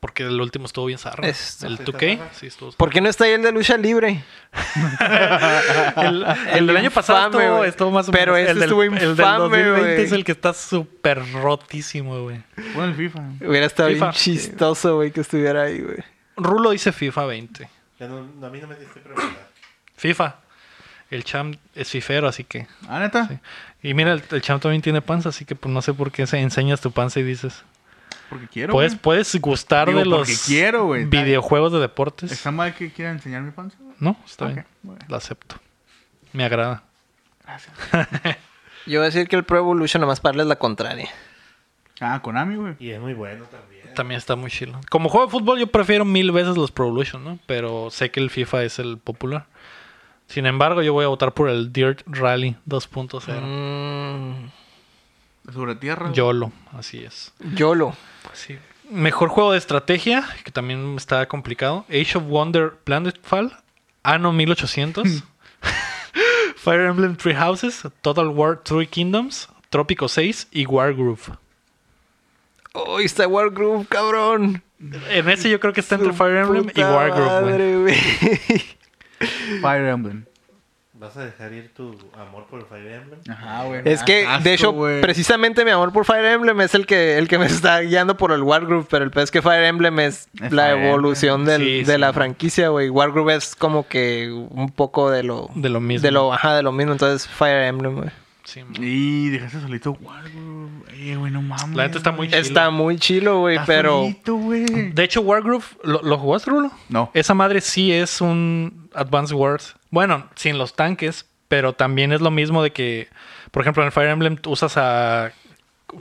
Speaker 1: Porque el último estuvo bien zarra.
Speaker 2: Es-
Speaker 1: el
Speaker 4: Sí,
Speaker 1: 2K,
Speaker 4: está
Speaker 1: sí, estuvo
Speaker 2: ¿Por qué no está ahí el de lucha libre? [LAUGHS]
Speaker 1: El, el del año pasado
Speaker 2: infame,
Speaker 1: estuvo,
Speaker 2: güey.
Speaker 1: estuvo más o menos.
Speaker 2: Pero ese
Speaker 1: el del,
Speaker 2: estuvo
Speaker 1: El del
Speaker 2: infame,
Speaker 1: 2020
Speaker 2: güey.
Speaker 1: es el que está súper rotísimo, güey.
Speaker 3: Pon el FIFA.
Speaker 2: Hubiera estado
Speaker 1: FIFA.
Speaker 2: bien chistoso, güey, que estuviera ahí, güey.
Speaker 1: Rulo dice FIFA 20.
Speaker 4: Ya no, no, a mí no me diste preguntar.
Speaker 1: FIFA. El champ es fifero, así que.
Speaker 3: Ah, neta.
Speaker 1: Sí. Y mira, el, el champ también tiene panza, así que pues no sé por qué se enseñas tu panza y dices.
Speaker 3: Porque quiero.
Speaker 1: Puedes,
Speaker 3: güey.
Speaker 1: puedes gustar
Speaker 3: Digo,
Speaker 1: de los
Speaker 3: porque quiero, güey.
Speaker 1: videojuegos de deportes.
Speaker 3: ¿Está mal que quiera enseñar mi panza? güey?
Speaker 1: No, está
Speaker 3: Ok,
Speaker 1: bien.
Speaker 3: bueno.
Speaker 1: La acepto. Me agrada.
Speaker 3: Gracias.
Speaker 2: Yo voy a decir que el Pro Evolution nomás para darles la contraria.
Speaker 3: Ah, Konami, güey.
Speaker 4: Y es muy bueno también.
Speaker 1: [LAUGHS] También está muy chilo. Como juego de fútbol, yo prefiero mil veces los Pro Evolution, ¿no? Pero sé que el FIFA es el popular. Sin embargo, yo voy a votar por el Dirt Rally 2.0.
Speaker 2: Mm,
Speaker 3: Sobre tierra.
Speaker 1: YOLO, así es.
Speaker 2: YOLO.
Speaker 1: Sí. Mejor juego de estrategia, que también está complicado. Age of Wonder Planetfall, Anno
Speaker 2: Hmm.
Speaker 1: 1800, [LAUGHS] Fire Emblem Three Houses, Total War Three Kingdoms, Trópico 6 y Wargroove.
Speaker 2: ¡Oh, está Wargroove, cabrón!
Speaker 1: En ese yo creo que está entre
Speaker 2: Su
Speaker 1: Fire Emblem y
Speaker 2: puta
Speaker 1: Wargroove, güey.
Speaker 2: madre, güey.
Speaker 3: Fire Emblem.
Speaker 4: ¿Vas a dejar ir tu amor por Fire Emblem?
Speaker 3: Ajá, güey.
Speaker 2: [LAUGHS] Es que,
Speaker 3: Asco,
Speaker 2: de hecho,
Speaker 3: güey.
Speaker 2: precisamente mi amor por Fire Emblem es el que, el que me está guiando por el Wargroove, pero el pez es que Fire Emblem es
Speaker 3: Es
Speaker 2: la
Speaker 3: Fire Emblem.
Speaker 2: evolución del-
Speaker 1: Sí,
Speaker 2: de
Speaker 1: sí.
Speaker 2: la franquicia, güey. Wargroove es como que un poco de lo...
Speaker 1: De lo mismo.
Speaker 2: De lo, ajá, de lo mismo. Entonces, Fire Emblem, güey.
Speaker 1: Sí,
Speaker 3: Y dejaste solito Wargroove. Eh, güey, no mames.
Speaker 1: La neta está muy
Speaker 3: güey.
Speaker 1: chida,
Speaker 2: Está muy chilo, güey,
Speaker 3: Está
Speaker 2: pero...
Speaker 3: solito, güey. Eh,
Speaker 1: De hecho, Wargroove, ¿lo, lo jugaste, Rulo?
Speaker 3: No.
Speaker 1: Esa madre sí es un Advanced Wars. Bueno, sin los tanques, pero también es lo mismo de que, por ejemplo, en el Fire Emblem tú usas a.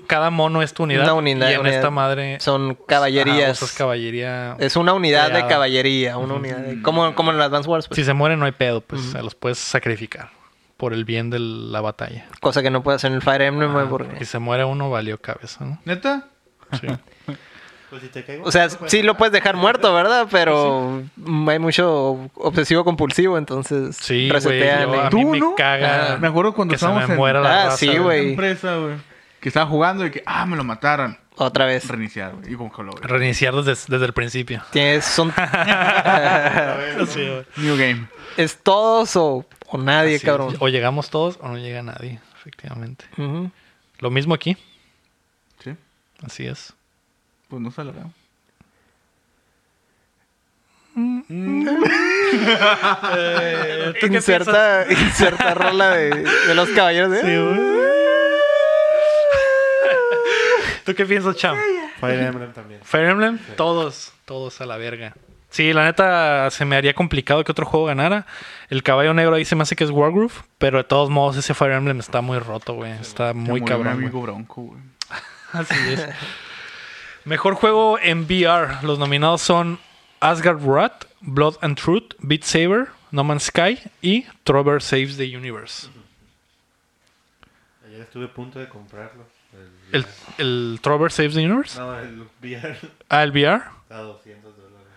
Speaker 1: Cada mono es tu unidad.
Speaker 2: Una unidad,
Speaker 1: Y en
Speaker 2: unidad.
Speaker 1: esta madre.
Speaker 2: Son
Speaker 1: Ajá,
Speaker 2: caballerías.
Speaker 1: usas caballería.
Speaker 2: es una unidad
Speaker 1: Creada.
Speaker 2: de caballería, una unidad
Speaker 1: Mm.
Speaker 2: de... Como, como en el Advance Wars, pues.
Speaker 1: Si se mueren, no hay pedo, pues se los puedes sacrificar por el bien de la batalla.
Speaker 2: Cosa que no puede hacer en el Fire Emblem, güey, porque-
Speaker 1: Si se muere uno, valió cabeza, ¿no?
Speaker 3: ¿Neta?
Speaker 2: [LAUGHS]
Speaker 1: Sí.
Speaker 4: Pues si te caigo.
Speaker 2: O sea,
Speaker 4: pues,
Speaker 2: sí lo puedes dejar muerto, ¿verdad? Pero mm, hay mucho obsesivo compulsivo, entonces
Speaker 1: Sí, güey.
Speaker 2: resetean.
Speaker 1: yo-
Speaker 2: y-
Speaker 1: A
Speaker 3: ¿Tú,
Speaker 1: mí me
Speaker 3: no?
Speaker 1: caga.
Speaker 3: Ah, me acuerdo cuando
Speaker 1: que se
Speaker 3: estábamos
Speaker 1: me
Speaker 3: en-
Speaker 1: muera
Speaker 2: Ah,
Speaker 1: la raza,
Speaker 2: sí,
Speaker 1: güey.
Speaker 2: güey.
Speaker 3: Una empresa, güey. Que estaba jugando y que, ah, me lo mataron.
Speaker 2: Otra vez.
Speaker 3: Reiniciar, güey. Y como que lo, güey.
Speaker 1: Reiniciar desde, desde el principio. [LAUGHS]
Speaker 2: Tienes, son,
Speaker 1: Sí, güey.
Speaker 3: New game.
Speaker 2: es todos o, o
Speaker 1: Así
Speaker 2: nadie,
Speaker 1: es.
Speaker 2: cabrón.
Speaker 1: O llegamos todos o no llega nadie, efectivamente.
Speaker 2: Ujú.
Speaker 1: Lo mismo aquí,
Speaker 3: Sí.
Speaker 1: así es.
Speaker 3: Pues no saldrá.
Speaker 1: Eh,
Speaker 2: Inserta, inserta rola de, de los caballeros. ¿eh? [LAUGHS]
Speaker 1: ¿Tú qué piensas, Cham?
Speaker 4: Fire Emblem también.
Speaker 1: Fire Emblem, todos, todos a la verga. Sí, la neta se me haría complicado que otro juego ganara. El caballo negro ahí se me hace que es Wargroove, pero de todos modos ese Fire Emblem está muy roto, güey. Está
Speaker 3: Se
Speaker 1: muy
Speaker 3: murió
Speaker 1: cabrón.
Speaker 3: Un
Speaker 1: güey.
Speaker 3: amigo bronco, güey.
Speaker 1: Así es. Mejor juego en VR. Los nominados son Asgard Wrath, Blood and Truth, Beat Saber, No Man's Sky y Trover Saves the Universe.
Speaker 4: Ayer estuve a punto de comprarlo. El,
Speaker 1: ¿El, el Trover Saves the Universe?
Speaker 4: No, el VR
Speaker 1: Ah, el VR.
Speaker 4: a 200 dólares.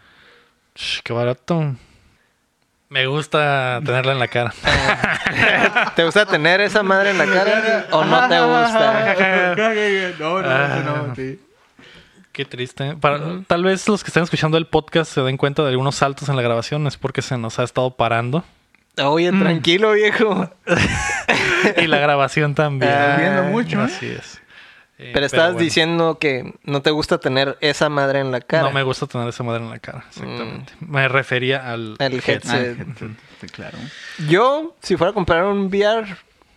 Speaker 1: Sh, qué barato. Me gusta tenerla en la cara.
Speaker 2: ¿Te gusta tener esa madre en la cara o no [LAUGHS] te
Speaker 3: [LAUGHS]
Speaker 2: gusta?
Speaker 3: no, no, no,
Speaker 1: Ah.
Speaker 3: no, sí.
Speaker 1: Qué triste. Para- Tal vez los que están escuchando el podcast se den cuenta de algunos saltos en la grabación. Es porque se nos ha estado parando.
Speaker 2: Oye,
Speaker 1: Mm.
Speaker 2: tranquilo, viejo.
Speaker 1: Y la grabación también.
Speaker 2: Ah,
Speaker 3: Viendo mucho, ¿eh?
Speaker 1: Así es. Eh,
Speaker 2: Pero estabas
Speaker 1: bueno.
Speaker 2: diciendo que no te gusta tener esa madre en la cara. Mm.
Speaker 1: No me gusta tener esa madre en la cara, exactamente. Me refería al
Speaker 2: El
Speaker 3: Ah,
Speaker 2: headset.
Speaker 3: sí, claro.
Speaker 2: Yo, si fuera a comprar un VR,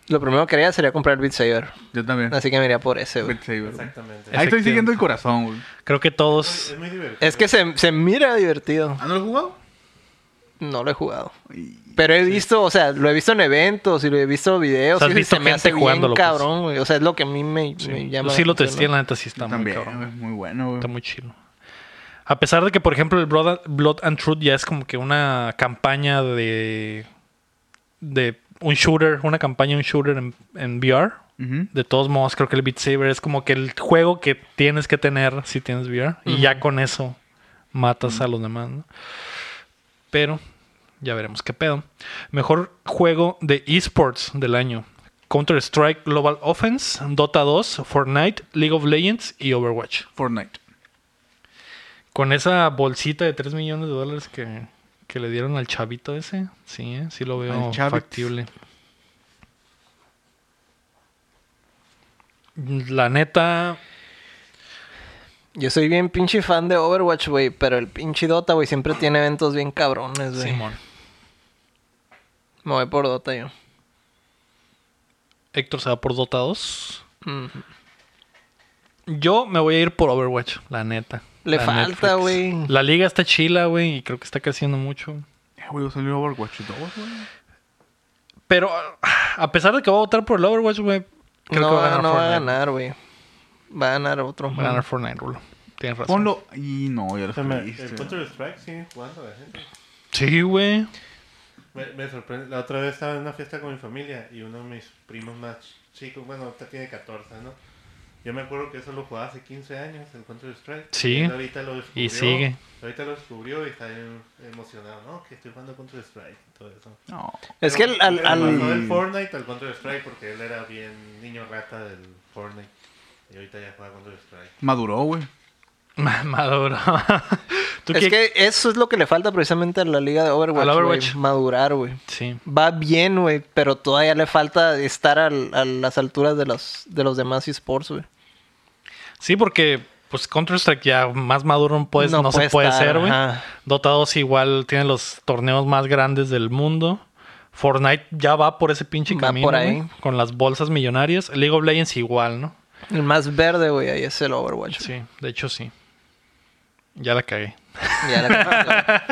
Speaker 2: lo primero que haría sería comprar el Beat Saber.
Speaker 3: Yo también.
Speaker 2: Así que me iría por ese, güey.
Speaker 3: Beat Saber, güey.
Speaker 4: Exactamente.
Speaker 3: Ahí estoy
Speaker 1: Efectivamente.
Speaker 3: siguiendo el corazón, güey.
Speaker 1: Creo que todos
Speaker 4: Es muy divertido.
Speaker 2: Es que se, se mira divertido.
Speaker 3: ¿Ah, no lo he jugado?
Speaker 2: No lo he jugado.
Speaker 3: Y-
Speaker 2: Pero he visto, o sea, lo he visto en eventos y lo he visto en videos.
Speaker 1: ¿Has
Speaker 2: y
Speaker 1: visto
Speaker 2: se me hace
Speaker 1: gente jugándolo,
Speaker 2: bien
Speaker 1: pues?
Speaker 2: cabrón, güey. O sea, es lo que a mí me, me llama.
Speaker 1: yo sí lo
Speaker 2: atención,
Speaker 1: testé,
Speaker 2: ¿no?
Speaker 1: la neta sí está muy
Speaker 3: también,
Speaker 1: cabrón.
Speaker 3: güey, muy bueno, güey.
Speaker 1: Está muy chido. A pesar de que, por ejemplo, el Blood, Blood and Truth ya es como que una campaña de. de un shooter, una campaña, un shooter en, en VR.
Speaker 3: Ujú.
Speaker 1: De todos modos, creo que el Beat Saber es como que el juego que tienes que tener si tienes VR. Y ya con eso matas a los demás, ¿no? Pero ya veremos qué pedo. Mejor juego de esports del año. Counter-Strike Global Offense, Dota 2, Fortnite, League of Legends y Overwatch.
Speaker 3: Fortnite.
Speaker 1: Con esa bolsita de 3 millones de dólares que, que le dieron al chavito ese, sí, ¿eh? sí lo veo
Speaker 3: Al chavitz.
Speaker 1: factible. La neta,
Speaker 2: Yo soy bien pinche fan de Overwatch, güey. Pero el pinche Dota, güey, siempre tiene eventos bien cabrones, güey.
Speaker 1: Simón.
Speaker 2: Me voy por Dota yo.
Speaker 1: Héctor se va por Dota 2.
Speaker 2: Mm.
Speaker 1: Yo me voy a ir por Overwatch, la neta.
Speaker 2: Le
Speaker 1: La
Speaker 2: falta,
Speaker 1: Netflix.
Speaker 2: güey.
Speaker 1: La liga está chila, güey, y creo que está creciendo mucho.
Speaker 3: Eh, güey, salió Overwatch 2, güey.
Speaker 1: Pero ah, a pesar de que voy a votar por el Overwatch, güey, creo
Speaker 2: no
Speaker 1: que va a ganar
Speaker 2: no va a
Speaker 1: Fortnite.
Speaker 2: ganar, güey. Va a ganar otro.
Speaker 1: Va a ganar Fortnite, Rulo. Tienes razón.
Speaker 3: Ponlo. Y no, ya lo
Speaker 4: O sea, me- el
Speaker 3: jodiste.
Speaker 4: Counter Strike sigue jugando la gente.
Speaker 1: Sí, güey.
Speaker 4: Me, me sorprende. La otra vez estaba en una fiesta con mi familia y uno de mis primos más chicos, bueno, ahorita tiene 14, ¿no? Yo me acuerdo que eso lo jugaba hace 15 años, el Counter-Strike.
Speaker 1: Sí.
Speaker 4: Y él ahorita lo descubrió.
Speaker 1: Y sigue.
Speaker 4: Ahorita lo descubrió y está bien emocionado, ¿no? Que estoy jugando Counter-Strike y todo eso.
Speaker 3: No.
Speaker 2: Es que al- al-
Speaker 4: Pero pasó
Speaker 2: al,
Speaker 4: del Fortnite al Counter-Strike porque él era bien niño rata del Fortnite. Y ahorita ya juega Counter-Strike.
Speaker 3: Maduró, güey.
Speaker 1: Maduro. [LAUGHS] ¿Tú
Speaker 2: Es
Speaker 1: qué-
Speaker 2: que eso es lo que le falta precisamente a la liga de Overwatch.
Speaker 1: Al
Speaker 2: güey,
Speaker 1: Overwatch.
Speaker 2: madurar, güey.
Speaker 1: Sí.
Speaker 2: Va bien, güey, pero todavía le falta estar al- a las alturas de los, de los demás esports, güey.
Speaker 1: Sí, porque pues Counter-Strike ya más maduro no, puedes-
Speaker 2: No
Speaker 1: Pues, no
Speaker 2: puede
Speaker 1: se puede
Speaker 2: estar,
Speaker 1: ser, güey.
Speaker 2: ajá.
Speaker 1: Dota 2 igual tiene los torneos más grandes del mundo. Fortnite ya va por ese pinche
Speaker 2: Va
Speaker 1: camino,
Speaker 2: por ahí.
Speaker 1: güey, con las bolsas millonarias. League of Legends igual, ¿no?
Speaker 2: El más verde, güey, ahí es el Overwatch.
Speaker 1: Sí, de hecho sí. Ya la cagué. [LAUGHS]
Speaker 2: Ya la-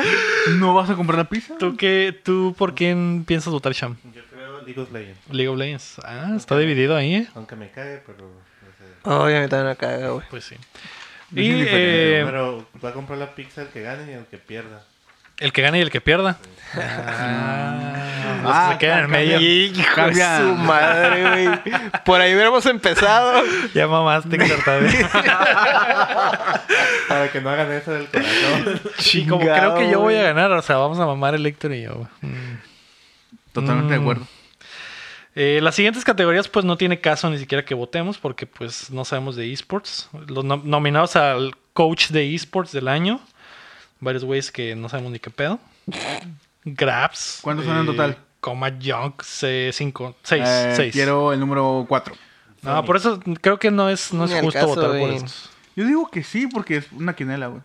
Speaker 3: ¿No vas a comprar la pizza?
Speaker 1: ¿Tú qué, tú por quién piensas votar, Sham?
Speaker 4: Yo creo League of Legends.
Speaker 1: League of Legends. Ah, está dividido ahí, ¿eh?
Speaker 4: Aunque me cague, pero... no sé.
Speaker 2: Ay, a mí también me caga, güey.
Speaker 1: Pues sí.
Speaker 3: Es
Speaker 1: Y
Speaker 3: indiferente,
Speaker 1: eh,
Speaker 4: Pero va a comprar la pizza el que gane y el que pierda.
Speaker 1: el que gane y el que pierda. Ah, los que
Speaker 3: Ah,
Speaker 1: se quedan en el medio.
Speaker 2: Hijo de
Speaker 3: Cambia.
Speaker 2: Pues, su madre, güey. Por ahí hubiéramos empezado.
Speaker 1: Ya mamaste, Cortave.
Speaker 4: Para que no hagan eso del corazón.
Speaker 1: Y como creo
Speaker 2: Chingado,
Speaker 1: que yo voy a
Speaker 2: güey.
Speaker 1: ganar, o sea, vamos a mamar el Héctor y yo. güey.
Speaker 3: Totalmente de
Speaker 1: Mm.
Speaker 3: acuerdo.
Speaker 1: Eh, las siguientes categorías, pues no tiene caso ni siquiera que votemos porque pues no sabemos de esports. Los nom- nominados al coach de esports del año, varios güeyes que no sabemos ni qué pedo. Grabs. eh,
Speaker 3: ¿Cuántos son en total?
Speaker 1: Coma Junk, C, cinco, seis,
Speaker 3: Eh,
Speaker 1: seis.
Speaker 3: Quiero el número 4.
Speaker 1: No, por eso creo que no es, no es
Speaker 2: Ni al
Speaker 1: justo
Speaker 2: caso,
Speaker 1: votar por
Speaker 2: güey.
Speaker 1: estos.
Speaker 3: Yo digo que sí, porque es una quinela, güey.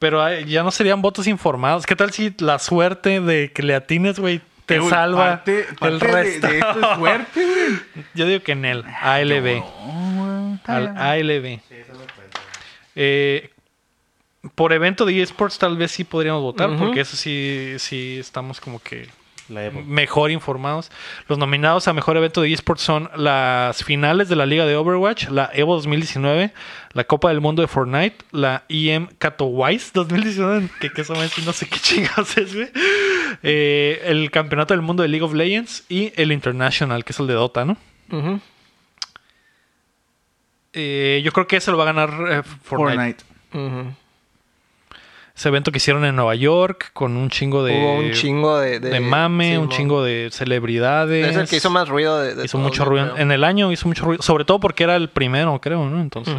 Speaker 1: Pero ay, ya no serían votos informados. ¿Qué tal si la suerte de que le atines, güey, te
Speaker 3: Eh, güey,
Speaker 1: salva
Speaker 3: parte- parte
Speaker 1: el
Speaker 3: de-
Speaker 1: resto? [LAUGHS]
Speaker 3: De, esto es fuerte, güey.
Speaker 1: Yo digo que en el ALB.
Speaker 3: No, güey.
Speaker 1: Al
Speaker 3: Tala.
Speaker 1: ALB.
Speaker 4: Sí, eso no cuenta.
Speaker 1: Eh, por evento de eSports tal vez sí podríamos votar,
Speaker 2: Ujú.
Speaker 1: porque eso sí, sí estamos como que
Speaker 4: La Evo.
Speaker 1: mejor informados. Los nominados a mejor evento de eSports son las finales de la Liga de Overwatch, la Evo 2019, la Copa del Mundo de Fortnite, la EM Katowice 2019, que, que eso me dice, no sé qué [LAUGHS] chingados es, güey. Eh, el Campeonato del Mundo de League of Legends y el International, que es el de Dota, ¿no?
Speaker 2: Ujú.
Speaker 1: Eh, yo creo que ese lo va a ganar eh, Fortnite.
Speaker 3: Fortnite.
Speaker 2: Ujú.
Speaker 1: ese evento que hicieron en Nueva York con un chingo de,
Speaker 2: Hubo un chingo de...
Speaker 1: de mame, un
Speaker 2: Simón.
Speaker 1: chingo de celebridades.
Speaker 2: Es el que hizo más ruido de, de
Speaker 1: Hizo
Speaker 2: todos,
Speaker 1: mucho
Speaker 2: yo
Speaker 1: ruido.
Speaker 2: creo.
Speaker 1: En el año hizo mucho ruido. Sobre todo porque era el primero, creo, ¿no? Entonces,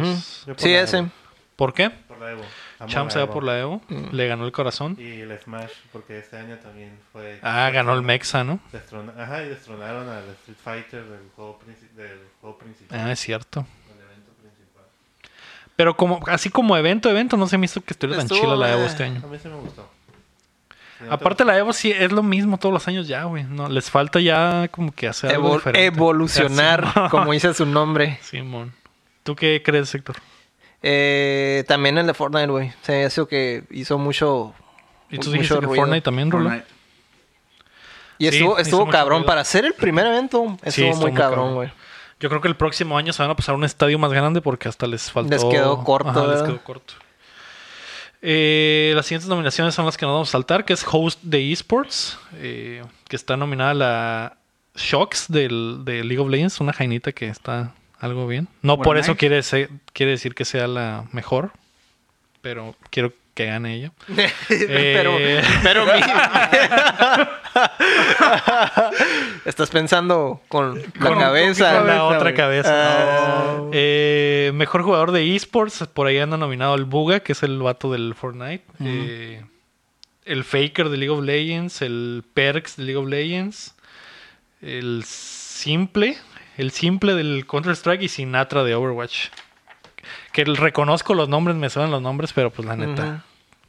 Speaker 4: Yo por
Speaker 2: Sí,
Speaker 4: la
Speaker 2: ese.
Speaker 4: Evo.
Speaker 1: ¿por qué?
Speaker 4: Por la Evo. Amo
Speaker 1: Champ se va
Speaker 4: Evo.
Speaker 1: por la Evo. Le ganó el corazón.
Speaker 4: Y el Smash, porque este año también fue...
Speaker 1: Ah, ganó el Mexa, ¿no?
Speaker 4: Destrona- Ajá, y destronaron al Street Fighter del juego, princi- del juego principal.
Speaker 1: Ah, es cierto.
Speaker 4: del evento principal.
Speaker 1: Pero como así como evento, evento, no se me hizo que estuviera tan
Speaker 2: Estuvo,
Speaker 1: chila la Evo
Speaker 2: eh,
Speaker 1: este año.
Speaker 4: A mí se me gustó. Sí, no te
Speaker 1: Aparte la Evo sí es lo mismo todos los años ya, güey. No, les falta ya como que hacer algo
Speaker 2: Evol-
Speaker 1: diferente. [LAUGHS]
Speaker 2: evolucionar, como dice su nombre.
Speaker 1: Simón. ¿Tú qué crees, Héctor?
Speaker 2: Eh, también el de Fortnite, güey. Se me hizo que hizo mucho.
Speaker 1: Y tú
Speaker 2: mu-
Speaker 1: dijiste
Speaker 2: mucho
Speaker 1: que
Speaker 2: ruido.
Speaker 1: Fortnite también, Rulo.
Speaker 3: Fortnite.
Speaker 2: Y
Speaker 1: Sí,
Speaker 2: estuvo,
Speaker 1: hizo
Speaker 2: estuvo
Speaker 1: mucho
Speaker 2: cabrón.
Speaker 1: ruido.
Speaker 2: Para ser el primer evento, estuvo
Speaker 1: [LAUGHS] Sí, estuvo
Speaker 2: muy
Speaker 1: muy
Speaker 2: cabrón,
Speaker 1: cabrón.
Speaker 2: güey.
Speaker 1: Yo creo que el próximo año se van a pasar a un estadio más grande porque hasta les faltó.
Speaker 2: Les quedó corto,
Speaker 1: Ajá, les
Speaker 2: ¿verdad?
Speaker 1: quedó corto. Eh, las siguientes nominaciones son las que nos vamos a saltar, que es host de esports, eh, que está nominada la Shocks del, de League of Legends, una jainita que está algo bien. No
Speaker 3: Bueno,
Speaker 1: por eso
Speaker 3: nice.
Speaker 1: quiere, se- quiere decir que sea la mejor, pero quiero que gane ella.
Speaker 2: [LAUGHS] pero,
Speaker 1: Eh. [LAUGHS]
Speaker 2: pero mi- Estás pensando con la
Speaker 3: Con-
Speaker 2: cabeza.
Speaker 1: Con la
Speaker 3: Cabeza,
Speaker 1: otra
Speaker 3: güey. Ah.
Speaker 1: cabeza. Eh, mejor jugador de esports, por ahí anda nominado el Buga, que es el vato del Fortnite. Eh, el Faker de League of Legends, el Perks de League of Legends, el Simple, el Simple del Counter-Strike y Sinatra de Overwatch. Que el- reconozco los nombres, me suenan los nombres, pero pues la neta,
Speaker 2: Ujú.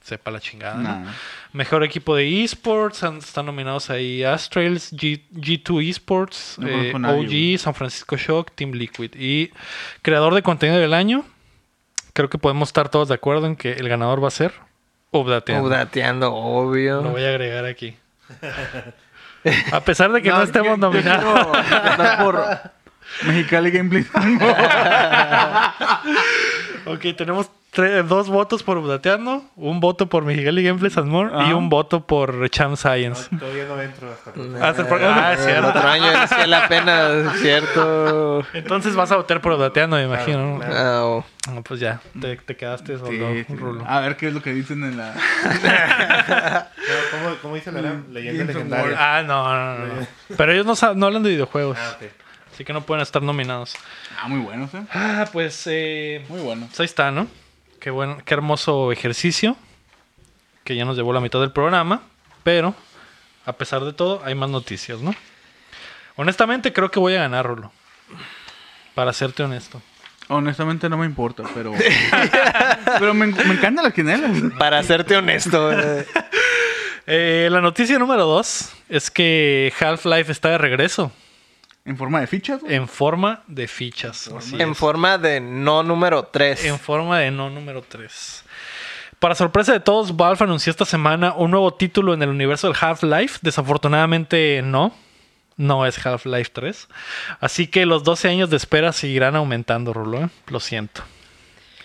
Speaker 1: sepa la chingada. Ah, ¿no?
Speaker 3: Nah.
Speaker 1: Mejor equipo de esports, han- están nominados ahí Astrails, G, 2 Esports,
Speaker 3: No
Speaker 1: eh,
Speaker 3: conozco a nadie, güey.
Speaker 1: OG, San Francisco Shock, Team Liquid. Y creador de contenido del año, creo que podemos estar todos de acuerdo en que el ganador va a ser Obdateando.
Speaker 2: Udateando, obvio.
Speaker 1: Lo voy a agregar aquí. A pesar de que no,
Speaker 3: No,
Speaker 1: estemos
Speaker 3: yo- yo
Speaker 1: nominados.
Speaker 3: quiero votar [LAUGHS] por Mexicali Gameplay.
Speaker 1: [LAUGHS] Ok, tenemos tre- dos votos por Dateando, un voto por Miguel y Gameplay and More y
Speaker 3: Ah.
Speaker 1: un voto por Cham Science.
Speaker 4: No, todavía no entro hasta el
Speaker 1: Hasta el próximo.
Speaker 2: Ah, cierto. Otro año es la pena, es cierto.
Speaker 1: Entonces vas a votar por Dateando, me imagino. ¿no?
Speaker 4: claro.
Speaker 2: Ah, oh.
Speaker 1: Ah, pues ya, te, te quedaste
Speaker 3: Sí,
Speaker 1: solo,
Speaker 3: sí. Ah,
Speaker 1: Rulo.
Speaker 3: A ver qué es lo que dicen en la.
Speaker 4: Pero, ¿cómo, ¿Cómo dice la Aram? Leyenda
Speaker 3: Games of
Speaker 4: legendaria.
Speaker 1: Ah, no, no, no, no. Pero ellos no, sab- no hablan de videojuegos,
Speaker 4: Ah, ok.
Speaker 1: así que no pueden estar nominados.
Speaker 3: Ah, muy bueno, ¿eh?
Speaker 1: Ah, pues eh,
Speaker 3: Muy bueno.
Speaker 1: pues ahí está, ¿no? Qué, bueno, qué hermoso ejercicio que ya nos llevó la mitad del programa, pero a pesar de todo hay más noticias, ¿no? Honestamente creo que voy a ganar, Rulo. Para serte honesto.
Speaker 3: Honestamente no me importa, pero. [LAUGHS] pero me, me encantan las quinelas.
Speaker 2: Para
Speaker 1: [LAUGHS]
Speaker 2: serte honesto, eh,
Speaker 1: Eh, la noticia número dos es que Half-Life está de regreso
Speaker 3: En forma de fichas. güey.
Speaker 1: en forma de fichas. Así
Speaker 2: en
Speaker 1: es.
Speaker 2: forma de no número 3.
Speaker 1: En forma de no número 3. Para sorpresa de todos, Valve anunció esta semana un nuevo título en el universo del Half-Life. Desafortunadamente no. No es Half-Life 3. Así que los 12 años de espera seguirán aumentando, Rulo. ¿eh? Lo siento.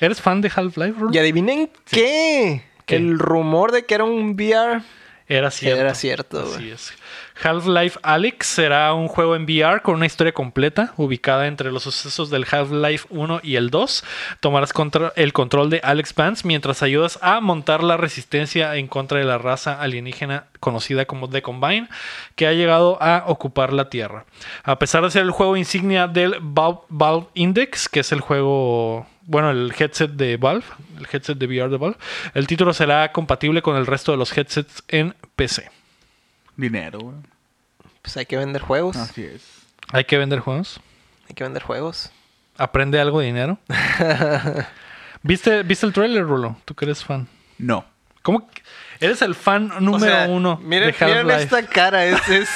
Speaker 1: ¿Eres fan de Half-Life, Rulo?
Speaker 2: Y adivinen qué?
Speaker 1: ¿Qué?
Speaker 2: El rumor de que era un VR
Speaker 1: Era cierto.
Speaker 2: era cierto, güey.
Speaker 1: Así es. Half-Life Alyx será un juego en VR con una historia completa, ubicada entre los sucesos del Half-Life 1 y el 2. Tomarás contra- el control de Alex Vance mientras ayudas a montar la resistencia en contra de la raza alienígena conocida como The Combine, que ha llegado a ocupar la Tierra. A pesar de ser el juego insignia del Valve, Valve Index, que es el juego, bueno, el headset de Valve, el headset de VR de Valve, el título será compatible con el resto de los headsets en PC.
Speaker 3: Dinero, güey.
Speaker 2: Pues hay que vender juegos.
Speaker 1: Ah,
Speaker 3: Así es.
Speaker 1: Hay que vender juegos.
Speaker 2: Hay que vender juegos.
Speaker 1: Aprende algo de
Speaker 2: [LAUGHS]
Speaker 1: dinero. ¿Viste, ¿Viste el trailer, Rulo? Tú que eres fan.
Speaker 3: No.
Speaker 1: ¿Cómo? que- Eres el fan número
Speaker 2: O sea,
Speaker 1: uno
Speaker 2: Miren,
Speaker 1: de
Speaker 2: miren
Speaker 1: Half-Life.
Speaker 2: esta cara. Es, es,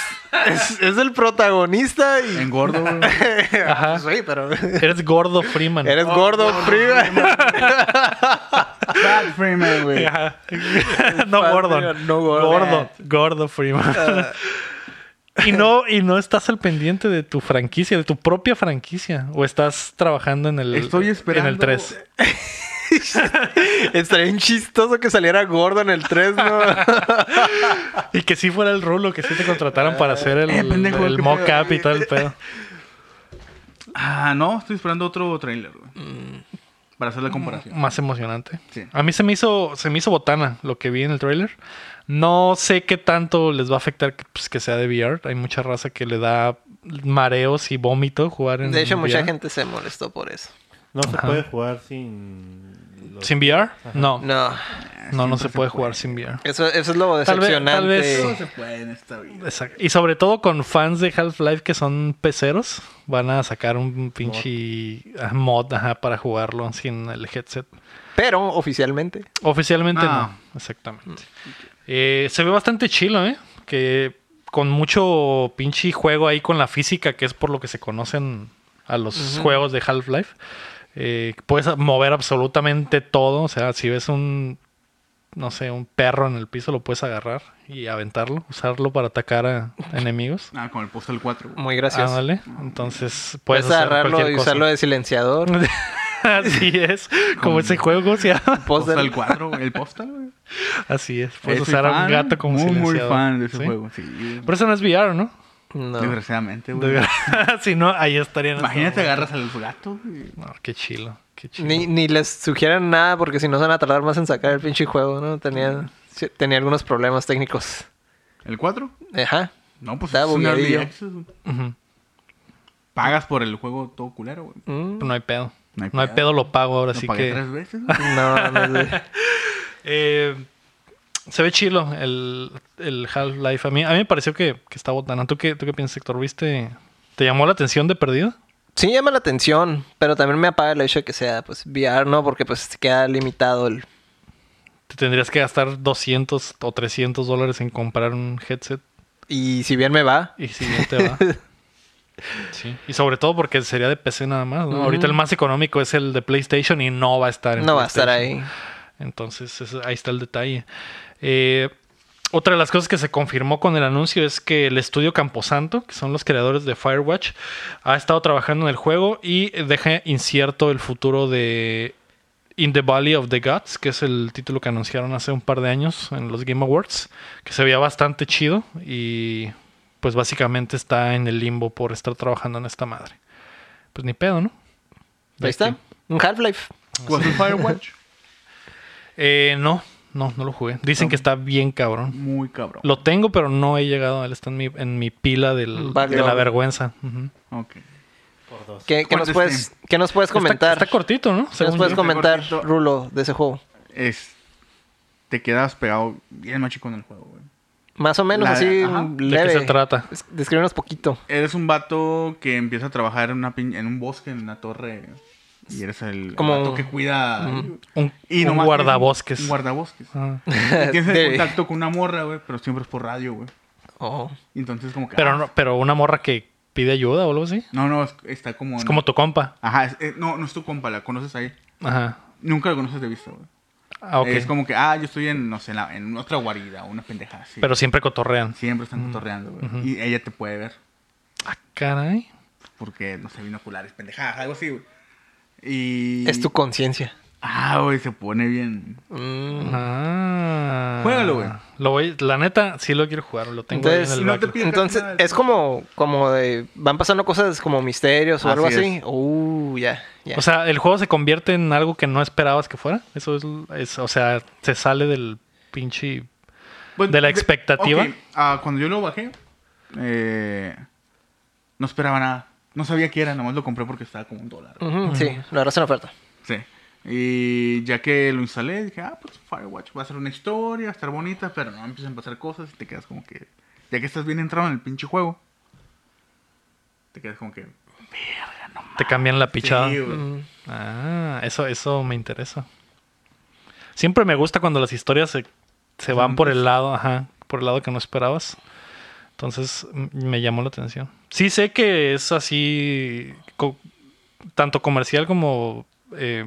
Speaker 2: es- es el protagonista y.
Speaker 3: Engordo,
Speaker 2: [LAUGHS]
Speaker 3: güey.
Speaker 1: Ajá. Oh,
Speaker 2: Pues,
Speaker 1: [LAUGHS]
Speaker 2: oye, pero.
Speaker 1: Eres gordo Freeman.
Speaker 2: Eres gordo, prima.
Speaker 3: Fat Freeman, güey.
Speaker 1: [LAUGHS] Ajá. [LAUGHS] no
Speaker 2: Fan
Speaker 1: gordo.
Speaker 2: Freeman, no Gordon. Ah.
Speaker 1: gordo. Gordo Freeman. [LAUGHS] y, no, y no estás al pendiente de tu franquicia, de tu propia franquicia. O estás trabajando en el,
Speaker 3: Estoy esperando.
Speaker 1: En el 3.
Speaker 2: [LAUGHS] Estaría bien chistoso que saliera gordo en el
Speaker 1: [LAUGHS]
Speaker 2: 3, ¿no?
Speaker 1: Y que sí fuera el Rulo, que sí te contrataran
Speaker 2: Ah.
Speaker 1: para hacer el,
Speaker 3: Eh, pendejo,
Speaker 1: el
Speaker 3: qué
Speaker 1: mock-up
Speaker 3: pedo.
Speaker 1: y todo el pedo.
Speaker 3: Ah, no, estoy esperando otro trailer, güey.
Speaker 1: Mm.
Speaker 3: Para hacer la comparación.
Speaker 1: más emocionante.
Speaker 3: Sí.
Speaker 1: A mí se me hizo se me hizo botana lo que vi en el tráiler. No sé qué tanto les va a afectar que, pues, que sea de VR. Hay mucha raza que le da mareos y vómito jugar en
Speaker 2: De hecho, mucha
Speaker 1: VR.
Speaker 2: gente se molestó por eso.
Speaker 4: No se puede jugar sin. los-
Speaker 1: sin VR? No, no,
Speaker 2: No,
Speaker 1: no,
Speaker 3: Siempre
Speaker 1: se
Speaker 3: se
Speaker 1: puede
Speaker 3: puede.
Speaker 1: jugar sin VR.
Speaker 2: eso, eso es lo
Speaker 1: Tal vez-
Speaker 2: decepcionante.
Speaker 1: tal vez-
Speaker 3: Todo se puede en esta vida.
Speaker 1: Exacto. Y sobre todo con fans de Half-Life que son peceros, van a sacar un pinche ah, mod, ajá, para jugarlo sin el headset.
Speaker 2: Pero oficialmente.
Speaker 1: Oficialmente
Speaker 3: Ah.
Speaker 1: no, exactamente. Eh, se ve bastante chilo, ¿eh? Que con mucho pinche juego ahí con la física, que es por lo que se conocen a los juegos de Half-Life. Eh, puedes mover absolutamente todo. O sea, si ves un, no sé, un perro en el piso, lo puedes agarrar y aventarlo, usarlo para atacar a enemigos.
Speaker 3: Ah, con el postal 4, güey.
Speaker 2: Muy gracioso.
Speaker 1: Ándale. Entonces puedes,
Speaker 2: Puedes
Speaker 1: hacer
Speaker 2: agarrarlo
Speaker 1: cualquier
Speaker 2: y
Speaker 1: cosa.
Speaker 2: usarlo de silenciador.
Speaker 1: [LAUGHS] Así es, como ese juego, ¿cómo se llama?
Speaker 3: Postal
Speaker 2: Postal.
Speaker 3: 4, güey. El postal, güey.
Speaker 1: Así es, puedes
Speaker 3: Eh, soy
Speaker 1: usar a un
Speaker 3: fan,
Speaker 1: gato como
Speaker 3: Muy, muy
Speaker 1: silenciador.
Speaker 3: fan de ese
Speaker 1: ¿Sí?
Speaker 3: juego, sí.
Speaker 1: Pero eso no es VR, ¿no?
Speaker 2: No.
Speaker 3: Desgraciadamente, güey.
Speaker 1: [LAUGHS] si no, ahí estarían.
Speaker 3: Imagínate agarras al gato, güey.
Speaker 1: No, qué chilo. Qué chilo.
Speaker 2: Ni, ni les sugieran nada porque si no se van a tardar más en sacar el pinche juego, ¿no? Tenía, sí, tenía algunos problemas técnicos.
Speaker 3: ¿El 4?
Speaker 2: Ajá.
Speaker 3: No, pues
Speaker 2: Está
Speaker 3: es un early
Speaker 2: bugueadillo.
Speaker 3: access, güey.
Speaker 1: Ujú.
Speaker 3: Pagas por el juego todo culero, güey.
Speaker 2: Mm,
Speaker 1: No hay pedo. No
Speaker 3: No
Speaker 1: hay,
Speaker 3: hay
Speaker 1: pedo.
Speaker 3: pedo.
Speaker 1: lo pago ahora,
Speaker 3: Lo
Speaker 1: así
Speaker 3: pagué
Speaker 1: que.
Speaker 3: tres veces,
Speaker 1: [LAUGHS]
Speaker 3: güey.
Speaker 2: No, no sé.
Speaker 1: Eh, se ve chilo el, el Half-Life. A mí, a mí me pareció que, que está botana. ¿Tú qué, ¿Tú qué piensas, Héctor? ¿Viste? ¿Te llamó la atención de perdido?
Speaker 2: Sí llama la atención, pero también me apaga el hecho de que sea pues VR, ¿no? Porque pues queda limitado el...
Speaker 1: Te tendrías que gastar 200 o 300 dólares en comprar un headset.
Speaker 2: Y si bien me va,
Speaker 1: Y si bien
Speaker 2: [LAUGHS]
Speaker 1: te va. Sí. Y sobre todo porque sería de PC nada más. ¿no? Ahorita el más económico es el de PlayStation y no va a estar en
Speaker 2: no va a estar
Speaker 1: PlayStation.
Speaker 2: ahí.
Speaker 1: Entonces, ese- ahí está el detalle. Eh, otra de las cosas que se confirmó con el anuncio es que el estudio Camposanto, que son los creadores de Firewatch, ha estado trabajando en el juego y deja incierto el futuro de In the Valley of the Gods, que es el título que anunciaron hace un par de años en los Game Awards, que se veía bastante chido y pues básicamente está en el limbo por estar trabajando en esta madre. Pues ni pedo, ¿no?
Speaker 2: Ahí está. Un Half-Life.
Speaker 3: ¿Cuál es Firewatch?
Speaker 1: Eh, no, no, no lo jugué. Dicen que está bien cabrón.
Speaker 3: Muy cabrón.
Speaker 1: Lo tengo, pero no he llegado. Él está en mi, en mi pila del- de
Speaker 2: Backlog.
Speaker 1: la vergüenza. Ujú.
Speaker 3: Ok.
Speaker 4: por dos.
Speaker 2: ¿Qué, qué
Speaker 3: ¿Cuál
Speaker 2: nos
Speaker 3: de este?
Speaker 2: puedes,
Speaker 3: Steam?
Speaker 2: ¿Qué nos puedes
Speaker 1: Está-
Speaker 2: comentar?
Speaker 1: Está, cortito, ¿no?
Speaker 2: ¿Qué nos
Speaker 1: Según
Speaker 2: puedes
Speaker 1: yo. este
Speaker 2: comentar,
Speaker 3: Está cortito.
Speaker 2: Rulo, de ese juego?
Speaker 3: Es. Te quedas pegado bien macho con el juego, güey.
Speaker 2: Más o menos
Speaker 3: La-
Speaker 2: así,
Speaker 3: ajá.
Speaker 1: ¿De
Speaker 2: leve.
Speaker 1: qué se trata?
Speaker 2: Es- Descríbenos
Speaker 3: [LAUGHS]
Speaker 2: poquito.
Speaker 3: Eres un vato que empieza a trabajar en, una pin- en un bosque, en una torre. Y eres el
Speaker 2: Como-
Speaker 3: vato que cuida.
Speaker 1: Un,
Speaker 3: Y
Speaker 1: un
Speaker 3: nomás
Speaker 1: guardabosques.
Speaker 3: tienes Un guardabosques.
Speaker 1: Ah.
Speaker 3: Y tienes el
Speaker 2: De-
Speaker 3: contacto con una morra, güey, pero siempre es por radio, güey.
Speaker 2: Oh.
Speaker 3: Y Entonces, como que. ah,
Speaker 1: Pero, no, pero una morra que pide ayuda o algo así.
Speaker 3: No, no, es- está como.
Speaker 1: Es como tu compa.
Speaker 3: Ajá, es- eh, no, no es tu compa, la conoces ahí.
Speaker 1: Ajá.
Speaker 3: Nunca la conoces de vista, güey.
Speaker 1: Ah, ok.
Speaker 3: Es como que, ah, yo estoy en, no sé, en, la- en otra guarida, una pendeja así.
Speaker 1: Pero siempre cotorrean.
Speaker 3: Siempre están cotorreando, güey. Y ella te puede ver.
Speaker 1: Ah, caray.
Speaker 3: Porque, no sé, binoculares, pendejadas, algo así, güey. Y.
Speaker 2: Es tu conciencia.
Speaker 3: Ah, güey, se pone bien.
Speaker 2: Mm.
Speaker 1: Ah.
Speaker 3: Juégalo, güey.
Speaker 1: Lo voy, la neta, sí lo quiero jugar. Lo tengo
Speaker 2: Entonces,
Speaker 1: ahí en
Speaker 3: si
Speaker 1: el
Speaker 3: no te
Speaker 1: backlog.
Speaker 3: piden
Speaker 2: Entonces,
Speaker 3: casi nada,
Speaker 2: es como, como de. Van pasando cosas como misterios o algo
Speaker 3: Así
Speaker 2: así.
Speaker 3: es.
Speaker 2: Uh, ya, ya.
Speaker 1: O sea, el juego se convierte en algo que no esperabas que fuera. Eso es, es- o sea, se sale del pinche.
Speaker 3: Pues,
Speaker 1: ¿De la expectativa?
Speaker 3: ok, ah, cuando yo lo bajé, eh, no esperaba nada. No sabía qué era, nomás lo compré porque estaba como un dólar. güey.
Speaker 2: Ujú, Sí, lo agarras en oferta.
Speaker 3: Sí. Y ya que lo instalé, dije, ah, pues Firewatch va a ser una historia, va a estar bonita, pero no empiezan a pasar cosas y te quedas como que. Ya que estás bien entrado en el pinche juego, te quedas como que.
Speaker 1: Te cambian la pichada.
Speaker 3: Sí, güey.
Speaker 2: Mm.
Speaker 1: Ah, eso, eso me interesa. Siempre me gusta cuando las historias se, se van por el lado, ajá, por el lado que no esperabas. Entonces m- me llamó la atención. Sí sé que es así, co- tanto comercial como eh,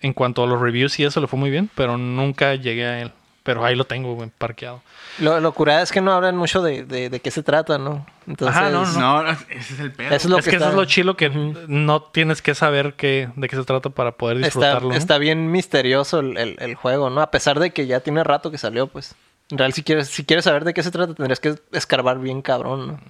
Speaker 1: en cuanto a los reviews y eso le fue muy bien, pero nunca llegué a él. Pero ahí lo tengo, güey, parqueado.
Speaker 2: Lo, lo curada es que no hablan mucho de, de, de qué se trata, ¿no? Entonces,
Speaker 1: Ajá, no, no.
Speaker 3: No, ese es el pedo.
Speaker 2: Eso es lo
Speaker 1: es que,
Speaker 2: que
Speaker 1: eso es
Speaker 2: está-
Speaker 1: lo chilo que
Speaker 2: Ujú.
Speaker 1: no tienes que saber qué, de qué se trata para poder
Speaker 2: Está,
Speaker 1: disfrutarlo. ¿no?
Speaker 2: está bien misterioso el, el- el juego, ¿no? A pesar de que ya tiene rato que salió, pues. En real, si quieres, si quieres saber de qué se trata, tendrías que escarbar bien cabrón, ¿no?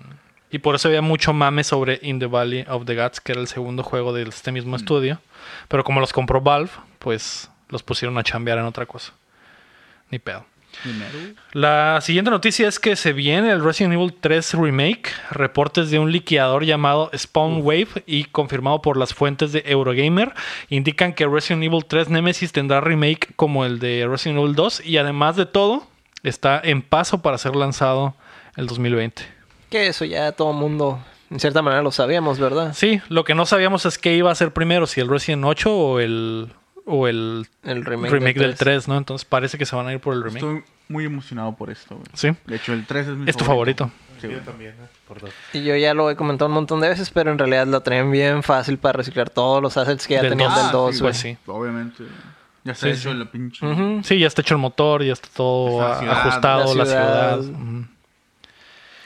Speaker 1: Y por eso había mucho mame sobre In the Valley of the Gods, que era el segundo juego de este mismo estudio. Pero como los compró Valve, pues los pusieron a chambear en otra cosa. Ni pedo.
Speaker 3: Dinero.
Speaker 1: La siguiente noticia es que se viene el Resident Evil 3 Remake. Reportes de un liquidador llamado Spawn Wave y confirmado por las fuentes de Eurogamer indican que Resident Evil 3 Nemesis tendrá remake como el de Resident Evil 2 y además de todo está en paso para ser lanzado el 2020.
Speaker 2: Que eso ya todo mundo, en cierta manera, lo sabíamos, ¿verdad?
Speaker 1: Sí, lo que no sabíamos es qué iba a ser primero, si el Resident 8 o el, o el
Speaker 2: El remake,
Speaker 1: remake, del 3, ¿no? Entonces parece que se van a ir por el remake.
Speaker 3: Estoy muy emocionado por esto, güey.
Speaker 1: Sí,
Speaker 3: De hecho, el 3 es mi
Speaker 1: es tu favorito.
Speaker 3: Sí, güey.
Speaker 4: Yo también, ¿eh? por dos.
Speaker 2: Y yo ya lo he comentado un montón de veces, pero en realidad lo traen bien fácil para reciclar todos los assets que ya
Speaker 1: Del
Speaker 2: tenían
Speaker 1: dos.
Speaker 3: Ah,
Speaker 2: del 2,
Speaker 1: sí,
Speaker 2: güey.
Speaker 1: pues sí.
Speaker 3: Obviamente. Ya está
Speaker 1: Sí,
Speaker 3: hecho
Speaker 1: sí.
Speaker 3: la pinche.
Speaker 2: Ujú.
Speaker 1: Sí, ya está hecho el motor, ya está todo
Speaker 3: Está la
Speaker 1: a-
Speaker 3: ciudad,
Speaker 1: ajustado,
Speaker 2: la
Speaker 1: la ciudad.
Speaker 2: ciudad.
Speaker 1: Ujú.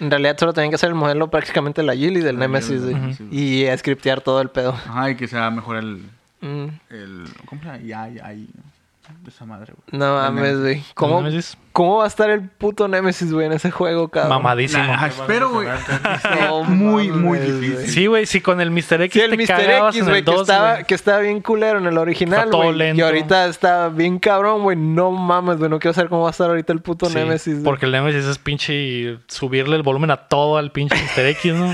Speaker 2: En realidad solo tenían que hacer el modelo prácticamente la Jill y del
Speaker 3: La
Speaker 2: Nemesis,
Speaker 3: Jill,
Speaker 2: güey.
Speaker 3: ujú.
Speaker 2: Y a scriptear todo el pedo.
Speaker 3: Ajá, y que sea mejor el.
Speaker 2: Mm.
Speaker 3: el ¿Cómo se llama? Ya, ya, ahí. ¿no? Esa madre, güey.
Speaker 2: No
Speaker 3: El
Speaker 2: mames,
Speaker 3: Nemesis.
Speaker 2: güey. ¿Cómo,
Speaker 1: ¿El Nemesis?
Speaker 2: ¿Cómo va a estar el puto Nemesis, güey, en ese juego, cabrón?
Speaker 1: Mamadísimo.
Speaker 3: Nah, espero, güey. [LAUGHS]
Speaker 2: No
Speaker 3: muy,
Speaker 2: mames,
Speaker 3: muy
Speaker 2: güey.
Speaker 3: difícil.
Speaker 1: Sí, güey, sí, con el Mr. X
Speaker 2: Sí, el
Speaker 1: te
Speaker 2: Mr.
Speaker 1: cagabas
Speaker 2: X,
Speaker 1: en
Speaker 2: güey,
Speaker 1: el
Speaker 2: que
Speaker 1: 2,
Speaker 2: estaba,
Speaker 1: güey.
Speaker 2: que estaba bien culero en el original,
Speaker 1: Está todo
Speaker 2: güey. Y
Speaker 1: lento.
Speaker 2: ahorita está bien cabrón, güey. No mames, güey. No quiero saber cómo va a estar ahorita el puto
Speaker 1: Sí,
Speaker 2: Nemesis, güey.
Speaker 1: porque el Nemesis es pinche subirle el volumen a todo al pinche Mr. X,
Speaker 2: [LAUGHS]
Speaker 1: ¿no? o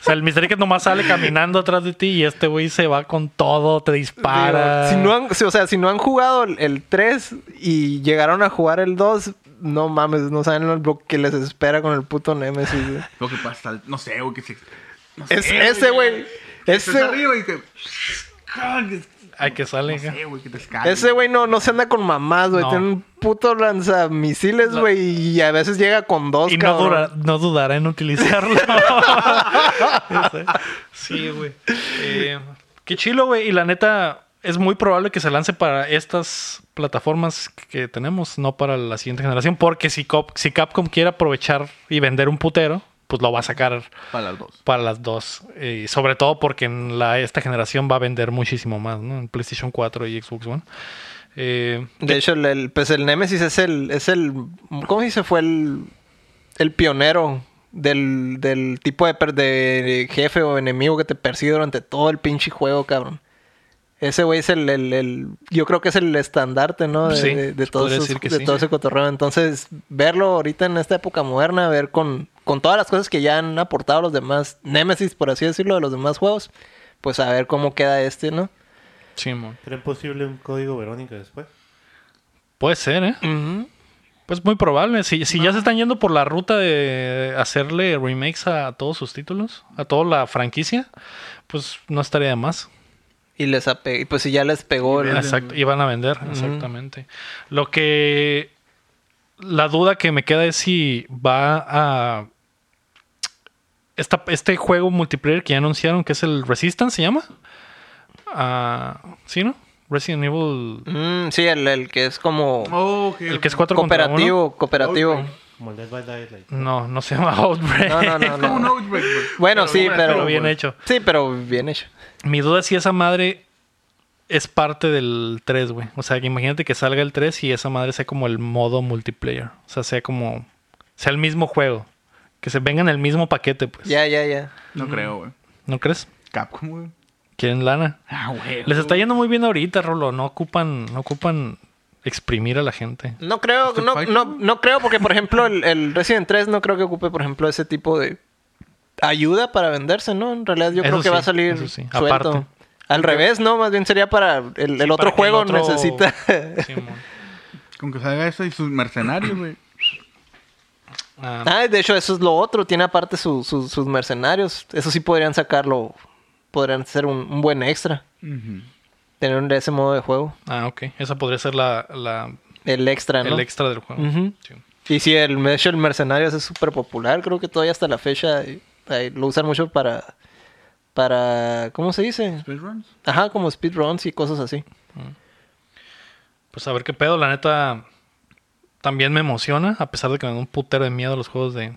Speaker 1: sea, el Mr. X nomás sale caminando atrás de ti y este güey se va con todo, te dispara.
Speaker 2: Digo, Si no han, si- o sea, si no han jugado el, el 3 y llegaron a jugar el 2, no mames, no saben lo que les espera con el puto
Speaker 1: [LAUGHS]
Speaker 2: Nemesis. güey.
Speaker 3: Lo que pasa, no sé, güey, que se. no
Speaker 2: Es-
Speaker 3: sé, güey,
Speaker 2: ese, güey.
Speaker 3: Estás
Speaker 2: Ese,
Speaker 3: arriba y te. Ay,
Speaker 1: Ay, que sale.
Speaker 3: No
Speaker 1: ja.
Speaker 3: sé, güey, que te escala.
Speaker 2: ese güey no, no se anda con mamás, güey.
Speaker 1: No.
Speaker 2: Tiene un puto lanzamisiles, güey. Y a veces llega con dos,
Speaker 1: Y no,
Speaker 2: cabrón.
Speaker 1: dura- no dudará en utilizarlo. [LAUGHS] Ya sé. sí, güey. Eh, qué chilo, güey. Y la neta, es muy probable que se lance para estas plataformas que tenemos, no para la siguiente generación. Porque si, Cop- si Capcom quiere aprovechar y vender un putero, pues lo va a sacar
Speaker 3: Para las dos.
Speaker 1: para las dos. Eh, sobre todo porque en la, esta generación va a vender muchísimo más, ¿no? En PlayStation 4 y Xbox One. Eh,
Speaker 2: De hecho, el, el- pues el Nemesis es el, es el, ¿cómo se dice? Fue el, el pionero del, del tipo de, per- de jefe o enemigo que te persigue durante todo el pinche juego, cabrón. Ese güey es el, el- el- yo creo que es el estandarte, ¿no? De,
Speaker 1: Sí,
Speaker 2: de- de
Speaker 1: se
Speaker 2: todo,
Speaker 1: podría
Speaker 2: esos-
Speaker 1: decir que
Speaker 2: de
Speaker 1: sí.
Speaker 2: todo ese cotorreo. Entonces, verlo ahorita en esta época moderna, ver con, con todas las cosas que ya han aportado los demás, Nemesis, por así decirlo, de los demás juegos, pues a ver cómo queda este, ¿no?
Speaker 1: Simón.
Speaker 4: ¿Creen posible un código Verónica después?
Speaker 1: Puede ser, ¿eh? Pues muy probable. Si, si ya se están yendo por la ruta de hacerle remakes a todos sus títulos, a toda la franquicia, pues no estaría de más.
Speaker 2: Y les ape- y pues si ya les pegó el,
Speaker 1: Exacto. Y van a vender, exactamente. Lo que. La duda que me queda es si va a. Esta, este juego multiplayer que ya anunciaron, que es el Resistance, ¿se llama? Ah, ¿Sí, no? Resident Evil.
Speaker 2: Mm, sí, el, el que es como
Speaker 3: Oh, ok.
Speaker 1: El que es 4 contra uno.
Speaker 2: cooperativo, cooperativo.
Speaker 4: Como el Dead by Daylight.
Speaker 1: No, no se llama Outbreak.
Speaker 2: No,
Speaker 1: [LAUGHS]
Speaker 2: no, no,
Speaker 3: Es como un
Speaker 2: no.
Speaker 3: Outbreak, güey.
Speaker 2: Bueno, sí,
Speaker 3: bueno,
Speaker 2: pero... pues
Speaker 1: Pero bien hecho.
Speaker 2: Sí, pero bien hecho.
Speaker 1: Mi duda es si esa madre es parte del 3, güey. O sea, que imagínate que salga el 3 y esa madre sea como el modo multiplayer. O sea, sea como. sea el mismo juego. Que se venga en el mismo paquete, pues.
Speaker 2: Ya, ya, ya.
Speaker 3: No creo, güey.
Speaker 1: ¿No crees?
Speaker 3: Capcom, güey.
Speaker 1: Quieren lana.
Speaker 3: Ah, güey.
Speaker 1: Les está yendo muy bien ahorita, Rolo. No ocupan, no ocupan exprimir a la gente.
Speaker 2: No creo,
Speaker 3: ¿Este
Speaker 2: no,
Speaker 3: fight?
Speaker 2: no, no creo porque, por ejemplo, el, el Resident 3 no creo que ocupe, por ejemplo, ese tipo de ayuda para venderse, ¿no? En realidad yo
Speaker 1: Eso
Speaker 2: creo que
Speaker 1: sí,
Speaker 2: va a salir
Speaker 1: eso sí.
Speaker 2: suelto.
Speaker 1: Aparte.
Speaker 2: Al revés, ¿no? Más bien sería para... El, el
Speaker 1: Sí,
Speaker 2: otro
Speaker 1: para que el
Speaker 2: juego
Speaker 1: otro-
Speaker 2: necesita...
Speaker 1: [LAUGHS] Simón.
Speaker 3: Con que salga eso y sus mercenarios, güey.
Speaker 1: Ah,
Speaker 2: Ah, de hecho, eso es lo otro. Tiene aparte su- su- sus mercenarios. Eso sí podrían sacarlo. Podrían ser un, un buen extra.
Speaker 3: Ujú.
Speaker 2: Tener un- ese modo de juego.
Speaker 1: ah, ok. Esa podría ser la, la-
Speaker 2: El extra, ¿no?
Speaker 1: el extra del juego.
Speaker 2: Ujú.
Speaker 1: Sí.
Speaker 2: Y sí, el, de hecho, el mercenario es súper popular. Creo que todavía hasta la fecha eh, eh, lo usan mucho para... Para... ¿Cómo se dice?
Speaker 3: Speedruns.
Speaker 2: Ajá, como speedruns y cosas así.
Speaker 1: Pues a ver qué pedo, la neta. También me emociona, a pesar de que me da un putero de miedo a los juegos de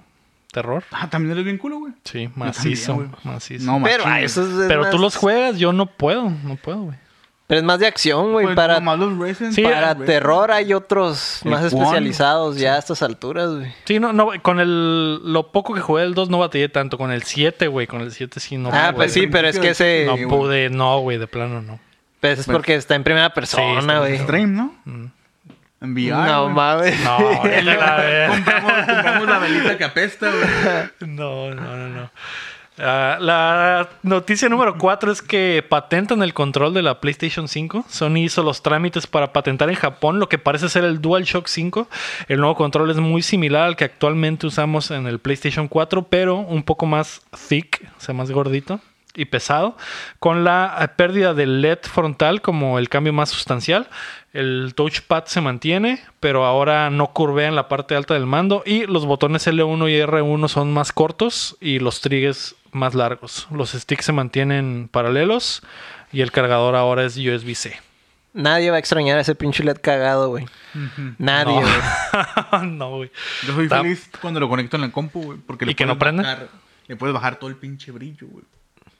Speaker 1: terror.
Speaker 3: Ah, también eres bien culo, güey.
Speaker 1: Sí, macizo,
Speaker 3: también, güey.
Speaker 1: macizo.
Speaker 3: No,
Speaker 2: Pero
Speaker 3: machín,
Speaker 2: ah, eso es- es
Speaker 1: Pero tú
Speaker 2: más-
Speaker 1: los juegas, yo no puedo, no puedo, güey.
Speaker 2: Pero es más de acción, güey.
Speaker 3: Pues,
Speaker 2: para
Speaker 3: nomás los Resident
Speaker 1: Sí,
Speaker 2: para
Speaker 3: güey.
Speaker 2: terror hay otros
Speaker 3: El
Speaker 2: más
Speaker 3: Juan.
Speaker 2: especializados ya a estas alturas, güey.
Speaker 1: Sí, no, no, con el lo poco que jugué del 2 no batallé tanto, con el 7, güey, con el 7 sí no.
Speaker 2: ah,
Speaker 1: pude,
Speaker 2: pues sí,
Speaker 1: güey.
Speaker 2: pero es que ese...
Speaker 1: No
Speaker 3: Sí, güey.
Speaker 1: pude, no, güey, de plano
Speaker 2: [LAUGHS]
Speaker 1: no.
Speaker 2: Pues es porque está en primera persona,
Speaker 1: está en
Speaker 2: güey.
Speaker 3: Stream, ¿no? En VR.
Speaker 2: Mm. no
Speaker 3: güey.
Speaker 2: mames.
Speaker 1: No, vete a la verga.
Speaker 3: Compramos, compramos la velita que
Speaker 2: [LAUGHS]
Speaker 3: apesta, güey.
Speaker 1: no, no, no, no. Ah, la noticia número 4 es que patentan el control de la PlayStation 5. Sony hizo los trámites para patentar en Japón lo que parece ser el DualShock 5. El nuevo control es muy similar al que actualmente usamos en el PlayStation 4, pero un poco más thick, o sea, más gordito y pesado, con la eh, pérdida del LED frontal como el cambio más sustancial. El touchpad se mantiene, pero ahora no curvea en la parte alta del mando y los botones L1 y R1 son más cortos y los triggers más largos. Los sticks se mantienen paralelos y el cargador ahora es USB-C.
Speaker 2: Nadie va a extrañar ese pinche LED cagado, güey. Nadie,
Speaker 1: No.
Speaker 2: güey.
Speaker 1: [LAUGHS] no, güey.
Speaker 3: Yo soy
Speaker 1: Está-
Speaker 3: feliz cuando lo conecto en la compu, güey. Porque le
Speaker 1: ¿Y que no
Speaker 3: puedes
Speaker 1: prende?
Speaker 3: bajar- Le puedes bajar todo el pinche brillo, güey.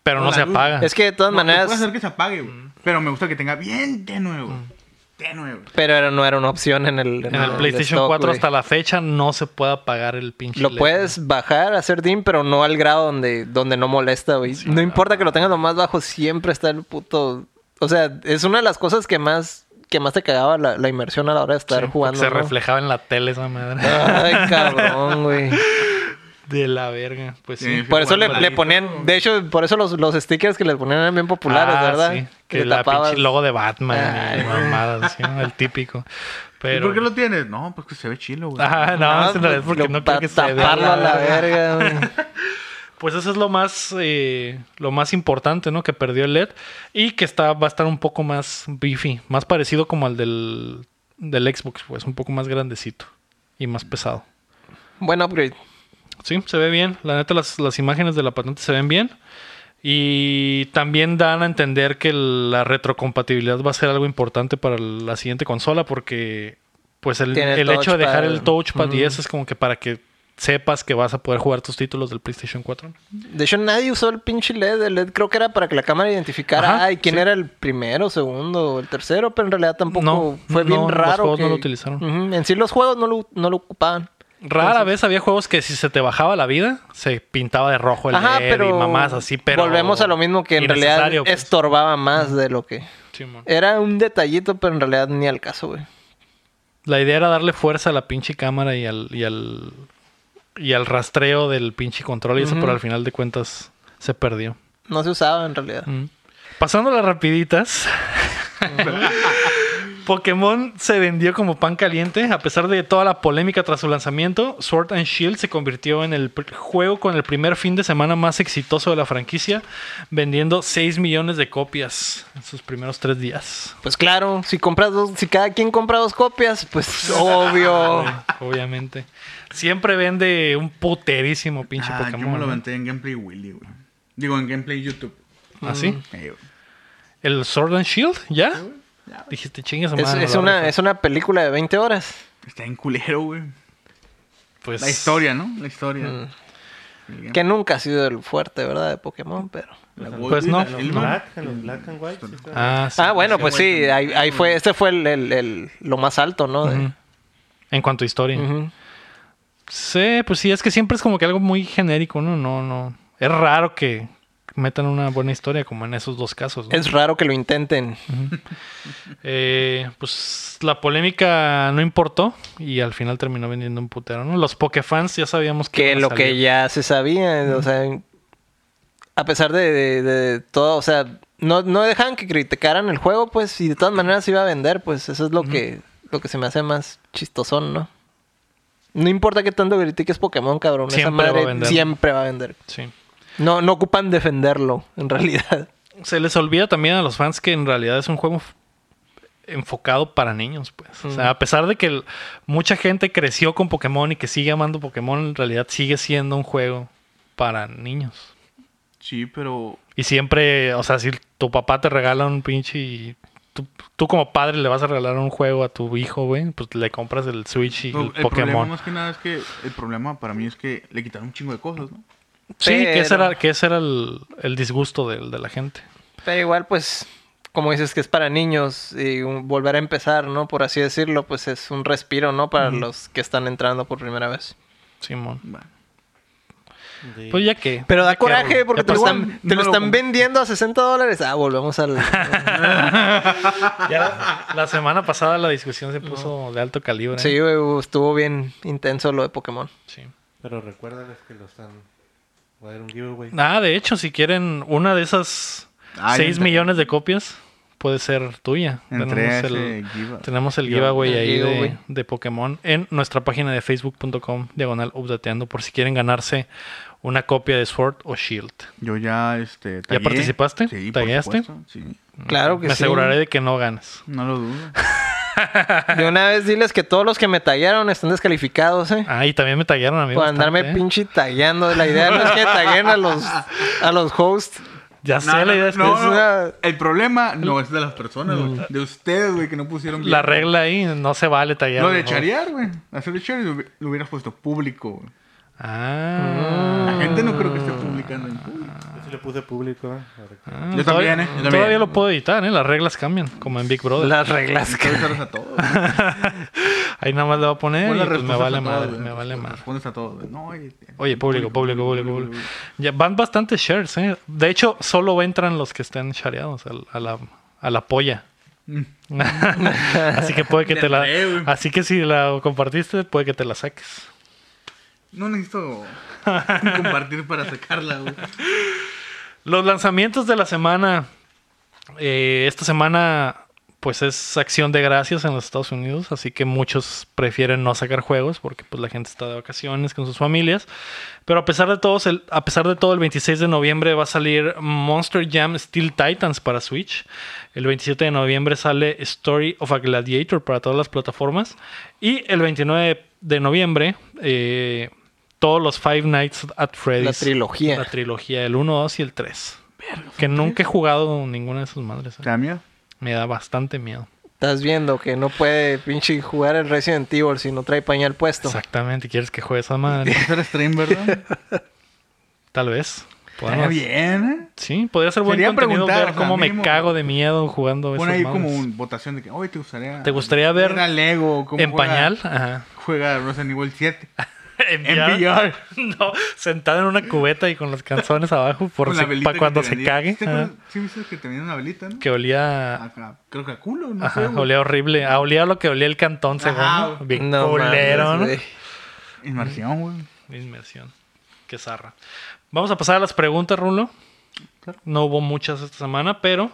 Speaker 1: Pero no
Speaker 3: Hola,
Speaker 1: se
Speaker 3: luz.
Speaker 1: apaga.
Speaker 2: Es que de todas
Speaker 3: No, Puede
Speaker 2: maneras, Mm.
Speaker 3: hacer que se apague, güey. Pero me gusta que tenga bien de nuevo. De nuevo.
Speaker 2: pero era- no era una opción en el,
Speaker 1: en el PlayStation
Speaker 2: stock,
Speaker 1: 4
Speaker 2: güey.
Speaker 1: hasta la fecha no se puede apagar el pinche E
Speaker 2: Lo
Speaker 1: LED.
Speaker 2: puedes bajar, hacer DIM, pero no al grado donde, donde no molesta, güey. no importa que lo tengas lo más bajo, siempre está el puto... O sea, es una de las cosas que más, que más te cagaba la, la inmersión a la hora de
Speaker 1: Sí,
Speaker 2: estar
Speaker 1: porque
Speaker 2: jugando.
Speaker 1: Se
Speaker 2: ¿no? Ah.
Speaker 1: reflejaba en la tele esa madre. [LAUGHS]
Speaker 2: Ay, cabrón, güey.
Speaker 1: De la verga. Pues sí.
Speaker 3: Sí.
Speaker 2: Por eso le,
Speaker 3: Igual,
Speaker 2: le
Speaker 3: igualito.
Speaker 2: ponían, de hecho, por eso los, los stickers que les ponían eran bien populares,
Speaker 1: Ah,
Speaker 2: ¿verdad?
Speaker 1: sí,
Speaker 2: Que
Speaker 1: que
Speaker 2: te
Speaker 1: la
Speaker 2: tapabas.
Speaker 1: pinche logo de Batman y
Speaker 2: Ay,
Speaker 1: mamadas, ¿sí? el típico.
Speaker 3: ¿Y
Speaker 1: Pero...
Speaker 3: por qué lo tienes? No, pues que se ve chilo, güey.
Speaker 1: Ah, no, es en realidad porque
Speaker 2: lo-
Speaker 1: no
Speaker 2: para
Speaker 1: quiero que se vea.
Speaker 2: taparlo a la verga, güey. [LAUGHS]
Speaker 1: Pues eso es lo más, eh, lo más importante, ¿no? Que perdió el LED y que está, va a estar un poco más beefy, más parecido como al del, del Xbox, pues un poco más grandecito y más pesado.
Speaker 2: Buen upgrade.
Speaker 1: Sí, se ve bien. La neta, las, las imágenes de la patente se ven bien. Y también dan a entender que el- la retrocompatibilidad va a ser algo importante para el- la siguiente consola porque pues el,
Speaker 2: Tiene
Speaker 1: el hecho de dejar
Speaker 2: touchpad.
Speaker 1: el touchpad y
Speaker 2: Ujú.
Speaker 1: eso es como que para que sepas que vas a poder jugar tus títulos del PlayStation 4.
Speaker 2: De hecho, nadie usó el pinche LED. El LED creo que era para que la cámara identificara
Speaker 1: Ajá,
Speaker 2: ay, quién
Speaker 1: sí.
Speaker 2: era el primero, segundo o el tercero, pero en realidad tampoco
Speaker 1: No,
Speaker 2: fue bien
Speaker 1: no, los
Speaker 2: raro.
Speaker 1: juegos no
Speaker 2: que-
Speaker 1: lo utilizaron.
Speaker 2: Ujú, En sí, los juegos no lo, no lo ocupaban.
Speaker 1: Rara vez había juegos que si se te bajaba la vida, se pintaba de rojo el
Speaker 2: Ajá,
Speaker 1: LED
Speaker 2: pero,
Speaker 1: Pues y mamás así, pero...
Speaker 2: Volvemos a lo mismo que en realidad
Speaker 1: innecesario, pues.
Speaker 2: estorbaba más de lo que.
Speaker 1: Sí, mon.
Speaker 2: Era un detallito, pero en realidad ni al caso, güey.
Speaker 1: La idea era darle fuerza a la pinche cámara y al, y al, y al rastreo del pinche control y eso,
Speaker 2: Ujú.
Speaker 1: pero al final de cuentas se perdió.
Speaker 2: No se usaba en realidad.
Speaker 1: Mm. Pasando a las rapiditas. [LAUGHS] Pokémon se vendió como pan caliente. A pesar de toda la polémica tras su lanzamiento, Sword and Shield se convirtió en el pr- juego con el primer fin de semana más exitoso de la franquicia, vendiendo 6 millones de copias en sus primeros tres días.
Speaker 2: Pues claro, si compras dos, si cada quien compra dos copias,
Speaker 1: [LAUGHS]
Speaker 2: pues obvio.
Speaker 1: Obviamente. Siempre vende un puterísimo pinche
Speaker 3: ah,
Speaker 1: Pokémon.
Speaker 3: Yo me
Speaker 1: ¿no?
Speaker 3: lo aventé en Gameplay Willy, güey. Digo, en Gameplay YouTube.
Speaker 1: ¿Ah, sí?
Speaker 3: Ahí, güey.
Speaker 1: ¿El Sword and Shield? ¿Ya?
Speaker 3: Ya, güey.
Speaker 1: Dijiste, chingas,
Speaker 2: Es, es una, es una película de 20 horas.
Speaker 3: Está en culero, güey.
Speaker 1: Pues,
Speaker 3: La historia, ¿no? La historia.
Speaker 1: mm.
Speaker 3: El game-
Speaker 2: Que nunca ha sido el fuerte, ¿verdad? De Pokémon, pero.
Speaker 3: la Gold
Speaker 4: Pues
Speaker 3: y
Speaker 1: no,
Speaker 3: la
Speaker 4: En los
Speaker 3: Silver.
Speaker 4: black, en los black and white. sí está-
Speaker 1: Ah, sí. Mm.
Speaker 2: ah, bueno,
Speaker 3: sí,
Speaker 2: pues
Speaker 3: güey,
Speaker 2: sí, ahí, ahí fue, este fue el, el- el- lo más alto, ¿no? De-
Speaker 1: Ujú. En cuanto a historia.
Speaker 2: Ujú.
Speaker 1: Sí, pues sí, es que siempre es como que algo muy genérico, ¿no? No, no. Es raro que metan una buena historia como en esos dos casos. ¿no?
Speaker 2: Es raro que lo intenten.
Speaker 1: Eh, pues la polémica no importó y al final terminó vendiendo un putero, ¿no? Los Pokefans ya sabíamos que...
Speaker 2: que
Speaker 1: iban a
Speaker 2: lo que
Speaker 1: salir.
Speaker 2: ya se sabía, o sea, a pesar de, de- de todo, o sea, no, no dejaban que criticaran el juego, pues, y de todas maneras se iba a vender, pues, eso es lo que lo que se me hace más chistosón, ¿no? No importa que tanto critiques Pokémon, cabrón, esa
Speaker 1: Siempre va a
Speaker 2: madre
Speaker 1: vender.
Speaker 2: siempre va a vender.
Speaker 1: Sí.
Speaker 2: No, no ocupan defenderlo, en realidad.
Speaker 1: Se les olvida también a los fans que en realidad es un juego f- enfocado para niños, pues.
Speaker 2: Mm.
Speaker 1: O sea, a pesar de que el- mucha gente creció con Pokémon y que sigue amando Pokémon, en realidad sigue siendo un juego para niños.
Speaker 3: Sí, pero
Speaker 1: Y siempre, o sea, si tu papá te regala un pinche. y tú, tú como padre le vas a regalar un juego a tu hijo, güey, pues le compras el Switch y
Speaker 3: No,
Speaker 1: el,
Speaker 3: el problema
Speaker 1: Pokémon.
Speaker 3: más que nada es que el problema para mí es que le quitaron un chingo de cosas, ¿no?
Speaker 1: Sí, que ese
Speaker 2: Pero-
Speaker 1: era, que ese era el, el disgusto del- de, la gente.
Speaker 2: Pero igual, pues, como dices que es para niños y un- volver a empezar, ¿no? Por así decirlo, pues es un respiro, ¿no? Para los que están entrando por primera vez.
Speaker 1: Simón.
Speaker 3: Bueno,
Speaker 4: Sí.
Speaker 1: Pues ya que.
Speaker 2: Pero da
Speaker 1: ya que, güey.
Speaker 2: coraje porque
Speaker 1: Ya
Speaker 2: te lo
Speaker 1: pasó.
Speaker 3: igual,
Speaker 2: están, te lo
Speaker 3: no lo
Speaker 2: están
Speaker 3: compro.
Speaker 2: vendiendo a 60 dólares. Ah, volvemos [LAUGHS] al...
Speaker 1: Ya la, la semana pasada la discusión se puso de alto calibre.
Speaker 2: sí,
Speaker 1: ¿eh?
Speaker 2: güey, estuvo bien intenso lo de Pokémon.
Speaker 1: Sí.
Speaker 4: Pero recuérdales que lo están. Va a haber un giveaway.
Speaker 1: Ah, de hecho, si quieren una de esas
Speaker 3: Ah, ya
Speaker 1: 6
Speaker 3: entré.
Speaker 1: millones de copias, puede ser tuya.
Speaker 3: Entré a
Speaker 1: Tenemos el-
Speaker 3: ese give-
Speaker 1: Tenemos el giveaway
Speaker 2: El
Speaker 1: ahí de-
Speaker 2: giveaway.
Speaker 1: De, Pokémon en nuestra página de facebook.com diagonal updateando por si quieren ganarse una copia de Sword o Shield.
Speaker 3: Yo ya, este... tagué.
Speaker 1: participaste?
Speaker 3: Sí, por
Speaker 1: ¿Tagueaste?
Speaker 3: supuesto, sí.
Speaker 2: Claro que
Speaker 1: Me
Speaker 2: sí.
Speaker 1: aseguraré de que no ganes.
Speaker 3: No
Speaker 1: [LAUGHS]
Speaker 3: lo dudo.
Speaker 2: [LAUGHS] De una vez diles que todos los que me tallaron están descalificados, ¿eh?
Speaker 1: Ah, y también me tallaron a mí.
Speaker 2: Por
Speaker 1: bastante,
Speaker 2: andarme
Speaker 1: ¿eh?
Speaker 2: pinche tallando. La idea no es [LAUGHS] que taguen a los, a los hosts.
Speaker 1: Ya sé,
Speaker 3: No,
Speaker 1: la idea
Speaker 3: no,
Speaker 1: es que
Speaker 3: no,
Speaker 1: es
Speaker 3: no.
Speaker 2: una-
Speaker 3: El problema no es de las personas, güey. De ustedes, güey, que no pusieron bien.
Speaker 1: la regla ahí no se vale tallar.
Speaker 3: Lo de
Speaker 1: ¿no?
Speaker 3: charear, güey. Hacer el charear lo hubi- lo hubieras puesto público, güey.
Speaker 1: Ah.
Speaker 3: La gente no creo que esté publicando en público.
Speaker 4: Yo sí le puse público. eh, para que-
Speaker 1: Ah,
Speaker 3: Yo
Speaker 1: todavía-
Speaker 3: también, ¿eh? Yo también.
Speaker 1: Todavía lo puedo editar, ¿eh? Las reglas cambian, como en Big
Speaker 3: [LAUGHS]
Speaker 1: Brother.
Speaker 2: Las reglas que...
Speaker 3: Respondes a
Speaker 1: [LAUGHS]
Speaker 3: todos. güey.
Speaker 1: Ahí nada más le voy a poner
Speaker 3: Pon
Speaker 1: y
Speaker 3: las
Speaker 1: pues me
Speaker 3: respuestas
Speaker 1: vale
Speaker 3: a todos,
Speaker 1: madre,
Speaker 3: güey.
Speaker 1: me vale madre.
Speaker 3: Respondes a todos, güey. No, oye...
Speaker 1: Oye, público, público, público, público. Ya van bastantes shares, ¿eh? De hecho, solo entran los que están shareados al- a, la, a la polla. [LAUGHS] así que puede
Speaker 3: [LAUGHS]
Speaker 1: que
Speaker 3: Me
Speaker 1: te la...
Speaker 3: enteré, Mm. güey.
Speaker 1: Así que si la compartiste, puede que te la saques. [LAUGHS]
Speaker 3: No necesito compartir para sacarla, güey.
Speaker 1: Los lanzamientos de la semana. Eh, esta semana, pues es acción de gracias en los Estados Unidos, así que muchos prefieren no sacar juegos porque pues la gente está de vacaciones con sus familias. Pero a pesar de todo, el, a pesar de todo, el 26 de noviembre va a salir Monster Jam Steel Titans para Switch. El 27 de noviembre sale Story of a Gladiator para todas las plataformas. Y el 29 de noviembre, eh, todos los Five Nights at Freddy's.
Speaker 2: La trilogía.
Speaker 1: La trilogía, el 1, 2 y el 3. Que nunca he jugado ninguna de sus madres. eh. [LAUGHS]
Speaker 3: ¿Te da miedo?
Speaker 1: Me da bastante miedo.
Speaker 2: Estás viendo que no puede pinche jugar el Resident Evil si no trae pañal puesto.
Speaker 1: Exactamente, ¿quieres que juegue esa madre?
Speaker 3: [LAUGHS] Hacer stream, ¿verdad?
Speaker 1: Tal vez.
Speaker 3: Estaría
Speaker 1: Podamos-
Speaker 3: bien, ¿eh?
Speaker 1: Sí, podría ser buen
Speaker 3: Sería
Speaker 1: contenido
Speaker 3: preguntar,
Speaker 1: ver
Speaker 3: o sea,
Speaker 1: cómo me
Speaker 3: mínimo-
Speaker 1: cago de miedo jugando
Speaker 3: Pon
Speaker 1: esas
Speaker 3: ahí
Speaker 1: madres.
Speaker 3: como un votación de que, oye, ¿te gustaría...
Speaker 1: Pues, ¿Te gustaría ver
Speaker 3: Era Lego. cómo
Speaker 1: en
Speaker 3: juega-
Speaker 1: pañal? Ajá.
Speaker 3: Juega Resident Evil 7.
Speaker 1: En
Speaker 3: [LAUGHS] En
Speaker 1: VR.
Speaker 3: VR.
Speaker 1: [LAUGHS] No, sentado en una cubeta y con los calzones abajo [LAUGHS] por
Speaker 3: Con la velita
Speaker 1: para
Speaker 3: que
Speaker 1: cuando
Speaker 3: te
Speaker 1: se
Speaker 3: vendían.
Speaker 1: cague. ah.
Speaker 3: ¿Sí te
Speaker 1: Ajá.
Speaker 3: acuerdas? Sí, viste que te vendían una velita, ¿no?
Speaker 1: Que olía...
Speaker 3: Acá, creo que a culo, no sé.
Speaker 1: Ajá,
Speaker 3: güey.
Speaker 1: olía horrible. Ah, olía lo que olía el cantón, según.
Speaker 3: Ajá,
Speaker 1: ¿no?
Speaker 3: güey.
Speaker 1: Bien
Speaker 2: No
Speaker 1: culero,
Speaker 2: mames,
Speaker 1: ¿no?
Speaker 2: güey.
Speaker 3: Inmersión, güey.
Speaker 1: Inmersión. Qué zarra. Vamos a pasar a las preguntas, Rulo.
Speaker 3: Claro.
Speaker 1: No hubo muchas esta semana, pero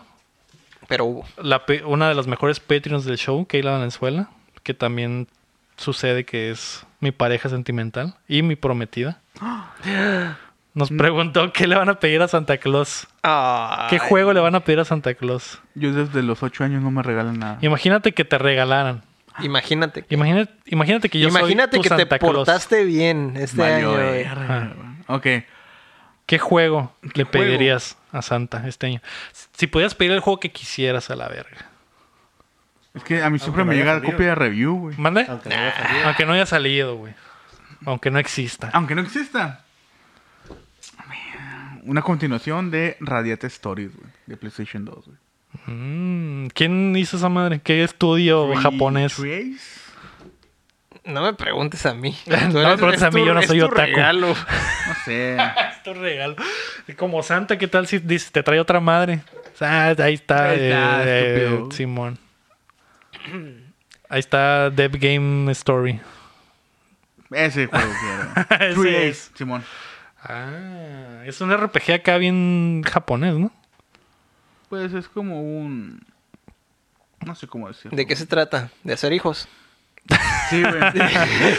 Speaker 2: Pero hubo.
Speaker 1: la pe- una de las mejores Patreons del show, Keila Valenzuela, que también sucede que es mi pareja sentimental y mi prometida, nos preguntó qué le van a pedir a Santa Claus.
Speaker 2: Ah,
Speaker 1: ¿Qué juego le van a pedir a Santa Claus?
Speaker 3: Yo desde los 8 años no me regalan nada.
Speaker 1: Imagínate que te regalaran.
Speaker 2: Imagínate. que-
Speaker 1: Imagínate, imagínate que yo soy
Speaker 2: imagínate
Speaker 1: tu
Speaker 2: que
Speaker 1: Santa
Speaker 2: te
Speaker 1: Claus.
Speaker 2: portaste bien este
Speaker 3: Valió
Speaker 2: año. güey.
Speaker 3: verga, güey. Ok.
Speaker 1: ¿Qué juego le
Speaker 3: juego?
Speaker 1: pedirías a Santa este año? Si pudieras pedir el juego que quisieras a la verga.
Speaker 3: Es que
Speaker 2: Ah,
Speaker 3: a mí siempre
Speaker 4: no
Speaker 3: me
Speaker 4: haya
Speaker 3: llega
Speaker 4: salido.
Speaker 3: copia de review, güey.
Speaker 1: ¿Mande?
Speaker 4: Aunque no haya salido.
Speaker 1: Aunque no haya salido, güey. Aunque no exista.
Speaker 3: Aunque no exista. Una continuación de Radiate Stories, güey. De PlayStation 2, güey.
Speaker 1: Mm, ¿Quién hizo esa madre? ¿Qué estudio
Speaker 3: Three-
Speaker 1: japonés?
Speaker 3: Treeace.
Speaker 2: No me preguntes
Speaker 1: [LAUGHS]
Speaker 2: a mí. Tú
Speaker 1: No me
Speaker 2: eres-
Speaker 1: preguntes
Speaker 2: es
Speaker 1: a mí,
Speaker 2: tu-
Speaker 1: yo no
Speaker 2: es
Speaker 1: soy
Speaker 2: tu
Speaker 1: otaku.
Speaker 2: regalo.
Speaker 3: No sé.
Speaker 1: Ah, Esto es regalo. Como Santa, ¿qué tal si dice, te trae otra madre? Ah, ahí está,
Speaker 3: Ahí está,
Speaker 1: eh,
Speaker 3: estúpido.
Speaker 1: Simón. Ahí está Dev Game Story.
Speaker 3: Ese juego quiero.
Speaker 1: [LAUGHS] Ese
Speaker 3: Treeace,
Speaker 1: es.
Speaker 3: Simón.
Speaker 1: Ah, es un RPG acá bien japonés, ¿no?
Speaker 3: Pues es como un. No sé cómo decirlo.
Speaker 2: ¿De qué se trata? ¿De hacer hijos? [LAUGHS]
Speaker 3: Sí, güey.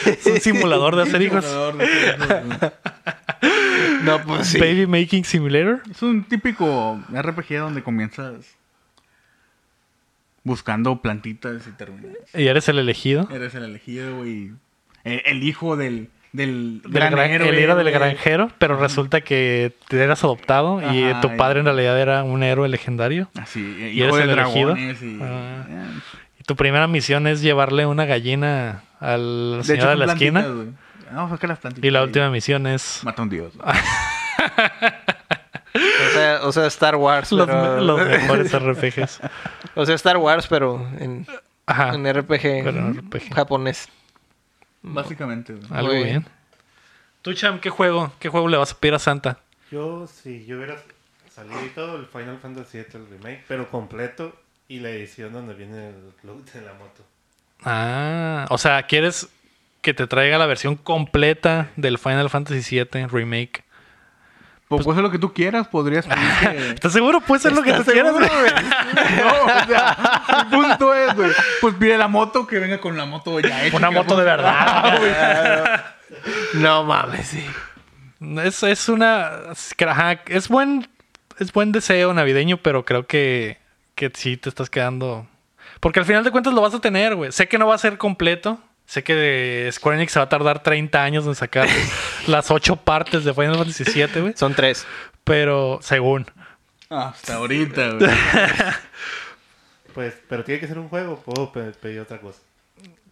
Speaker 1: Es un simulador de hacer
Speaker 3: [LAUGHS]
Speaker 1: hijos.
Speaker 3: Simulador de hacer hijos, güey.
Speaker 2: No, pues sí.
Speaker 1: Baby Making Simulator.
Speaker 3: Es un típico RPG donde comienzas buscando plantitas y terminas.
Speaker 1: Y eres el elegido.
Speaker 3: Eres el elegido, güey. El, el hijo del. Del,
Speaker 1: Del gran-
Speaker 3: granjero,
Speaker 1: el héroe del
Speaker 3: güey.
Speaker 1: granjero, pero resulta que te eras adoptado y
Speaker 3: Ajá,
Speaker 1: tu
Speaker 3: y-
Speaker 1: padre en realidad era un héroe legendario.
Speaker 3: Así,
Speaker 1: ¿Y eres
Speaker 3: hijo de
Speaker 1: el elegido?
Speaker 3: dragones y.
Speaker 1: Ah.
Speaker 3: eh,
Speaker 1: Y tu primera misión es llevarle una gallina a la señora de,
Speaker 3: son
Speaker 1: la
Speaker 3: plantitas,
Speaker 1: esquina.
Speaker 3: güey. Vamos a sacar las plantitas.
Speaker 1: Y la
Speaker 3: güey.
Speaker 1: última Ah. misión
Speaker 3: [LAUGHS]
Speaker 1: es
Speaker 3: Mata a un dios. güey.
Speaker 2: O sea, o sea, Star Wars.
Speaker 1: los,
Speaker 2: pero-
Speaker 3: [LAUGHS]
Speaker 1: me- los mejores [LAUGHS] RPGs.
Speaker 2: O sea, Star Wars, pero en,
Speaker 1: Ajá.
Speaker 2: en RPG,
Speaker 1: Ah, Pero en RPG.
Speaker 2: japonés.
Speaker 3: Básicamente, güey.
Speaker 1: Algo
Speaker 2: Muy
Speaker 1: bien.
Speaker 2: bien.
Speaker 1: Tú, Cham, ¿qué juego? ¿Qué juego le vas a pedir a Santa?
Speaker 4: Yo, si yo hubiera salido y todo, el Final Fantasy VII, el remake, pero completo y la edición donde viene el look de la moto.
Speaker 1: Ah, o sea, ¿quieres que te traiga la versión completa del Final Fantasy VII Remake?
Speaker 3: Pues, puede ser lo que tú quieras, podrías pedir que-
Speaker 1: [LAUGHS] ¿Estás seguro? Puede ser lo que tú
Speaker 2: ¿Estás
Speaker 1: quieras.
Speaker 2: seguro,
Speaker 1: güey?
Speaker 3: No, o sea, el punto es, güey. Pues pide la moto que venga con la moto ya
Speaker 1: [LAUGHS]
Speaker 3: hecha.
Speaker 1: Una
Speaker 3: que la
Speaker 1: moto de verdad.
Speaker 2: No mames, sí.
Speaker 1: Es, es una. es que, ajá, es buen. Es buen deseo navideño, pero creo que. Que sí te estás quedando. Porque al final de cuentas lo vas a tener, güey. Sé que no va a ser completo. Sé que eh, Square Enix se va a tardar 30 años en [LAUGHS] sacar las ocho partes de Final Fantasy VII, güey.
Speaker 2: Son tres.
Speaker 1: Pero según.
Speaker 3: Hasta ahorita, [LAUGHS] güey.
Speaker 4: Pues, pero tiene que ser un juego, puedo pe- pedir otra cosa.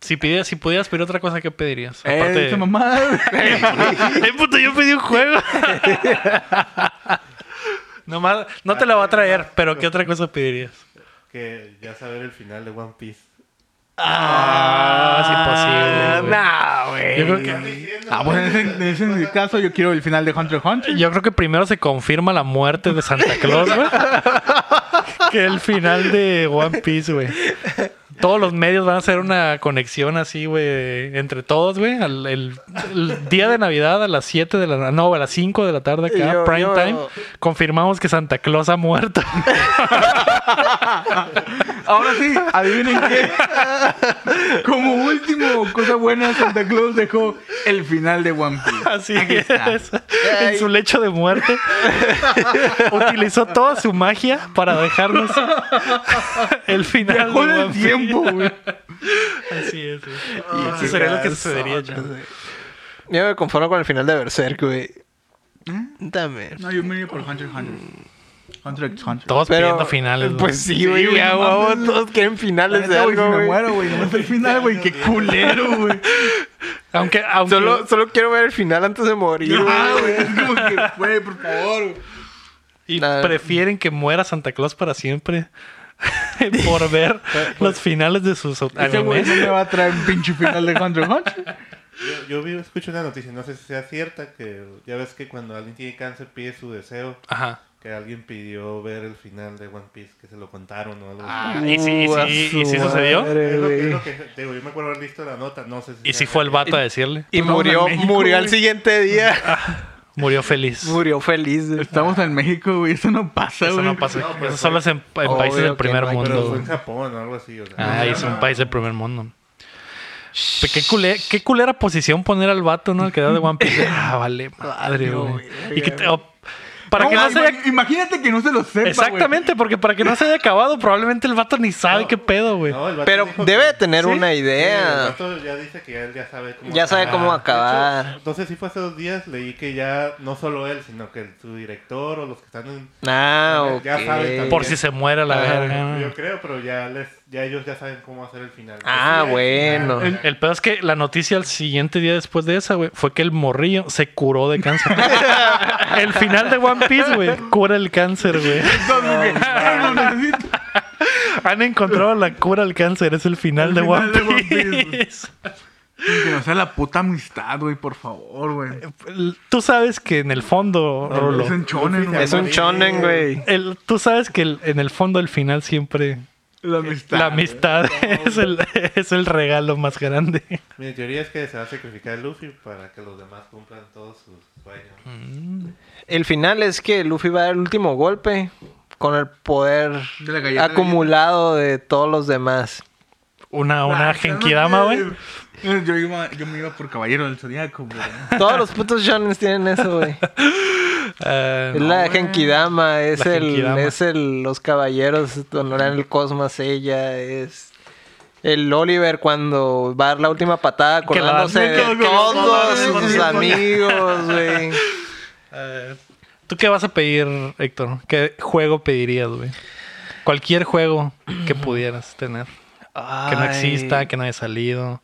Speaker 1: Si, pidieras, si pudieras pedir otra cosa, ¿qué pedirías?
Speaker 3: Eh,
Speaker 1: Aparte
Speaker 3: dice
Speaker 1: de...
Speaker 3: mamá, güey.
Speaker 1: ¡Ay, Eh, puto, yo pedí un juego! [LAUGHS] Nomás, no te la voy a traer, pero ¿qué otra cosa pedirías?
Speaker 4: Que ya saber el final de One Piece.
Speaker 1: Ah, es imposible. güey.
Speaker 2: Nah, güey.
Speaker 1: Yo creo que,
Speaker 3: [LAUGHS] Ah, bueno, en ese, en ese caso yo quiero el final de Hunter x Hunter.
Speaker 1: yo creo que primero se confirma la muerte de Santa Claus, [LAUGHS] güey. que el final de One Piece, güey. Todos los medios van a hacer una conexión así, güey, entre todos, güey. Al- El, el día de Navidad a las 7 de la... No, a las 5 de la tarde acá,
Speaker 2: Yo-
Speaker 1: prime
Speaker 2: yo-
Speaker 1: time. Confirmamos que Santa Claus ha muerto.
Speaker 3: Ahora sí, adivinen qué. [LAUGHS] Como último, cosa buena, Santa Claus dejó el final de One
Speaker 1: [LAUGHS]
Speaker 3: Piece.
Speaker 1: Así
Speaker 3: Aquí está.
Speaker 1: es. En su lecho de muerte. Utilizó toda su magia para dejarnos el final
Speaker 3: Viajó en
Speaker 1: de
Speaker 3: el
Speaker 1: One Piece.
Speaker 3: tiempo, güey.
Speaker 1: Así es. güey.
Speaker 4: Y
Speaker 1: Eso sería lo que
Speaker 4: chicas,
Speaker 1: sucedería, ya.
Speaker 2: Yo me conformo con el final de Berserk, güey. Dame.
Speaker 3: No, yo me iría por Hunter x Hunter. Hunter x Hunter.
Speaker 1: Todos
Speaker 2: Pero-
Speaker 1: pidiendo finales. güey.
Speaker 2: Pues sí, güey.
Speaker 3: güey,
Speaker 2: a
Speaker 3: no
Speaker 2: huevo,
Speaker 3: mames.
Speaker 2: todos quieren
Speaker 3: La
Speaker 2: finales de
Speaker 3: neta, güey, si
Speaker 2: algo,
Speaker 3: me
Speaker 2: güey.
Speaker 3: muero, güey. No me final, güey. Qué culero, güey.
Speaker 1: Aunque, aunque
Speaker 2: Solo, solo quiero ver el final antes de morir, güey.
Speaker 3: Ah, güey. Es como que, güey, por favor, güey.
Speaker 1: y
Speaker 2: Nah.
Speaker 1: prefieren que muera Santa Claus para siempre [LAUGHS] por ver los finales de sus
Speaker 3: Ese güey
Speaker 1: animes.
Speaker 3: no me va a traer un pinche final de Hunter x Hunter.
Speaker 4: Yo, yo vi, escucho una noticia, no sé si sea cierta, que ya ves que cuando alguien tiene cáncer pide su deseo,
Speaker 1: Ajá.
Speaker 4: que alguien pidió ver el final de One Piece, que se lo contaron o algo
Speaker 1: Ah,
Speaker 4: así.
Speaker 1: ¿y sí- y sí-
Speaker 2: Uh,
Speaker 1: y sí
Speaker 2: a su
Speaker 1: sucedió?
Speaker 2: madre,
Speaker 4: Es lo que, es
Speaker 2: güey.
Speaker 4: lo que- digo, yo me acuerdo haber visto la nota, no sé si...
Speaker 1: Y
Speaker 4: sea
Speaker 1: si fue el
Speaker 4: real.
Speaker 1: vato a decirle.
Speaker 2: Y
Speaker 3: Estamos
Speaker 2: murió,
Speaker 3: en México,
Speaker 2: murió al
Speaker 3: güey.
Speaker 2: siguiente día.
Speaker 1: Murió feliz.
Speaker 2: murió feliz. güey.
Speaker 3: Estamos en México, güey. Eso no pasa,
Speaker 1: Eso
Speaker 3: güey.
Speaker 1: no pasa.
Speaker 4: No, pero
Speaker 1: Eso
Speaker 4: fue-
Speaker 1: solo es en, en
Speaker 2: Obvio
Speaker 1: países del
Speaker 2: que
Speaker 1: primer
Speaker 2: no hay-
Speaker 1: mundo.
Speaker 4: Pero fue
Speaker 1: güey.
Speaker 4: en Japón o algo así. O sea,
Speaker 1: Ah,
Speaker 4: no,
Speaker 1: es
Speaker 4: no,
Speaker 1: un país del primer mundo. Pe- Qué, culé- qué culera posición poner al vato, ¿no? Al que da de One Piece. [LAUGHS] Ah, vale, madre,
Speaker 2: Valió,
Speaker 1: güey.
Speaker 2: verga,
Speaker 1: Y que te- o- para
Speaker 3: No,
Speaker 1: que no
Speaker 3: güey,
Speaker 1: se haya...
Speaker 3: ima- Imagínate que no se lo sepa, güey.
Speaker 1: Exactamente, porque para que no se haya acabado, probablemente el vato ni sabe qué pedo, güey.
Speaker 4: no, el vato
Speaker 2: Pero
Speaker 4: dijo
Speaker 2: debe
Speaker 4: que-
Speaker 2: de tener
Speaker 4: Sí,
Speaker 2: una
Speaker 4: sí, el
Speaker 2: idea.
Speaker 4: vato ya dice que ya, él ya sabe cómo
Speaker 2: Ya sabe cómo acabar.
Speaker 4: De hecho, entonces sí fue hace dos días, leí que ya no solo él, sino que su director o los que están en...
Speaker 2: Ah, ok.
Speaker 4: Ya saben también.
Speaker 1: Por si se muere la
Speaker 2: Ajá.
Speaker 1: verga.
Speaker 4: Yo
Speaker 1: ¿no?
Speaker 4: creo, pero ya les, ya ellos ya saben cómo hacer el final.
Speaker 2: Ah,
Speaker 4: Sí, hay
Speaker 2: bueno.
Speaker 4: final.
Speaker 1: El pedo es que la noticia al siguiente día después de esa, güey, fue que el morrillo se curó de cáncer. el final de One Piece, güey, cura el cáncer, güey.
Speaker 3: Entonces, güey, ah, no necesito.
Speaker 1: Han encontrado la cura al cáncer, es el final,
Speaker 3: El
Speaker 1: de,
Speaker 3: final
Speaker 1: One
Speaker 3: de One Piece, güey.
Speaker 1: Piece.
Speaker 3: Que no sea la puta amistad, güey, por favor, güey.
Speaker 1: Eh, Tú sabes que en el fondo, Rolo,
Speaker 3: Es en chonen, güey.
Speaker 2: Es un
Speaker 4: Sí.
Speaker 2: chonen, güey.
Speaker 1: el- tú sabes que el- en el fondo, el final siempre...
Speaker 3: La amistad.
Speaker 1: La amistad [LAUGHS] es el, es el regalo más grande.
Speaker 4: Mi teoría es que se va a sacrificar Luffy para que los demás cumplan todos sus sueños.
Speaker 2: El final es que Luffy va a dar el último golpe con el poder
Speaker 3: De la galleta,
Speaker 2: acumulado de todos los demás.
Speaker 1: Una, una
Speaker 3: Ah,
Speaker 1: genkidama,
Speaker 3: no,
Speaker 1: güey.
Speaker 3: Yo, iba- yo me iba por Caballero del Zodíaco, güey.
Speaker 2: Todos los putos shonens tienen eso, güey.
Speaker 1: Ah,
Speaker 2: Es la Genkidama, es
Speaker 1: La
Speaker 2: el,
Speaker 1: Genkidama.
Speaker 2: es el, los caballeros honoran el Cosmas, ella es el Oliver cuando va a dar la última patada
Speaker 1: Que la
Speaker 2: acordándose
Speaker 1: dan-
Speaker 2: de
Speaker 1: que- que-
Speaker 2: todos
Speaker 1: que-
Speaker 2: sus
Speaker 1: que- [LAUGHS]
Speaker 2: amigos, güey.
Speaker 1: ah, ¿Tú qué vas a pedir, Héctor? ¿Qué juego pedirías, güey? Cualquier juego que pudieras tener. Que no
Speaker 2: Ay.
Speaker 1: exista, que no haya salido.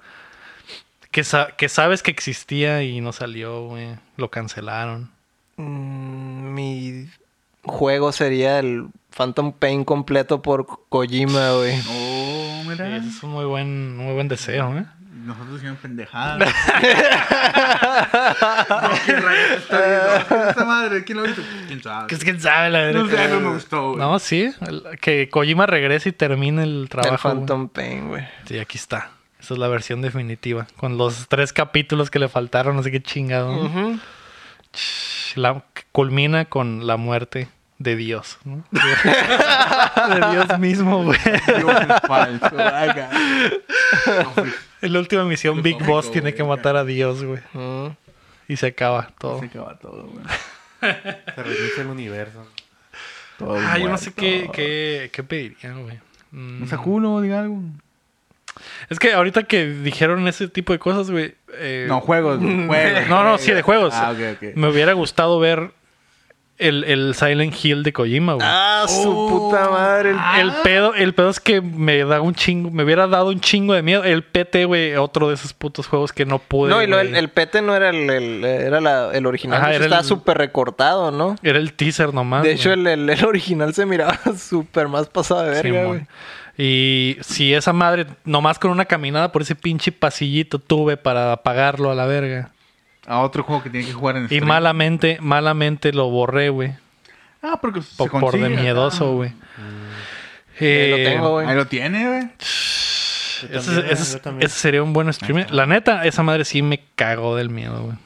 Speaker 1: Que, sa- que sabes que existía y no salió, güey. Lo cancelaron.
Speaker 2: Mm, Mi juego sería el Phantom Pain completo por Kojima, güey.
Speaker 3: Oh,
Speaker 1: Sí,
Speaker 3: mira.
Speaker 1: ese es un muy buen, muy buen deseo, ¿eh?
Speaker 3: Nosotros hicimos pendejadas. [LAUGHS] No, qué rayos está viendo. ¿Qué es esta madre? ¿Quién lo hizo? ¿Quién sabe?
Speaker 1: Que es quien sabe la
Speaker 3: No sé,
Speaker 1: verdad.
Speaker 3: no me gustó, güey.
Speaker 1: No, sí. el- Que Kojima regrese y termine el
Speaker 2: El
Speaker 1: trabajo. güey.
Speaker 2: Phantom Pain, güey.
Speaker 1: Sí, aquí está. Esa es la versión definitiva. Con los tres capítulos que le faltaron, no sé qué chingado. ¿no?
Speaker 2: Ujú.
Speaker 1: Ch- La, culmina con la muerte de Dios. ¿no? de Dios mismo, güey.
Speaker 3: Dios es falso. [LAUGHS] Haga.
Speaker 1: En [LAUGHS] la última misión, Big Boss tiene que matar a Dios, güey.
Speaker 2: Ujú.
Speaker 1: Y se acaba todo.
Speaker 3: Se acaba todo, güey.
Speaker 4: Se reinicia el universo.
Speaker 3: Todo
Speaker 1: Ah, yo no sé
Speaker 3: muerto.
Speaker 1: qué, qué, qué pedirían, güey. Mm.
Speaker 3: Un sacudo, diga algo.
Speaker 1: Es que ahorita que dijeron ese tipo de cosas, güey. eh,
Speaker 3: No, juegos. juegos.
Speaker 1: [LAUGHS] No, no, sí, de juegos.
Speaker 3: Ah, ok, ok.
Speaker 1: Me hubiera gustado ver el, el Silent Hill de Kojima, güey.
Speaker 2: Ah, su
Speaker 3: Oh.
Speaker 2: puta madre. el-
Speaker 1: El pedo, el pedo es que me da un chingo, me hubiera dado un chingo de miedo. El PT, güey, otro de esos putos juegos que no pude.
Speaker 2: No, y lo- el,
Speaker 1: güey.
Speaker 2: el PT no era el, el- era la- el original.
Speaker 1: Ajá,
Speaker 2: de hecho,
Speaker 1: era el-
Speaker 2: estaba súper recortado, ¿no?
Speaker 1: Era el teaser nomás.
Speaker 2: de hecho,
Speaker 1: Ah, güey.
Speaker 2: el, el- el original se miraba [LAUGHS] súper más pasado de verga,
Speaker 1: Simón.
Speaker 2: güey.
Speaker 1: Y si esa madre, nomás con una caminada por ese pinche pasillito tuve para apagarlo a la verga.
Speaker 3: A Ah, otro juego que tiene que jugar en
Speaker 1: Y
Speaker 3: stream.
Speaker 1: malamente, malamente lo borré, güey.
Speaker 3: Ah, porque se
Speaker 1: Por, por de
Speaker 3: consigue. Ah.
Speaker 1: miedoso, güey.
Speaker 2: Ahí lo
Speaker 1: Eh,
Speaker 2: tengo, güey.
Speaker 3: Ahí lo tiene, güey.
Speaker 4: Yo
Speaker 1: Ese,
Speaker 4: también, ¿eh?
Speaker 1: ese-
Speaker 4: yo también.
Speaker 1: ese sería un buen streamer. La neta, esa madre sí me cagó del miedo, güey.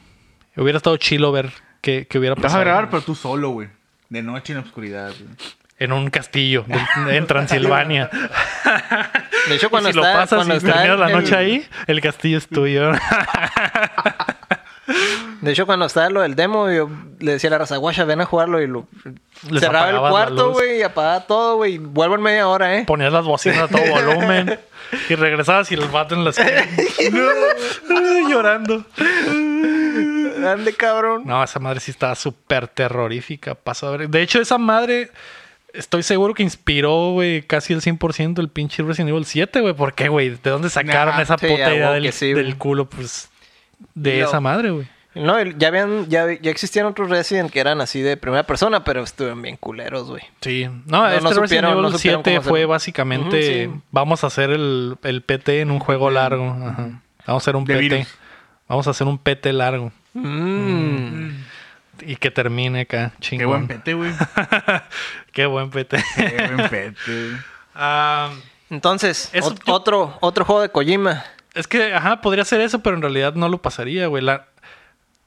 Speaker 1: Hubiera estado chilo ver qué, qué hubiera
Speaker 3: Te vas a
Speaker 1: pasado.
Speaker 3: grabar, pero tú solo, güey. De noche en la oscuridad, güey.
Speaker 1: En un castillo de- en Transilvania.
Speaker 2: De hecho,
Speaker 1: Y
Speaker 2: [LAUGHS] cuando
Speaker 1: si lo
Speaker 2: está-
Speaker 1: pasas
Speaker 2: cuando
Speaker 1: y
Speaker 2: está
Speaker 1: terminas la
Speaker 2: el-
Speaker 1: noche ahí, el castillo es tuyo. [LAUGHS]
Speaker 2: De hecho, cuando estaba lo del demo, yo le decía a la raza, guacha, ven a jugarlo. Y lo,
Speaker 1: Les
Speaker 2: cerraba el
Speaker 1: apagabas la
Speaker 2: cuarto,
Speaker 1: luz.
Speaker 2: güey, y apagaba todo, güey. y Vuelvo en media hora, ¿eh?
Speaker 1: Ponías las bocinas
Speaker 2: [LAUGHS]
Speaker 1: a todo volumen y regresabas y el vato en la esquina. [LAUGHS]
Speaker 2: [LAUGHS]
Speaker 1: Llorando.
Speaker 2: Ande, cabrón.
Speaker 1: No, esa madre sí estaba súper terrorífica. Pasó a ver. De hecho, esa madre Estoy seguro que inspiró, güey, casi el 100% el pinche Resident Evil 7, güey. ¿Por qué, güey? ¿De dónde sacaron
Speaker 2: Nah,
Speaker 1: esa
Speaker 2: sí,
Speaker 1: puta
Speaker 2: a
Speaker 1: idea
Speaker 2: huevo que
Speaker 1: del,
Speaker 2: sí,
Speaker 1: del
Speaker 2: güey.
Speaker 1: culo, pues, de
Speaker 2: Y lo-
Speaker 1: esa madre, güey?
Speaker 2: No, el- ya habían, ya, ya existían otros Resident que eran así de primera persona, pero estuvieron bien culeros, güey.
Speaker 1: Sí. No,
Speaker 2: no
Speaker 1: este
Speaker 2: supieron-
Speaker 1: Resident
Speaker 2: no
Speaker 1: Evil
Speaker 2: supieron
Speaker 1: 7
Speaker 2: cómo
Speaker 1: fue
Speaker 2: hacerlo.
Speaker 1: básicamente...
Speaker 2: Ujú, sí.
Speaker 1: Vamos a hacer el, el PT en un juego largo. Ajá. Vamos a hacer un
Speaker 3: De
Speaker 1: PT.
Speaker 3: virus.
Speaker 1: Vamos a hacer un PT largo.
Speaker 2: Mm.
Speaker 1: Y que termine acá, chingón.
Speaker 3: Qué buen pete, güey.
Speaker 1: [LAUGHS] Qué buen PT.
Speaker 3: Qué buen pete.
Speaker 1: [LAUGHS] Ah,
Speaker 2: Entonces,
Speaker 1: Eso
Speaker 2: ot-
Speaker 1: yo-
Speaker 2: otro, otro juego de Kojima.
Speaker 1: es que, ajá, podría ser eso, pero en realidad no lo pasaría, güey. La-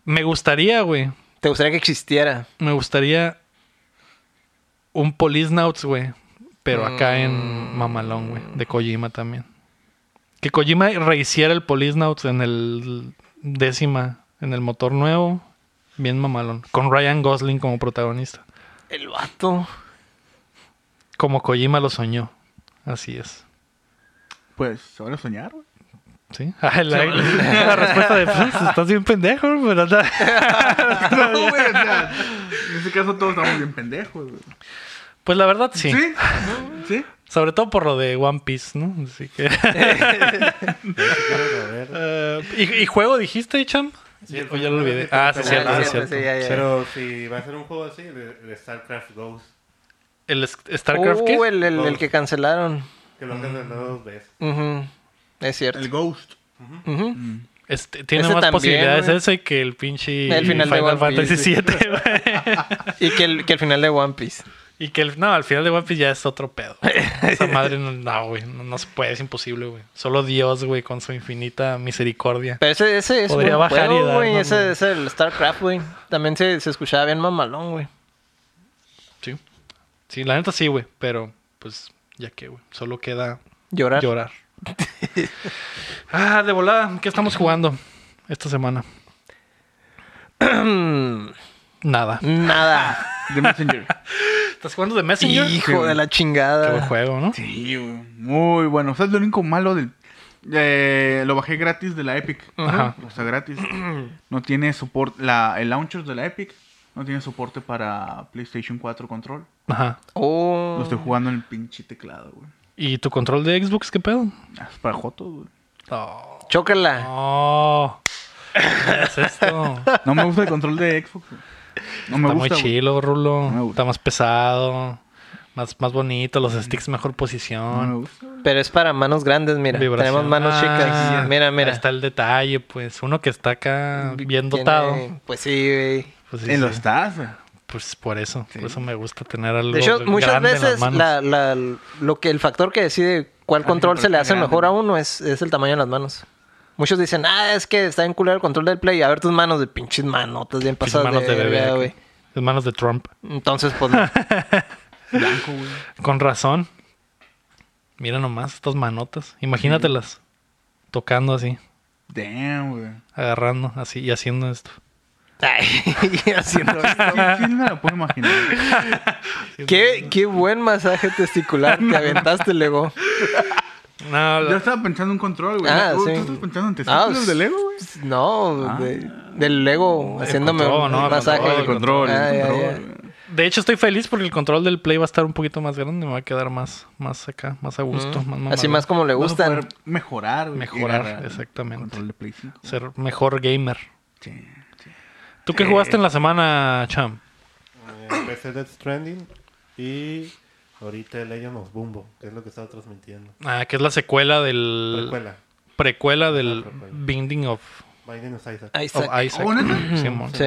Speaker 1: Me gustaría, güey.
Speaker 2: ¿Te gustaría que existiera?
Speaker 1: Me gustaría un Police Nauts, güey. Pero acá en Mamalón, güey. De Kojima también. Que Kojima rehiciera el Police Nauts en el décima, en el motor nuevo. Bien mamalón. Con Ryan Gosling como protagonista.
Speaker 2: El vato.
Speaker 1: Como Kojima lo soñó. Así es.
Speaker 3: Pues, ¿se van a soñar, güey?
Speaker 1: ¿Sí? [LAUGHS] Ah, la, la respuesta de pues, estás bien pendejo, pero anda-
Speaker 3: No, güey, o sea, en ese caso todos estamos bien pendejos, güey.
Speaker 1: [LAUGHS] Pues la verdad, sí.
Speaker 3: ¿Sí? ¿No? ¿Sí?
Speaker 1: Sobre todo por lo de One Piece, ¿no? Así que. [LAUGHS]
Speaker 4: Quiero saber.
Speaker 1: Eh, ¿y, y juego dijiste, Cham?
Speaker 4: Sí,
Speaker 1: o ya lo olvidé. Ah, sí,
Speaker 4: fue
Speaker 1: cierto,
Speaker 4: un
Speaker 1: sí,
Speaker 2: Ah,
Speaker 4: juego.
Speaker 1: cierto.
Speaker 2: sí, ya, ya.
Speaker 4: Pero si va a ser un juego así, el el StarCraft Ghost,
Speaker 1: ¿El S- StarCraft
Speaker 2: Uh,
Speaker 1: qué?
Speaker 2: el, el- el que cancelaron.
Speaker 4: que lo han cancelado dos veces.
Speaker 2: Ujú. Es cierto.
Speaker 3: El Ghost.
Speaker 2: Ujú.
Speaker 1: Este, tiene
Speaker 2: ese
Speaker 1: más
Speaker 2: también,
Speaker 1: posibilidades
Speaker 2: güey.
Speaker 1: ese que el pinche
Speaker 2: El final de One
Speaker 1: Fantasy
Speaker 2: Piece, sí.
Speaker 1: VII, güey.
Speaker 2: Y que el, que el final de One Piece.
Speaker 1: Y que el, no, al final de One Piece ya es otro pedo. Esa madre no, no, güey. No, no se puede, es imposible, güey. Solo Dios, güey, con su infinita misericordia.
Speaker 2: Pero ese, ese es
Speaker 1: Podría
Speaker 2: buen
Speaker 1: bajar y
Speaker 2: juego,
Speaker 1: dar,
Speaker 2: güey.
Speaker 1: ¿no,
Speaker 2: Ese
Speaker 1: güey?
Speaker 2: es el StarCraft, güey. También se, se escuchaba bien mamalón, güey.
Speaker 1: Sí. Sí, la neta sí, güey. Pero, pues, ya que, güey. Solo queda
Speaker 2: Llorar.
Speaker 1: llorar. [LAUGHS] ah, de volada, ¿qué estamos jugando esta semana? Nada.
Speaker 2: [CLEARS THROAT] Nada.
Speaker 3: The Messenger.
Speaker 1: ¿Estás jugando de Messenger?
Speaker 2: Hijo
Speaker 1: Qué
Speaker 2: de la
Speaker 1: buen
Speaker 2: chingada.
Speaker 1: juego, ¿no?
Speaker 3: Sí, güey. Muy bueno. O sea, es lo único malo del... eh, lo bajé gratis de la Epic.
Speaker 1: Ajá.
Speaker 3: O
Speaker 1: [CLEARS THROAT]
Speaker 3: sea, gratis. No tiene soporte... La, el launcher de la Epic no tiene soporte para PlayStation 4 control.
Speaker 1: Ajá.
Speaker 2: Oh.
Speaker 3: Lo estoy jugando en el pinche teclado, güey.
Speaker 1: ¿Y tu control de Xbox qué pedo?
Speaker 3: Ah, Es para Jotos, güey.
Speaker 1: No.
Speaker 2: Chócala.
Speaker 1: No. Oh. ¿Qué es
Speaker 3: [LAUGHS]
Speaker 1: esto? Está
Speaker 3: No me gusta el control de Xbox, güey. No me
Speaker 1: muy
Speaker 3: gusta, güey.
Speaker 1: chilo, Rulo.
Speaker 3: No me gusta.
Speaker 1: Está más pesado. Más, más bonito. Los sticks mejor
Speaker 3: No me
Speaker 1: posición.
Speaker 3: gusta.
Speaker 2: Pero es para manos grandes, mira.
Speaker 1: vibración.
Speaker 2: Tenemos manos
Speaker 1: Ah,
Speaker 2: chicas. Mira, mira.
Speaker 1: Ahí está el detalle, pues. Uno que está acá bien
Speaker 2: Tiene-
Speaker 1: dotado.
Speaker 2: Pues sí, güey.
Speaker 1: Pues, sí,
Speaker 3: En los
Speaker 1: sí.
Speaker 3: estás, güey.
Speaker 1: Pues por eso. Por eso me gusta tener algo.
Speaker 2: De hecho, muchas
Speaker 1: grande en las
Speaker 2: veces
Speaker 1: manos.
Speaker 2: la, la- lo que el factor que decide cuál
Speaker 3: Ah,
Speaker 2: control
Speaker 3: sí,
Speaker 2: se le
Speaker 3: está
Speaker 2: hace
Speaker 3: grande.
Speaker 2: mejor a uno es, es el tamaño de las manos. Muchos dicen, ah, es que está en culero el control del play. A ver tus manos de pinches manotas bien
Speaker 1: Pinches
Speaker 2: pasadas
Speaker 1: manos de bebé.
Speaker 2: verga,
Speaker 1: acá.
Speaker 2: güey.
Speaker 1: Las manos de Trump. [LAUGHS]
Speaker 2: Entonces, pues, no.
Speaker 3: Blanco, güey.
Speaker 1: Con razón. Mira nomás estas manotas. Imagínatelas. Tocando así.
Speaker 3: Damn, güey.
Speaker 1: Agarrando así y haciendo esto.
Speaker 2: Ay, [LAUGHS] y haciendo esto.
Speaker 3: ¿Quién quién me la puede imaginar?
Speaker 2: ¿Qué, qué buen masaje testicular te aventaste, Lego.
Speaker 1: No,
Speaker 3: Yo
Speaker 1: la-
Speaker 3: estaba pensando en control, [LAUGHS] güey.
Speaker 2: Ah,
Speaker 3: ¿Tú,
Speaker 2: sí.
Speaker 3: tú estás pensando en
Speaker 2: Ah,
Speaker 3: testículos de Lego, güey?
Speaker 2: No,
Speaker 3: Ah.
Speaker 2: de- del Lego
Speaker 1: El
Speaker 2: haciéndome
Speaker 1: control,
Speaker 2: un
Speaker 1: no, el
Speaker 2: masaje.
Speaker 1: control,
Speaker 3: El control,
Speaker 2: Ah,
Speaker 3: el
Speaker 2: ya,
Speaker 3: control.
Speaker 2: ya.
Speaker 3: güey.
Speaker 1: de hecho estoy feliz porque el control del play va a estar un poquito más grande. Me va a quedar más, más acá, más a gusto.
Speaker 2: Mm,
Speaker 1: más
Speaker 2: Así
Speaker 1: mamalón.
Speaker 2: más como le
Speaker 3: Vas a
Speaker 2: gustan.
Speaker 3: poder mejorar, güey.
Speaker 1: Mejorar,
Speaker 3: Llegar a-
Speaker 1: exactamente.
Speaker 3: Control de Play 5.
Speaker 1: Ser mejor gamer.
Speaker 3: Sí, sí.
Speaker 1: ¿Tú qué
Speaker 2: Eh.
Speaker 1: jugaste en la semana, Cham?
Speaker 4: Eh, Empecé Death Stranding y ahorita Legend of Bumbo, que es lo que estaba transmitiendo.
Speaker 1: Ah, que es la secuela del...
Speaker 4: Precuela,
Speaker 1: Precuela del
Speaker 4: Ah, precuela.
Speaker 1: Binding of,
Speaker 4: Binding of Isaac.
Speaker 2: Ahí
Speaker 1: of
Speaker 2: está.
Speaker 1: Isaac.
Speaker 3: Oh, ¿neta?
Speaker 1: Simón.
Speaker 2: Sí.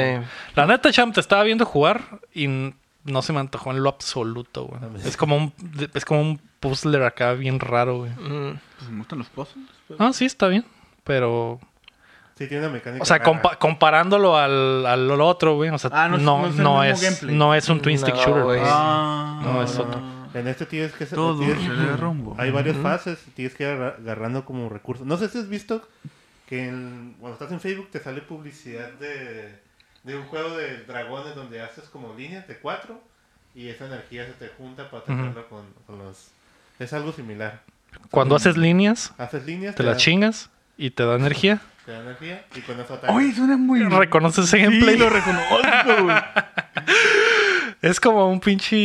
Speaker 1: La neta, Cham, te estaba viendo jugar y n- no se me antojó en lo absoluto, güey.
Speaker 4: Mames.
Speaker 1: Es como un, es como un puzzler acá bien raro, güey.
Speaker 2: Mm.
Speaker 3: Pues me gustan los puzzles. pues.
Speaker 1: Ah, sí, está bien. Pero,
Speaker 4: Sí, tiene una mecánica.
Speaker 1: o sea,
Speaker 4: rara.
Speaker 1: compa- comparándolo al, al otro, güey. O sea,
Speaker 3: Ah,
Speaker 1: no,
Speaker 3: no es-
Speaker 1: no,
Speaker 3: no
Speaker 1: es,
Speaker 3: es el
Speaker 1: no,
Speaker 3: mismo
Speaker 1: es,
Speaker 3: gameplay.
Speaker 1: un twin stick
Speaker 2: No,
Speaker 1: shooter.
Speaker 2: güey.
Speaker 1: pues.
Speaker 3: Ah,
Speaker 1: No, es otro.
Speaker 4: En este tienes que ser.
Speaker 3: Todo
Speaker 4: tienes-
Speaker 3: se le rumbo.
Speaker 4: Hay varias fases y tienes que ir agarra- agarrando como recursos. No sé si has visto que en- cuando estás en Facebook te sale publicidad de, de un juego de dragones donde haces como líneas de cuatro y esa energía se te junta para atacarla con, con los. Es algo similar.
Speaker 1: Cuando haces líneas,
Speaker 4: Haces líneas,
Speaker 1: te la
Speaker 4: da-
Speaker 1: chingas y te da energía.
Speaker 4: te da energía y con eso atacas.
Speaker 3: Oye, suena muy...
Speaker 1: ¿Reconoces ese
Speaker 3: Sí, [LAUGHS]
Speaker 1: gameplay?
Speaker 3: lo reconozco, güey.
Speaker 1: Es como un pinche.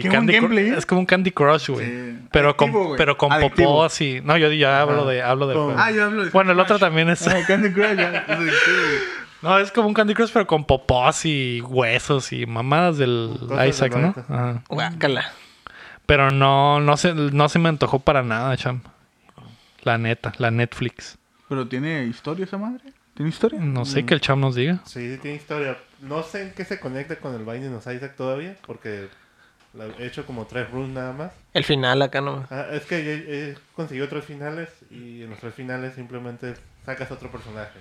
Speaker 3: Qué buen
Speaker 1: Cru-
Speaker 3: gameplay, ¿eh?
Speaker 1: es como un Candy Crush, güey.
Speaker 3: Sí.
Speaker 1: Pero, con,
Speaker 3: Adictivo, güey.
Speaker 1: pero con
Speaker 3: Adictivo.
Speaker 1: popó así. No, yo ya hablo de. Hablo de
Speaker 4: Con-
Speaker 3: Ah, yo hablo de
Speaker 1: bueno, el
Speaker 3: Candy
Speaker 1: otro
Speaker 3: Crush.
Speaker 1: también es.
Speaker 3: Ah, Candy Crush, ya. Es adictivo, güey.
Speaker 1: No, es como un Candy Crush, pero con popós y huesos y mamadas del
Speaker 4: Cosas del
Speaker 1: Isaac, ¿no?
Speaker 4: planeta.
Speaker 1: Ajá.
Speaker 2: Guácala.
Speaker 1: Pero no, no se, no se me antojó para nada, cham. La neta, la Netflix.
Speaker 3: Pero tiene historia esa madre. ¿Tiene historia?
Speaker 1: No sé que el cham nos diga.
Speaker 4: Sí, sí tiene historia. No sé en qué se conecta con el Binding of Isaac todavía, porque la- he hecho como tres runs nada más.
Speaker 2: El final acá no.
Speaker 4: Ah, es que he, he conseguido tres finales y en los tres finales simplemente sacas otro personaje.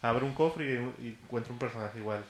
Speaker 4: Abre un cofre y, y encuentra un personaje igual.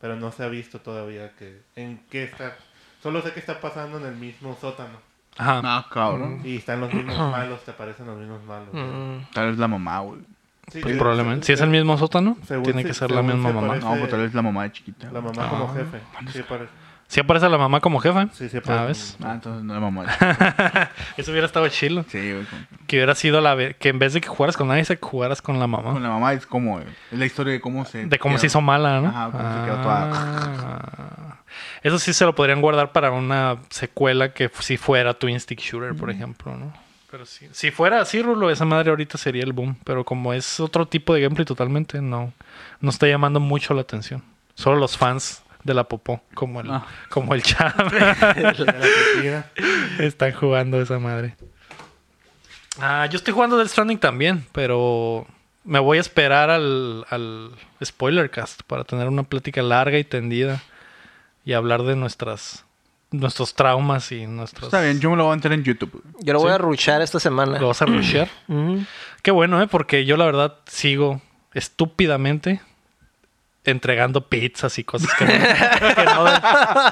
Speaker 4: Pero no se ha visto todavía que, en qué está. Solo sé que está pasando en el mismo sótano.
Speaker 1: Ajá.
Speaker 3: Ah, cabrón.
Speaker 4: Y están los mismos malos, te aparecen los mismos malos.
Speaker 2: Mm.
Speaker 3: Tal vez la mamá, güey.
Speaker 4: Sí,
Speaker 1: Pues
Speaker 4: yo-
Speaker 1: probablemente. Si es el
Speaker 4: según-
Speaker 1: mismo sótano,
Speaker 4: según
Speaker 1: tiene
Speaker 4: se-
Speaker 1: que ser la
Speaker 4: según
Speaker 1: misma
Speaker 4: se
Speaker 1: mamá.
Speaker 4: parece-
Speaker 3: No, pero tal vez la mamá de chiquita.
Speaker 4: La
Speaker 3: güey.
Speaker 4: mamá como jefe. Sí, parece.
Speaker 1: Si aparece la mamá como jefa.
Speaker 4: Sí, sí
Speaker 1: Ah,
Speaker 4: aparece.
Speaker 1: ¿ves?
Speaker 3: Ah, entonces no es mamá. [LAUGHS] de chiquita.
Speaker 1: Eso hubiera estado chilo.
Speaker 3: Sí, güey. Con,
Speaker 1: Que hubiera sido la ve- que en vez de que jugaras con Isaac, jugaras con la mamá.
Speaker 3: con la mamá es como, güey. Es la historia de cómo se.
Speaker 1: De cómo se
Speaker 3: quedó.
Speaker 1: hizo mala, ¿no?
Speaker 3: Ajá, cómo se quedó toda-
Speaker 1: Ah. Eso sí se lo podrían guardar para una secuela que f- si fuera Twin Stick Shooter, por ejemplo, ¿no? Pero sí. Si fuera así, Rulo, esa madre ahorita sería el boom. Pero como es otro tipo de gameplay totalmente, no, no está llamando mucho la atención. Solo los fans de la popó, como el,
Speaker 3: Ah.
Speaker 1: como
Speaker 3: [LAUGHS]
Speaker 1: el Cham,
Speaker 4: La cocina.
Speaker 1: están jugando esa madre. Ah, yo estoy jugando Death Stranding también, pero me voy a esperar al, al spoilercast para tener una plática larga y tendida y hablar de nuestras nuestros traumas y nuestros...
Speaker 3: Está bien, yo me lo voy a entrar en YouTube. [LAUGHS] güey.
Speaker 2: Yo lo voy a ruchar esta semana.
Speaker 1: ¿Lo vas a
Speaker 3: [COUGHS]
Speaker 1: rushear?
Speaker 2: Mm.
Speaker 1: Qué bueno, ¿eh? Porque yo la verdad sigo estúpidamente entregando pizzas y cosas que no, que no de-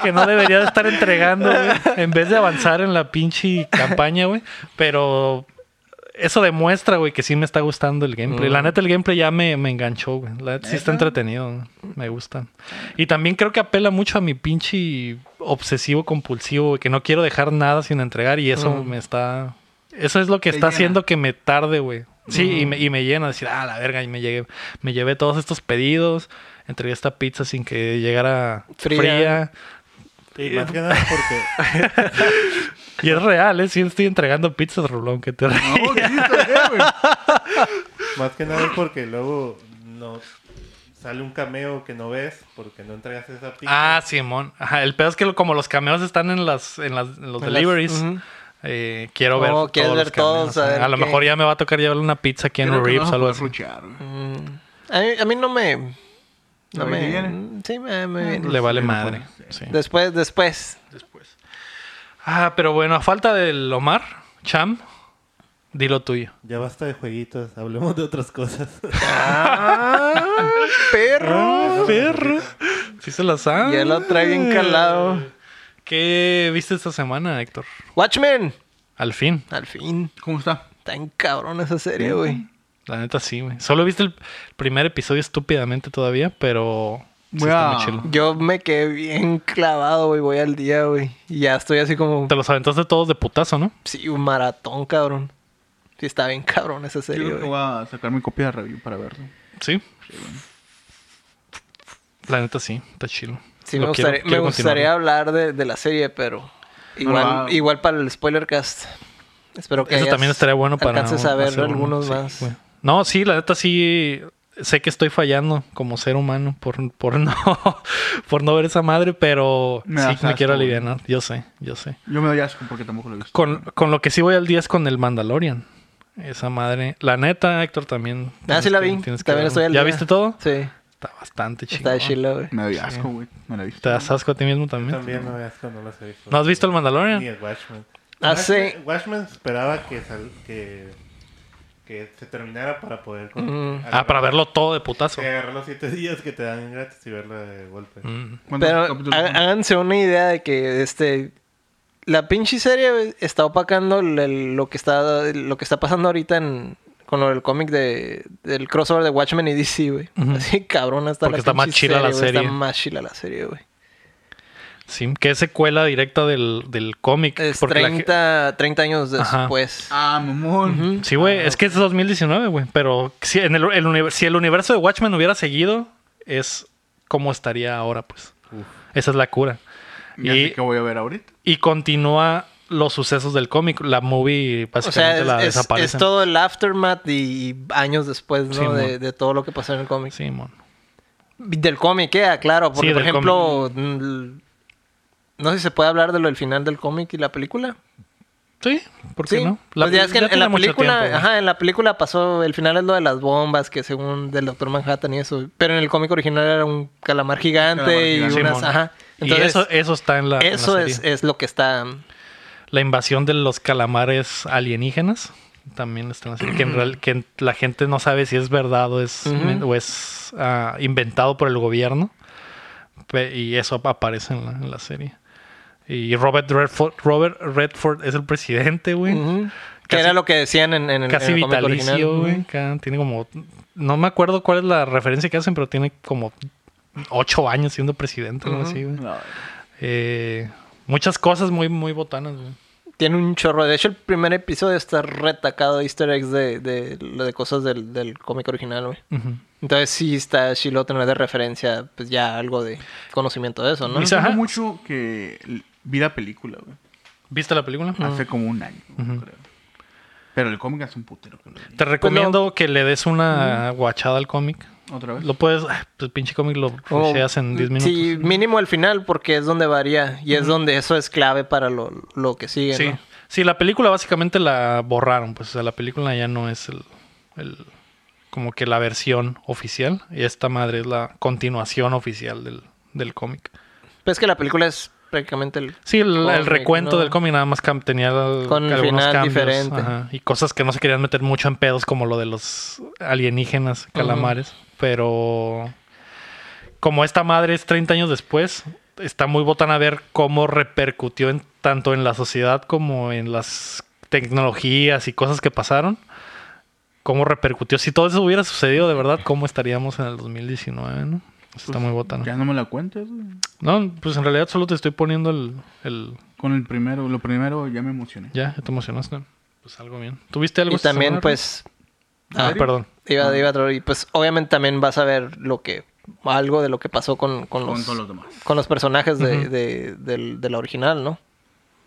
Speaker 1: que no debería de estar entregando, güey. En vez de avanzar en la pinche campaña, güey. Pero eso demuestra, güey, que sí me está gustando el gameplay. La neta, el gameplay ya me, me enganchó, güey. La neta, sí está
Speaker 3: Mm. ¿Neta?
Speaker 1: entretenido, güey. me gusta. Y también creo que apela mucho a mi pinche obsesivo compulsivo, güey, que no quiero dejar nada sin entregar y eso me está... Eso es lo que
Speaker 3: Mm. Te
Speaker 1: está
Speaker 3: llena. Mm.
Speaker 1: haciendo que me tarde, güey. Sí, y, me, y me llena decir, ah, la verga, y me, llegué, me llevé todos estos pedidos, entregué esta pizza sin que llegara fría.
Speaker 2: Fría.
Speaker 4: Sí, más que nada porque.
Speaker 1: Y es real, ¿eh? Sí, estoy entregando pizzas, Rulón, que te
Speaker 2: [LAUGHS]
Speaker 1: ríes.
Speaker 3: No, Oh, sí, está bien, güey.
Speaker 4: Más que nada porque luego no sale un cameo que no ves porque no entregas esa pizza.
Speaker 1: Ah, Simón. Ajá, el pedo es que lo- como los cameos están en, las, en, las, en los
Speaker 2: En las-
Speaker 1: deliveries,
Speaker 2: ujú.
Speaker 1: eh, quiero
Speaker 2: Oh,
Speaker 1: ver todos
Speaker 2: quieres
Speaker 1: los
Speaker 2: ver todos,
Speaker 1: cameos.
Speaker 2: a ver
Speaker 1: a lo
Speaker 2: qué-
Speaker 1: mejor ya me va a tocar llevarle una pizza aquí en
Speaker 3: Creo que
Speaker 1: Reeves
Speaker 3: no
Speaker 1: o algo
Speaker 3: vas a
Speaker 1: así.
Speaker 3: poder ruchar, güey.
Speaker 2: A mí, a mí no me.
Speaker 3: ¿No
Speaker 2: No
Speaker 3: me
Speaker 2: me.
Speaker 3: viene?
Speaker 2: Sí, me, me viene.
Speaker 1: Le vale
Speaker 3: Sí, lo
Speaker 1: madre.
Speaker 3: pones,
Speaker 1: Sí.
Speaker 2: Después, después.
Speaker 3: Después.
Speaker 1: Ah, pero bueno, a falta del Omar, Cham, dilo tuyo.
Speaker 4: Ya basta de jueguitos, hablemos de
Speaker 3: [LAUGHS]
Speaker 4: otras cosas.
Speaker 2: Perro.
Speaker 1: perro. Sí se la sabe.
Speaker 2: Ya lo trae
Speaker 1: ah.
Speaker 2: bien calado.
Speaker 1: ¿Qué viste esta semana, Héctor?
Speaker 2: Watchmen.
Speaker 1: Al fin.
Speaker 2: Al fin.
Speaker 3: ¿Cómo está?
Speaker 2: Está en cabrón esa serie, güey.
Speaker 1: La neta sí, güey. Solo viste el primer episodio estúpidamente todavía, pero sí
Speaker 3: Voy
Speaker 1: está
Speaker 3: a-
Speaker 1: muy chilo.
Speaker 2: Yo me quedé bien clavado, güey. Voy al día, güey. Y ya estoy así como.
Speaker 1: Te los aventaste todos de putazo, ¿no?
Speaker 2: Sí, un maratón, cabrón. Sí, está bien cabrón esa
Speaker 3: Yo
Speaker 2: serie,
Speaker 3: creo que
Speaker 2: güey.
Speaker 3: voy a sacar mi copia de review para verlo.
Speaker 1: Sí. La neta sí, está chilo.
Speaker 2: Sí,
Speaker 1: Lo
Speaker 2: me
Speaker 1: quiero-
Speaker 2: gustaría,
Speaker 1: quiero
Speaker 2: me gustaría
Speaker 1: continuarlo.
Speaker 2: hablar de, de la serie, pero. Igual,
Speaker 3: va.
Speaker 2: igual para el spoiler cast. Espero que.
Speaker 1: Eso
Speaker 2: hayas-
Speaker 1: también estaría bueno para...
Speaker 2: Alcances a ver
Speaker 1: hacer uno,
Speaker 2: algunos
Speaker 1: sí,
Speaker 2: más.
Speaker 1: güey. No, sí, la neta sí... Sé que estoy fallando como ser humano por, por, no, [LAUGHS] por no ver esa madre, pero
Speaker 3: Me
Speaker 1: sí
Speaker 3: das
Speaker 1: me quiero
Speaker 3: asco, güey.
Speaker 1: aliviar. Yo sé, yo sé.
Speaker 3: Yo me doy asco porque tampoco lo he visto.
Speaker 1: Con, con lo que sí voy al día es con el Mandalorian. Esa madre. La neta, Héctor, también.
Speaker 2: Ah,
Speaker 1: tienes
Speaker 2: sí la
Speaker 1: que-
Speaker 2: vi.
Speaker 1: tienes que
Speaker 2: También
Speaker 1: verlo.
Speaker 2: estoy al
Speaker 1: ¿Ya
Speaker 2: día.
Speaker 1: viste todo?
Speaker 2: Sí,
Speaker 1: Está bastante chido.
Speaker 2: está de chila, güey.
Speaker 3: Me doy asco, güey. Me la he visto.
Speaker 1: ¿Te das asco a ti mismo también?
Speaker 4: También no veas cuando las he visto.
Speaker 1: ¿No has visto el
Speaker 4: Ni
Speaker 1: Mandalorian?
Speaker 4: el Watchmen.
Speaker 2: Ah,
Speaker 4: Watchmen-
Speaker 2: sí.
Speaker 4: Watchmen esperaba que, sal- que, que se terminara para poder. con-
Speaker 2: Mm.
Speaker 1: Ah, para verlo todo de putazo.
Speaker 4: Sí, agarrar los siete días que te dan gratis y verla de golpe.
Speaker 1: Mm.
Speaker 3: ¿Cuántos
Speaker 2: Pero
Speaker 3: capítulos
Speaker 2: ha-
Speaker 3: son?
Speaker 1: ah.
Speaker 2: háganse una idea de que este la pinche serie güey, está opacando el- el- lo que está lo que está pasando ahorita en con lo del cómic de, del crossover de Watchmen y DC, güey.
Speaker 1: Ujú.
Speaker 2: Así cabrón hasta
Speaker 1: Porque está más chila la serie.
Speaker 2: Está más chila la serie, güey.
Speaker 1: Sí, que es secuela directa del, del cómic.
Speaker 2: Es
Speaker 1: porque la
Speaker 2: 30, 30 años
Speaker 1: Ajá.
Speaker 2: después.
Speaker 3: Ah, mamón.
Speaker 1: ge- Sí,
Speaker 4: Ah,
Speaker 1: güey, es que es 2019, güey. Pero si, en el, el univer- si el universo de Watchmen hubiera seguido, es como estaría ahora, pues.
Speaker 4: Uf.
Speaker 1: Esa es la cura.
Speaker 3: Ya
Speaker 1: Y-
Speaker 3: sé que voy a ver ahorita.
Speaker 1: Y continúa los sucesos del cómic. La movie
Speaker 2: O sea,
Speaker 1: básicamente
Speaker 2: es,
Speaker 1: la
Speaker 2: es-
Speaker 1: desaparece.
Speaker 2: es todo el aftermath y, y años después, ¿no?
Speaker 1: Sí, mon.
Speaker 2: de, de todo lo que pasó en el cómic.
Speaker 1: Sí, mon.
Speaker 2: Del cómic, ¿eh? Claro, porque
Speaker 1: Sí,
Speaker 2: por
Speaker 1: del
Speaker 2: ejemplo, mm, no sé si se puede hablar de lo del final del cómic y la película.
Speaker 1: Sí, ¿por qué
Speaker 2: Sí.
Speaker 1: no?
Speaker 2: Pues ya es que en- en
Speaker 1: tiene
Speaker 2: la
Speaker 1: mucho
Speaker 2: película,
Speaker 1: tiempo, güey.
Speaker 2: ajá, en la película pasó, el final es lo de las bombas, que según del Doctor Manhattan y eso, pero en el cómic original era un calamar gigante
Speaker 3: Calamar
Speaker 2: y
Speaker 3: gigante.
Speaker 2: unas,
Speaker 1: Simón.
Speaker 2: ajá.
Speaker 1: Y
Speaker 2: Entonces,
Speaker 1: eso,
Speaker 2: eso,
Speaker 1: eso está en la, en la serie.
Speaker 2: es, eh, es lo que está
Speaker 1: La invasión de los calamares alienígenas. También está en la serie. que, en real- que la gente no sabe si es verdad o es,
Speaker 2: Ujú.
Speaker 1: o es ah, inventado por el gobierno. Pe- Y eso aparece en la, en la serie. Y Robert Redford, Robert Redford es el presidente, güey.
Speaker 2: ujú, que
Speaker 1: Casi-
Speaker 2: era lo que decían en, en el,
Speaker 1: Casi
Speaker 2: en el cómic
Speaker 1: vitalicio,
Speaker 2: original.
Speaker 1: güey. Acá Tiene como. No me acuerdo cuál es la referencia que hacen, pero tiene como ocho años siendo presidente, algo
Speaker 2: Ujú.
Speaker 1: así, güey.
Speaker 3: No,
Speaker 1: Eh, muchas cosas muy, muy botanas, güey.
Speaker 2: Tiene un chorro. De hecho, el primer episodio está retacado de easter eggs de, de, de, cosas del, del cómic original, güey.
Speaker 1: Ujú.
Speaker 2: Entonces sí está Shiloh tener de referencia, pues ya algo de conocimiento de eso, ¿no?
Speaker 1: Y
Speaker 3: tengo
Speaker 1: Ajá.
Speaker 3: mucho que l- vi la película, güey.
Speaker 1: ¿Viste la película?
Speaker 2: Ah.
Speaker 3: Hace como un año, creo. Pero el cómic hace un putero que lo vi.
Speaker 1: Te
Speaker 2: Pues
Speaker 1: recomiendo que le des una guachada al cómic.
Speaker 3: Otra vez.
Speaker 1: Lo puedes. ah, pues, pinche cómic lo
Speaker 2: O-
Speaker 1: rusheas en 10 minutos.
Speaker 2: Oh, Sí, mínimo al final, porque es donde varía. Y es donde eso es clave para lo, lo que sigue,
Speaker 1: Sí.
Speaker 2: ¿no?
Speaker 1: Sí, la película básicamente la borraron. Pues o sea, la película ya no es el, el- como que la versión oficial. Y esta madre es la continuación oficial del, del cómic.
Speaker 2: Pues que la película es prácticamente el...
Speaker 1: Sí, el, el
Speaker 2: Cómic,
Speaker 1: recuento
Speaker 2: ¿no?
Speaker 1: del cómic nada más cam- tenía el-
Speaker 2: Con el
Speaker 1: algunos
Speaker 2: final
Speaker 1: cambios.
Speaker 2: diferente.
Speaker 1: ajá, y cosas que no se querían meter mucho en pedos, como lo de los alienígenas, calamares. Pero como esta madre es 30 años después, está muy botana ver cómo repercutió en, tanto en la sociedad como en las tecnologías y cosas que pasaron. Cómo repercutió. Si todo eso hubiera sucedido de verdad, ¿cómo estaríamos en el 2019? ¿no? Eso Está muy botana.
Speaker 3: Ya no me la cuentes, güey.
Speaker 1: No, pues en realidad solo te estoy poniendo el- el
Speaker 3: Con el primero, lo primero ya me emocioné.
Speaker 1: ya, ya te emocionaste. Pues algo bien. ¿Tuviste algo?
Speaker 2: Y
Speaker 1: esta
Speaker 2: también,
Speaker 1: semana,
Speaker 2: pues...
Speaker 1: Rick? Ah, perdón.
Speaker 2: Iba, iba a traer- y pues obviamente también vas a ver lo que... Algo de lo que pasó con, con
Speaker 3: Con
Speaker 2: los...
Speaker 3: todos los demás.
Speaker 2: con los personajes de,
Speaker 1: Ujú.
Speaker 2: de- del- de la original, ¿no?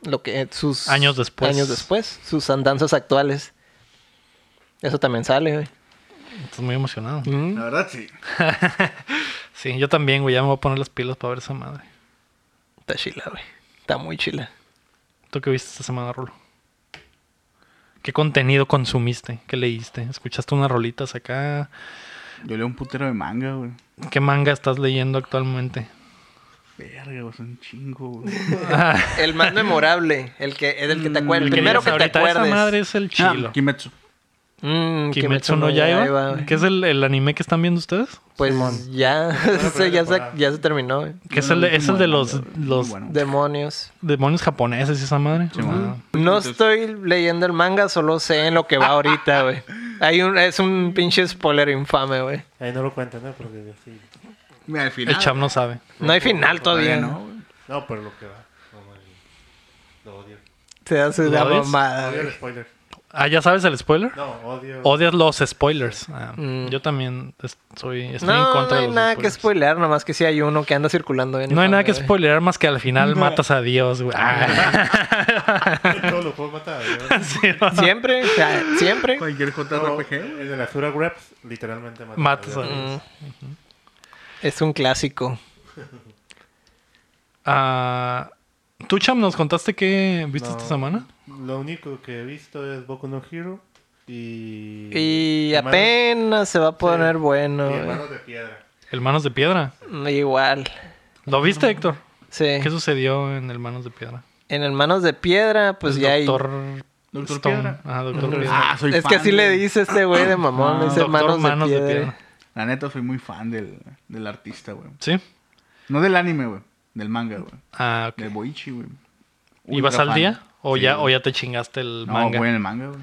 Speaker 2: Lo que eh, sus
Speaker 1: Años después.
Speaker 2: años después, sus andanzas actuales. Eso también sale, güey.
Speaker 1: Estás muy emocionado.
Speaker 2: Mm.
Speaker 3: La verdad, sí.
Speaker 1: Sí, yo también, güey. Ya me voy a poner las pilas para ver esa madre.
Speaker 2: Está chila, güey. Está muy chila.
Speaker 1: ¿Tú qué viste esta semana, Rulo? ¿Qué contenido consumiste? ¿Qué leíste? ¿Escuchaste unas rolitas acá?
Speaker 3: Yo leo un putero de manga, güey.
Speaker 1: ¿Qué manga estás leyendo actualmente?
Speaker 3: Verga, güey, es un chingo, güey.
Speaker 2: El más memorable, el que es el que te acuerdas, [LAUGHS] el
Speaker 1: ¿Qué
Speaker 2: primero
Speaker 1: lees
Speaker 2: que te
Speaker 1: Mm, ahorita?
Speaker 2: acuerdes.
Speaker 1: Esa madre es el [LAUGHS]
Speaker 3: Ah,
Speaker 1: chilo.
Speaker 3: Kimetsu.
Speaker 2: Mm,
Speaker 1: Kimetsu no
Speaker 2: Yaiba,
Speaker 1: Yaiba,
Speaker 2: güey.
Speaker 1: que es el, el anime que están viendo ustedes.
Speaker 2: Pues
Speaker 4: Simón.
Speaker 2: ya, [LAUGHS] ese ya, se,
Speaker 4: temporada.
Speaker 2: ya se terminó. güey.
Speaker 1: Que es
Speaker 3: Yo
Speaker 1: el,
Speaker 3: lo
Speaker 1: es el
Speaker 3: último
Speaker 1: de
Speaker 3: manga,
Speaker 1: los,
Speaker 3: güey. Muy
Speaker 1: los
Speaker 3: bueno.
Speaker 2: Demonios.
Speaker 1: demonios japoneses y esa madre. Ah,
Speaker 3: Sí, man.
Speaker 2: No estoy leyendo el manga, solo sé en lo que va ahorita, güey. Hay un, es un pinche spoiler infame, güey.
Speaker 4: Ahí no lo cuentan, ¿no? Porque sí.
Speaker 3: Mira, al final.
Speaker 1: El cham no sabe.
Speaker 2: No hay final todavía.
Speaker 3: Todavía no, güey.
Speaker 4: No, pero lo que va. No, man. Lo odio.
Speaker 2: Se hace
Speaker 1: ¿Lo
Speaker 2: una
Speaker 1: odias?
Speaker 2: mamada,
Speaker 4: Odio
Speaker 2: güey.
Speaker 4: el spoiler.
Speaker 1: Ah, ¿ya sabes el spoiler?
Speaker 4: No, odio.
Speaker 1: Odias los spoilers. Ah,
Speaker 2: Mm.
Speaker 1: Yo también es- soy, estoy en
Speaker 2: No, no
Speaker 1: contra de
Speaker 2: hay
Speaker 1: los
Speaker 2: nada que
Speaker 1: spoilers.
Speaker 2: spoilear, nomás que sí hay uno que anda circulando. bien
Speaker 1: No hay nada
Speaker 2: infame,
Speaker 1: que
Speaker 2: güey.
Speaker 1: spoilear más que al final matas a Dios, güey. [LAUGHS] Ah.
Speaker 4: [LAUGHS] Todos los juegos matan. ¿no?
Speaker 1: Sí, ¿no?
Speaker 2: Siempre, o sea,
Speaker 1: [LAUGHS]
Speaker 2: siempre.
Speaker 3: Cualquier
Speaker 4: No,
Speaker 3: JRPG, güey.
Speaker 4: el de las Sura Graps literalmente matan.
Speaker 1: Matas a
Speaker 4: Dios.
Speaker 1: Dios.
Speaker 2: Mm. Es un clásico.
Speaker 1: Ah, Tú, Cham, nos contaste que viste
Speaker 4: No.
Speaker 1: esta semana.
Speaker 4: Lo único que he visto es Boku no Hero y.
Speaker 2: Y
Speaker 4: Hermanos-
Speaker 2: apenas se va a poner bueno.
Speaker 4: y
Speaker 2: güey.
Speaker 4: Hermanos de Piedra.
Speaker 1: El Manos de Piedra.
Speaker 2: Igual.
Speaker 1: ¿Lo viste,
Speaker 2: Mm.
Speaker 1: Héctor?
Speaker 2: Sí.
Speaker 1: ¿Qué sucedió en El Manos de Piedra?
Speaker 2: En Hermanos de Piedra, pues
Speaker 1: El
Speaker 2: ya
Speaker 1: doctor...
Speaker 3: Doctor
Speaker 1: Stone.
Speaker 3: Piedra.
Speaker 1: Ah, Doctor Piedra.
Speaker 3: Ah,
Speaker 2: hay.
Speaker 3: soy
Speaker 2: Es
Speaker 3: fan
Speaker 2: que así
Speaker 3: del-
Speaker 2: le dice este güey de mamón.
Speaker 3: Ah,
Speaker 2: le dice
Speaker 1: Doctor
Speaker 2: Hermanos,
Speaker 1: Manos
Speaker 2: de
Speaker 1: de
Speaker 2: piedra.
Speaker 1: Piedra.
Speaker 3: La neta, soy muy fan del, del artista, güey.
Speaker 1: ¿Sí?
Speaker 3: No del anime, güey. Del manga, güey.
Speaker 1: Ah, ok.
Speaker 3: De Boichi, güey.
Speaker 1: ¿Ibas
Speaker 3: Ultra
Speaker 1: al
Speaker 3: fan.
Speaker 1: día? ¿O,
Speaker 3: Sí,
Speaker 1: ya,
Speaker 3: güey.
Speaker 1: ¿O ya te chingaste el
Speaker 3: No,
Speaker 1: manga?
Speaker 3: güey, en el manga, güey.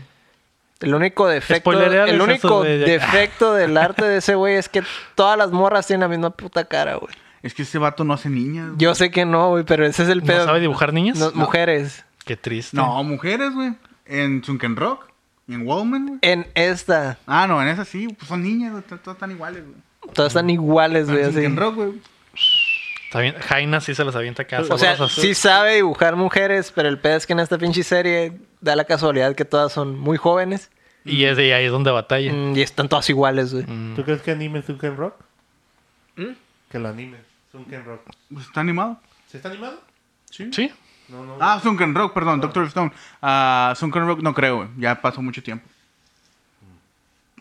Speaker 2: El único defecto,
Speaker 1: Spoilereales
Speaker 2: el
Speaker 1: esos,
Speaker 2: único
Speaker 1: güey, ya.
Speaker 2: defecto del arte de ese güey es que todas las morras tienen la misma puta cara, güey.
Speaker 3: Es que ese vato no hace niñas. güey.
Speaker 2: Yo sé que no, güey, pero ese es el
Speaker 1: ¿No
Speaker 2: pedo.
Speaker 1: sabe dibujar niñas?
Speaker 2: No, Mujeres.
Speaker 1: Qué triste.
Speaker 3: No, mujeres, güey. En Sunken Rock. En Wallman, güey.
Speaker 2: En esta,
Speaker 3: Ah, no, en esa sí. Pues son niñas, güey. Todas están iguales, güey.
Speaker 2: todas están iguales, güey.
Speaker 3: En
Speaker 2: así.
Speaker 3: Sunken Rock, güey.
Speaker 1: Está bien, Jaina sí se las avienta acá.
Speaker 2: O sea,
Speaker 1: sabrosas.
Speaker 2: sí sabe dibujar mujeres, pero el pedo es que en esta pinche serie da la casualidad que todas son muy jóvenes
Speaker 1: Y es de ahí es donde batalla.
Speaker 2: mm, y están todas iguales, güey.
Speaker 1: Mm.
Speaker 4: ¿Tú crees que anime es un Ken Rock?
Speaker 2: ¿Mm?
Speaker 4: Que lo anime. Es un Ken Rock.
Speaker 3: Pues, ¿Está animado?
Speaker 4: ¿Se está animado?
Speaker 3: Sí.
Speaker 1: Sí.
Speaker 4: No, no.
Speaker 3: Ah, Sunken Rock, perdón, Doctor Stone. Ah, Sunken Rock no creo, güey. Ya pasó mucho tiempo.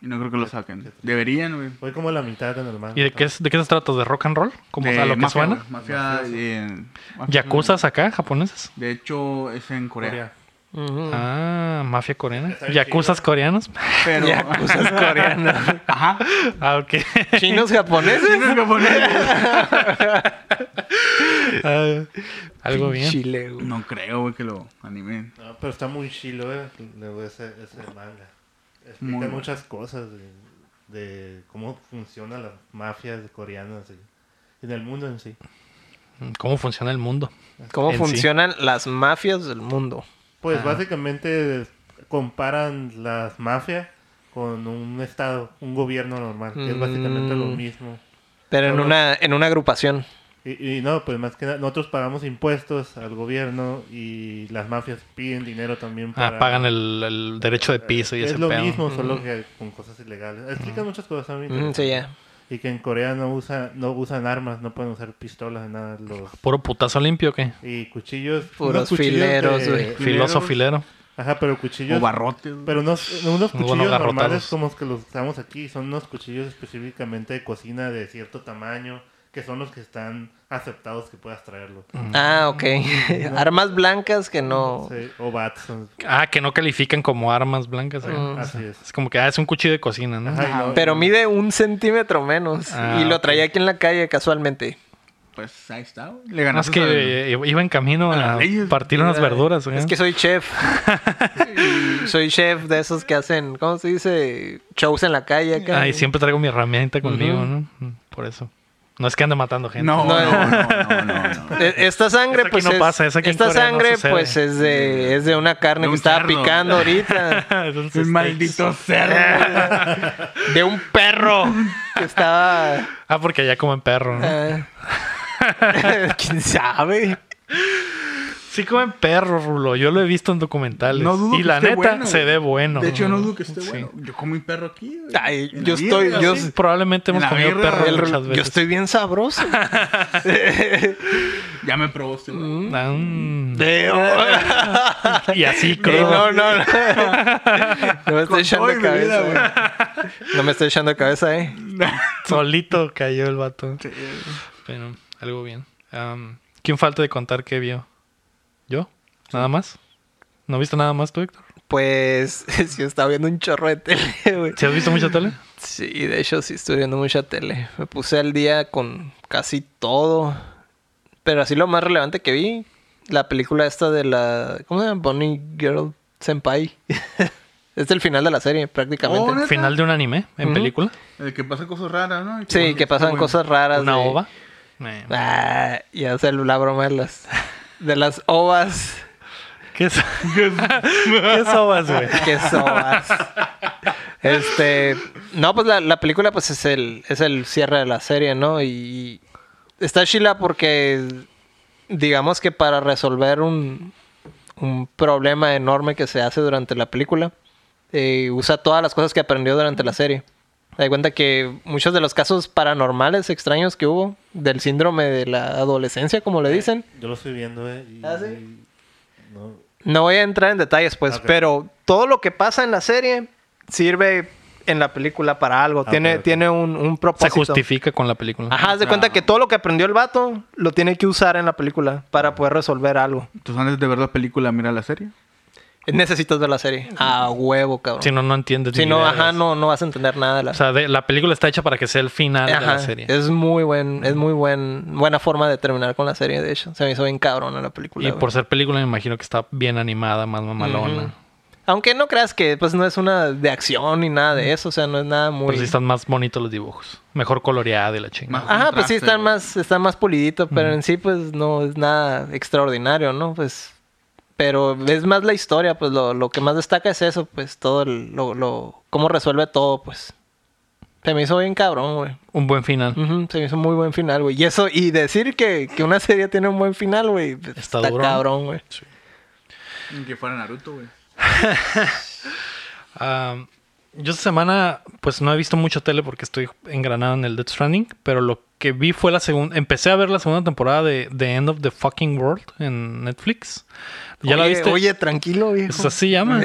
Speaker 3: Y no creo que lo saquen. Deberían, güey.
Speaker 4: Voy como a la mitad en el manga.
Speaker 1: ¿Y de qué, es- de qué se trata? ¿De rock and roll? Como
Speaker 3: De
Speaker 1: a lo que
Speaker 3: mafia,
Speaker 1: suena.
Speaker 3: güey, Mafia, eh, mafia.
Speaker 1: ¿Yacuzas acá, japoneses?
Speaker 3: De hecho, es en Corea.
Speaker 4: Corea.
Speaker 2: Ujú.
Speaker 1: Ah, mafia coreana.
Speaker 4: Está bien
Speaker 1: ¿Yacuzas
Speaker 2: [LAUGHS]
Speaker 1: coreanos?
Speaker 3: Pero. [LAUGHS]
Speaker 2: Ya, cosas coreanas.
Speaker 3: Ajá.
Speaker 1: Ah,
Speaker 2: [LAUGHS]
Speaker 1: ok.
Speaker 2: Chinos japoneses.
Speaker 3: Tienes que poner-
Speaker 1: Ah, algo bien.
Speaker 2: Chile, güey.
Speaker 3: No creo, güey, que lo animen.
Speaker 4: No, pero está muy chilo eh, luego ese, ese manga. Explica
Speaker 3: Muy.
Speaker 4: muchas cosas de, de cómo funcionan las mafias coreanas y- en el mundo en sí.
Speaker 1: Mm, ¿Cómo funciona el mundo?
Speaker 2: ¿Cómo
Speaker 1: En sí.
Speaker 2: funcionan las mafias del mundo?
Speaker 4: Pues básicamente comparan las mafias con un estado, un gobierno normal, que es básicamente lo
Speaker 2: Mm.
Speaker 4: mismo.
Speaker 2: Pero en
Speaker 4: Solo-
Speaker 2: una, en una agrupación.
Speaker 4: Y, y no, pues más que nada, nosotros pagamos impuestos al gobierno y las mafias piden dinero también para...
Speaker 1: Ah, pagan el, el derecho de piso y
Speaker 4: es
Speaker 1: ese
Speaker 4: lo
Speaker 1: pedo. Mm.
Speaker 4: mismo, solo que con cosas ilegales. Explican muchas cosas a mí.
Speaker 2: Mm, sí, ya.
Speaker 4: Y que en Corea no usa, no usan armas, no pueden usar pistolas, nada. Los,
Speaker 1: Mm. ¿Puro putazo limpio o qué?
Speaker 4: y cuchillos.
Speaker 2: Puros
Speaker 4: unos cuchillos
Speaker 2: fileros,
Speaker 4: de-
Speaker 2: güey.
Speaker 1: Filoso filero.
Speaker 4: Ajá, pero cuchillos.
Speaker 3: O barrotes. güey.
Speaker 4: Pero unos, unos
Speaker 1: Unos
Speaker 4: cuchillos
Speaker 1: garrotados.
Speaker 4: normales como los que los usamos aquí. Son unos cuchillos específicamente de cocina de cierto tamaño, que son los que están aceptados que puedas traerlos.
Speaker 1: Mm.
Speaker 2: Ah, ok. [LAUGHS] Armas blancas que no.
Speaker 4: Sí, o bats. son-
Speaker 1: Ah, que no califican como armas blancas. acá.
Speaker 2: Mm.
Speaker 4: Así es.
Speaker 1: Es como que ah, es un cuchillo de cocina, ¿no?
Speaker 4: Ajá, y no-
Speaker 2: Pero mide un centímetro menos.
Speaker 1: Ah,
Speaker 2: y lo
Speaker 1: ok.
Speaker 2: traía aquí en la calle casualmente.
Speaker 3: Pues ahí está, güey. Le
Speaker 1: No, es
Speaker 3: ganaste.
Speaker 1: que
Speaker 3: al-
Speaker 1: eh, iba en camino
Speaker 3: a
Speaker 1: a,
Speaker 3: las leyes.
Speaker 1: partir unas verduras. ¿eh? güey.
Speaker 2: Es que
Speaker 1: [LAUGHS]
Speaker 2: soy chef. soy chef de esos que hacen, ¿cómo se dice? Shows en la calle acá.
Speaker 1: Ah, y siempre traigo mi herramienta conmigo,
Speaker 2: Ujú.
Speaker 1: ¿no? Por eso. No es que ande matando gente.
Speaker 3: No,
Speaker 2: No,
Speaker 3: no, no, no, no. no.
Speaker 2: E- Esta sangre,
Speaker 1: Eso aquí
Speaker 2: pues.
Speaker 1: no
Speaker 2: es,
Speaker 1: pasa, eso aquí en
Speaker 2: esta
Speaker 1: Corea no
Speaker 2: sangre,
Speaker 1: sucede.
Speaker 2: pues, es de, es de una carne
Speaker 3: De un
Speaker 2: que estaba
Speaker 3: cerdo.
Speaker 2: picando ahorita.
Speaker 1: [LAUGHS] Entonces, [LAUGHS]
Speaker 3: El
Speaker 1: este,
Speaker 3: maldito cerdo.
Speaker 1: [LAUGHS]
Speaker 2: De un perro que estaba.
Speaker 1: Ah, porque allá comen perro,
Speaker 3: Eh.
Speaker 1: ¿no? [LAUGHS]
Speaker 2: ah. [LAUGHS] ¿Quién sabe?
Speaker 1: Sí comen perro, Rulo. Yo lo he visto en documentales.
Speaker 3: No dudo
Speaker 1: y
Speaker 3: que
Speaker 1: la
Speaker 3: esté
Speaker 1: neta
Speaker 3: bueno,
Speaker 1: se
Speaker 3: güey.
Speaker 1: ve bueno.
Speaker 3: De hecho, no dudo que esté
Speaker 1: Sí.
Speaker 3: bueno. Yo comí perro aquí. güey.
Speaker 2: Ay,
Speaker 3: En la
Speaker 2: yo
Speaker 3: vida,
Speaker 2: estoy-
Speaker 3: güey,
Speaker 2: yo-
Speaker 3: así.
Speaker 1: Probablemente hemos
Speaker 3: La
Speaker 1: comido
Speaker 3: birra,
Speaker 1: perro
Speaker 3: el-
Speaker 1: muchas veces.
Speaker 2: Yo estoy
Speaker 1: [LAUGHS]
Speaker 2: bien sabroso.
Speaker 3: Ya me probaste, güey.
Speaker 1: Ah,
Speaker 3: [LAUGHS]
Speaker 1: mm.
Speaker 2: De-
Speaker 1: Y así
Speaker 2: Eh,
Speaker 1: creo.
Speaker 2: no, no, no. [LAUGHS] No me estoy echando
Speaker 3: todo y
Speaker 2: de cabeza.
Speaker 3: bebida,
Speaker 2: no me estoy echando de cabeza, eh.
Speaker 1: Mm.
Speaker 3: [LAUGHS]
Speaker 1: Solito cayó el vato. Pero algo bien. Am, ¿Quién falta de contar qué vio? ¿Yo? ¿Nada más? ¿No viste nada más tú, Héctor?
Speaker 2: Pues [LAUGHS] sí, estaba viendo un chorro de tele, güey.
Speaker 1: ¿Sí has visto mucha tele?
Speaker 2: Sí, de hecho sí estoy viendo mucha tele. Me puse al día con casi todo. Pero así lo más relevante que vi, la película esta de la... ¿Cómo se llama? Bonnie Girl Senpai. [LAUGHS] es el final de la serie prácticamente.
Speaker 3: Oh, ¿neta?
Speaker 1: Final de un anime en
Speaker 2: Ujú.
Speaker 1: película.
Speaker 3: El que pasa cosas raras, ¿no? Y
Speaker 2: sí, que pasan
Speaker 3: bueno.
Speaker 2: cosas raras.
Speaker 1: Una
Speaker 2: de-
Speaker 1: ova. Eh,
Speaker 2: Ah, ya sé la broma de las, de las ovas.
Speaker 1: ¿Qué, es... ¿Qué es ovas,
Speaker 2: [LAUGHS]
Speaker 1: güey?
Speaker 2: Qué sobas. Este. No, pues la, la película, pues es el, es el cierre de la serie, ¿no? Y. Está chila porque. Digamos que para resolver un. un problema enorme que se hace durante la película. eh, usa todas las cosas que aprendió durante la serie. Se da cuenta que muchos de los casos paranormales extraños que hubo, del síndrome de la adolescencia, como le dicen,
Speaker 4: Yo lo estoy viendo, eh. y-
Speaker 2: ¿Ah, sí?
Speaker 4: No,
Speaker 2: no voy a entrar en detalles, pues,
Speaker 4: Ok.
Speaker 2: pero todo lo que pasa en la serie sirve en la película para algo.
Speaker 4: Ah,
Speaker 2: tiene
Speaker 4: ok, ok.
Speaker 2: tiene un, un propósito.
Speaker 1: Se justifica con la película.
Speaker 2: Ajá, haz de cuenta que todo lo que aprendió el vato lo tiene que usar en la película para poder resolver algo.
Speaker 3: Entonces, antes de ver la película, mira la serie.
Speaker 2: Necesitas ver la serie. A huevo, cabrón.
Speaker 1: Si no, no entiendes.
Speaker 2: Si
Speaker 1: ni
Speaker 2: no,
Speaker 1: idea de
Speaker 2: ajá,
Speaker 1: eso.
Speaker 2: no, no vas a entender nada de la
Speaker 1: O sea, de- la película está hecha para que sea el final de
Speaker 2: Ajá,
Speaker 1: la serie.
Speaker 2: Es muy buen, es muy buen, buena forma de terminar con la serie, de hecho. Se me hizo bien cabrón la película.
Speaker 1: Y
Speaker 2: güey.
Speaker 1: por ser película, me imagino que está bien animada, más mamalona.
Speaker 2: Ujú. Aunque no creas que pues no es una de acción ni nada de eso, o sea, no es nada muy
Speaker 1: Pero Pues sí están más bonitos los dibujos. Mejor coloreada de la chingada.
Speaker 3: Más
Speaker 2: Ajá, pues sí,
Speaker 3: contraste,
Speaker 2: está
Speaker 3: güey.
Speaker 2: más, está más pulidito, pero en sí, pues no es nada extraordinario, ¿no? Pues, pero es más la historia, pues lo, lo que más destaca es eso, pues todo el- lo, lo, cómo resuelve todo, pues. Se me hizo bien cabrón, güey.
Speaker 1: Un buen final.
Speaker 2: Ujú, se me hizo muy buen final, güey. Y eso, y decir que, que una serie tiene un buen final, güey. pues, Está,
Speaker 1: duro.
Speaker 2: cabrón, güey.
Speaker 3: Ni Que fuera Naruto, güey.
Speaker 1: Am, Ah, yo esta semana, pues no he visto mucho tele porque estoy engranado en el Death Stranding, pero lo que vi fue la segunda. Empecé a ver la segunda temporada de The End of the Fucking World en Netflix. ¿Ya la
Speaker 2: Oye,
Speaker 1: viste?
Speaker 2: Oye, tranquilo, viejo.
Speaker 1: Pues así
Speaker 2: [LAUGHS]
Speaker 1: llama.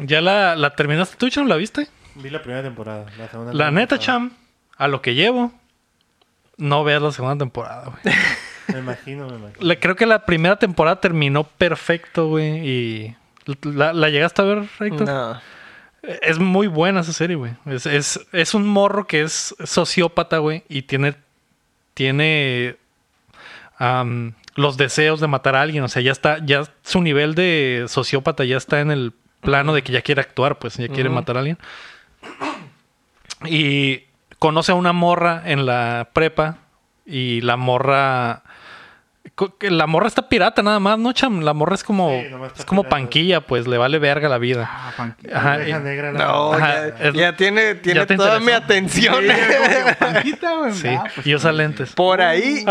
Speaker 1: ¿Ya la, la terminaste tú, Cham? ¿La viste?
Speaker 4: Vi la primera temporada. La, segunda
Speaker 1: La
Speaker 4: no he
Speaker 1: neta,
Speaker 4: empezado.
Speaker 1: Cham, a lo que llevo, no veas la segunda temporada, güey. [LAUGHS]
Speaker 4: Me imagino, me imagino.
Speaker 1: La- creo que la primera temporada terminó perfecto, güey. Y la, la llegaste a ver, Héctor.
Speaker 2: No.
Speaker 1: Es muy buena esa serie, güey. Es, es, es un morro que es sociópata, güey. Y tiene. Tiene. am, los deseos de matar a alguien. O sea, ya está. Ya su nivel de sociópata ya está en el plano de que ya quiere actuar, pues. Ya quiere
Speaker 2: Ujú.
Speaker 1: matar a alguien. Y conoce a una morra en la prepa. Y la morra. co- que La morra está pirata nada más, ¿no, Cham? La morra es como.
Speaker 4: Sí, nomás está
Speaker 1: es como
Speaker 4: pirata.
Speaker 1: panquilla, pues. Le vale verga la vida.
Speaker 3: Ah, Panqui.
Speaker 1: Ajá,
Speaker 4: Oveja
Speaker 1: y-
Speaker 4: negra. la-
Speaker 2: No,
Speaker 1: Ajá,
Speaker 2: ya,
Speaker 1: es-
Speaker 2: ya tiene, tiene
Speaker 1: te
Speaker 2: toda
Speaker 1: interesó.
Speaker 2: mi atención. [LAUGHS]
Speaker 3: Panquita, güey.
Speaker 1: Sí,
Speaker 3: Ah, pues,
Speaker 1: y usa lentes. [LAUGHS]
Speaker 2: Por ahí.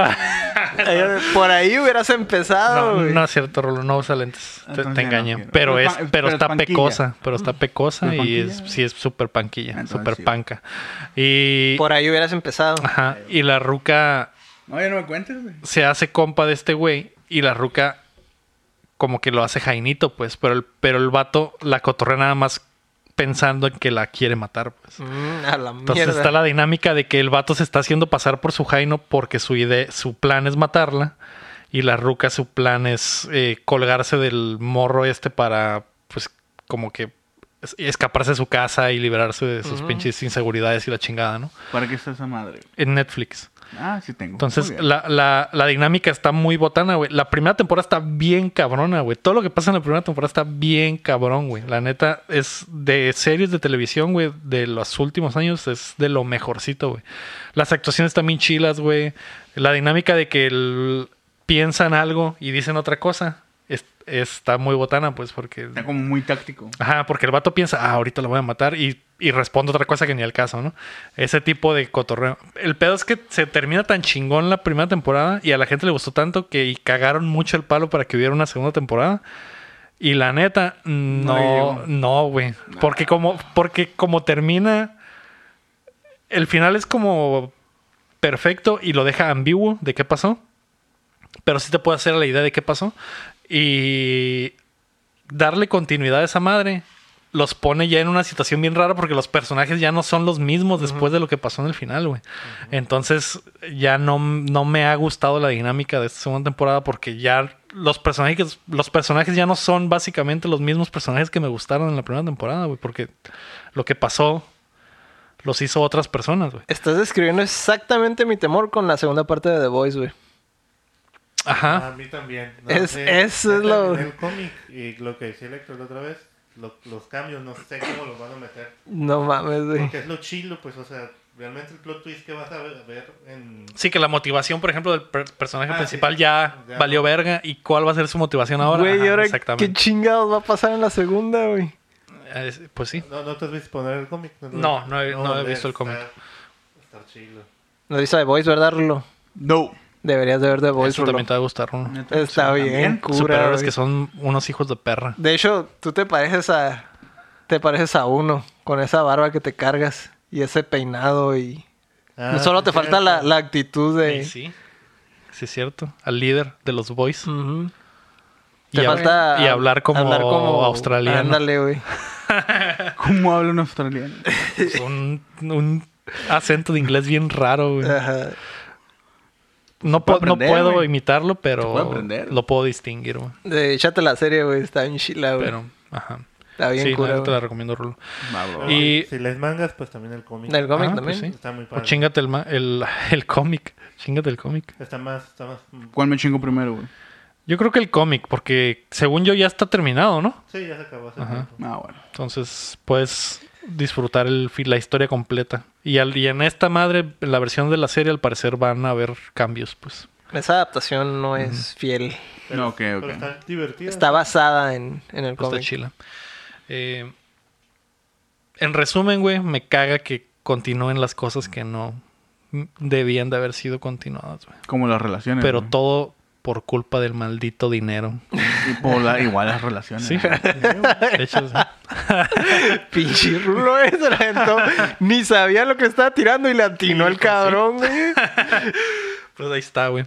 Speaker 2: eh, por ahí hubieras empezado,
Speaker 1: Ah. No,
Speaker 2: güey.
Speaker 1: no es cierto, Rolo, no usa lentes. Te- Te,
Speaker 3: Ah, Entonces ya no
Speaker 1: engañé.
Speaker 3: quiero.
Speaker 1: pero,
Speaker 3: Pero
Speaker 1: es,
Speaker 3: pa-
Speaker 1: pero,
Speaker 3: pero es
Speaker 1: está
Speaker 3: panquilla.
Speaker 1: pecosa, pero
Speaker 3: [LAUGHS]
Speaker 1: está pecosa
Speaker 3: Pero
Speaker 1: y es,
Speaker 3: panquilla.
Speaker 1: sí es súper panquilla,
Speaker 3: Entonces
Speaker 1: súper
Speaker 3: sí.
Speaker 1: panca. Y,
Speaker 2: Por ahí hubieras empezado.
Speaker 1: ajá, y la ruca
Speaker 3: No, ya no me cuentes, güey.
Speaker 1: se hace compa de este güey y la ruca como que lo hace jainito, pues, pero el, pero el vato la cotorrea nada más pensando en que la quiere matar, pues.
Speaker 2: Mm, a la
Speaker 1: Entonces
Speaker 2: mierda.
Speaker 1: está la dinámica de que el vato se está haciendo pasar por su Jaino porque su ide- su plan es matarla y la ruca su plan es eh, colgarse del morro este para pues como que es- escaparse de su casa y liberarse de sus
Speaker 2: Ujú.
Speaker 1: pinches inseguridades y la chingada, ¿no?
Speaker 3: ¿Para qué está esa madre? güey?
Speaker 1: En Netflix.
Speaker 3: Ah, sí tengo.
Speaker 1: Entonces
Speaker 3: Muy bien.
Speaker 1: la, la- la dinámica está muy botana, güey. La primera temporada está bien cabrona, güey. Todo lo que pasa en la primera temporada está bien cabrón, güey. La neta es de series de televisión, güey, de los últimos años es de lo mejorcito, güey. Las actuaciones están bien chilas, güey. La dinámica de que el- piensan algo y dicen otra cosa es- está muy botana, pues, porque...
Speaker 3: Está como muy táctico.
Speaker 1: Ajá, porque el vato piensa, ah, ahorita lo voy a matar y, y responde otra cosa que ni al caso, ¿no? Ese tipo de cotorreo. El pedo es que se termina tan chingón la primera temporada y a la gente le gustó tanto que y cagaron mucho el palo para que hubiera una segunda temporada. Y la neta,
Speaker 3: llegó.
Speaker 1: no, no, güey. Porque como, porque como termina, el final es como perfecto y lo deja ambiguo de qué pasó. Pero sí te puede hacer la idea de qué pasó. Y darle continuidad a esa madre los pone ya en una situación bien rara porque los personajes ya no son los mismos después de lo que pasó en el final, güey. Entonces ya no, no me ha gustado la dinámica de esta segunda temporada porque ya los personajes, los personajes ya no son básicamente los mismos personajes que me gustaron en la primera temporada, güey, porque lo que pasó los hizo otras personas, güey.
Speaker 2: Estás describiendo exactamente mi temor con la segunda parte de The Voice, güey.
Speaker 1: Ajá.
Speaker 4: A mí también.
Speaker 2: Es- eso
Speaker 4: ya
Speaker 2: es lo-
Speaker 4: terminé El cómic y lo que decía Electro la otra vez, lo- los cambios, no sé cómo los van a meter.
Speaker 2: No mames, güey.
Speaker 4: Porque es lo chilo, pues, o sea, realmente el plot twist que vas a ver, ver en...
Speaker 1: Sí, que la motivación, por ejemplo, del per- personaje
Speaker 4: Ah, sí.
Speaker 1: principal ya,
Speaker 4: Ya
Speaker 1: valió
Speaker 4: no.
Speaker 1: verga. ¿Y cuál va a ser su motivación ahora?
Speaker 2: Güey, ¿y
Speaker 1: Ajá,
Speaker 2: ahora
Speaker 1: exactamente.
Speaker 2: qué chingados va a pasar en la segunda, güey?
Speaker 1: Eh, Pues sí.
Speaker 4: No, no te has visto poner el cómic. lo-
Speaker 1: No, no he- no he visto el
Speaker 4: está-
Speaker 1: cómic.
Speaker 4: Está chilo.
Speaker 2: No hizo The Voice, ¿verdad, Rulo?
Speaker 3: No.
Speaker 2: Deberías de ver The Voice,
Speaker 1: Eso
Speaker 2: Rulo.
Speaker 1: también te va a gustar, ¿no?
Speaker 3: Neta,
Speaker 2: Está
Speaker 3: o sea,
Speaker 2: bien,
Speaker 3: también.
Speaker 2: cura,
Speaker 1: Superhéroes
Speaker 2: güey.
Speaker 1: que son unos hijos de perra.
Speaker 2: De hecho, tú te pareces a... Te pareces a uno con esa barba que te cargas y ese peinado y...
Speaker 4: Ah,
Speaker 2: Solo
Speaker 4: sí,
Speaker 2: te falta
Speaker 4: cierto.
Speaker 2: la, la actitud de...
Speaker 1: Sí, sí. Sí, es cierto. Al líder de los boys.
Speaker 2: Ujú.
Speaker 1: Y
Speaker 2: Te
Speaker 1: hab-
Speaker 2: falta...
Speaker 1: y
Speaker 2: hab-
Speaker 1: hablar como, australiano. [LAUGHS]
Speaker 2: Ándale, güey.
Speaker 3: ¿Cómo habla un australiano?
Speaker 1: Pues Un, un acento de inglés bien raro, güey.
Speaker 2: Ajá.
Speaker 1: No,
Speaker 3: puede
Speaker 1: po- no
Speaker 3: aprender,
Speaker 1: puedo
Speaker 3: güey.
Speaker 1: imitarlo,
Speaker 3: Se puede
Speaker 1: pero
Speaker 3: aprender.
Speaker 1: lo puedo distinguir, güey.
Speaker 2: Eh, échate la serie, güey. Está bien chila, güey.
Speaker 1: Pero, ajá.
Speaker 2: Está bien
Speaker 1: sí,
Speaker 2: cura,
Speaker 1: no, te la
Speaker 2: güey.
Speaker 1: recomiendo, Rulo.
Speaker 3: Va, va, va.
Speaker 1: Y-
Speaker 4: Si les mangas, pues también el cómic.
Speaker 2: Del cómic
Speaker 1: Ah, pues
Speaker 2: también.
Speaker 1: sí.
Speaker 4: Está muy
Speaker 1: O
Speaker 4: padre.
Speaker 1: chingate el, ma- el, [LAUGHS] el cómic. Chingate el cómic.
Speaker 4: Está más, está más... mm,
Speaker 3: ¿Cuál me chingo primero, güey?
Speaker 1: Yo creo que el cómic, porque según yo ya está terminado, ¿no?
Speaker 4: Sí, ya se acabó hace
Speaker 1: Ajá.
Speaker 4: tiempo.
Speaker 3: Ah, bueno.
Speaker 1: Entonces puedes disfrutar el, fi- la historia completa. Y, al, y en esta madre, en la versión de la serie, al parecer van a haber cambios, pues.
Speaker 2: Esa adaptación no es fiel.
Speaker 3: No, ok,
Speaker 4: Pero
Speaker 3: ok.
Speaker 4: está divertido.
Speaker 2: Está basada en, en el
Speaker 1: Pues, está
Speaker 2: cómic.
Speaker 1: chila. Eh, en resumen, güey, me caga que continúen las cosas que no debían de haber sido continuadas, güey.
Speaker 3: Como las relaciones.
Speaker 1: Pero
Speaker 3: güey.
Speaker 1: todo por culpa del maldito dinero.
Speaker 3: Y por la- igual las relaciones.
Speaker 1: Sí.
Speaker 3: güey.
Speaker 1: [LAUGHS] De hecho, sí.
Speaker 2: [LAUGHS] Pinche rulo ese la
Speaker 1: [LAUGHS]
Speaker 2: aventó. Ni sabía lo que estaba tirando y le atinó el cabrón, güey.
Speaker 1: Pues ahí está, güey.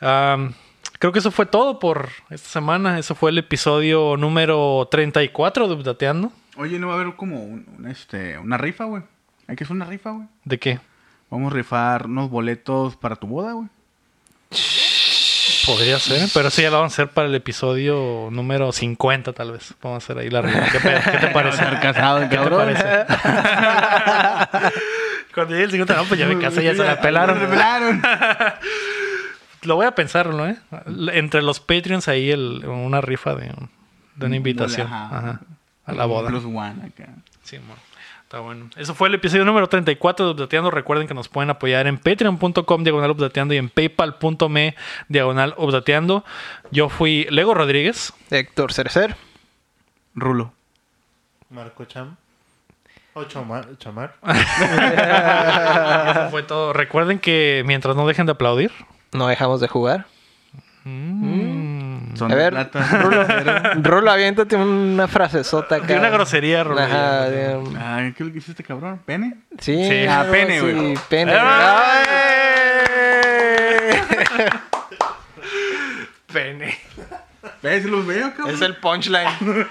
Speaker 1: Am, creo que eso fue todo por esta semana. Eso fue el episodio número 34 de Updateando.
Speaker 3: Oye, no va a haber como un- un, este, una rifa, güey. Hay que hacer una rifa, güey.
Speaker 1: ¿De qué?
Speaker 3: Vamos a rifar unos boletos para tu boda, güey.
Speaker 1: Podría ser, pero eso ya lo vamos a hacer para el episodio número 50, tal vez. Vamos a hacer ahí la reunión. ¿Qué, pedo? ¿Qué te parece?
Speaker 3: Estar [LAUGHS] casado,
Speaker 1: ¿Qué te
Speaker 3: cabrón.
Speaker 1: parece? Cuando llegue el 50, no, pues ya me casé, ya se la pelaron.
Speaker 3: Me pelaron.
Speaker 1: Lo voy a pensarlo, ¿eh? Entre los Patreons ahí el- una rifa de, un- de una invitación
Speaker 3: Ajá.
Speaker 1: ajá, [LAUGHS] a la boda.
Speaker 3: Plus one acá.
Speaker 1: Sí, mo. Está bueno. Eso fue el episodio número 34 de Updateando. Recuerden que nos pueden apoyar en patreon.com diagonal updateando y en paypal.me diagonal updateando. Yo fui Lego Rodríguez.
Speaker 2: Héctor Cercer.
Speaker 3: Rulo.
Speaker 4: Marco Cham. O Chomar. Chamar.
Speaker 1: Eso fue todo. Recuerden que mientras no dejen de aplaudir.
Speaker 2: No dejamos de jugar.
Speaker 3: Son
Speaker 2: Mm. A
Speaker 3: de
Speaker 2: ver,
Speaker 3: plata.
Speaker 1: [LAUGHS]
Speaker 2: Rulo, Rulo, aviéntate una frasezota acá.
Speaker 1: De una grosería, Rulo.
Speaker 2: Ajá, de un-
Speaker 3: [LAUGHS] Ay, ¿qué es lo que hiciste, cabrón? ¿Pene?
Speaker 2: Sí,
Speaker 1: Sí.
Speaker 2: algo
Speaker 3: Ah, pene,
Speaker 2: así,
Speaker 3: güey.
Speaker 2: pene.
Speaker 1: Pene.
Speaker 3: ¿Ves? Los veo, cabrón.
Speaker 2: Es el punchline.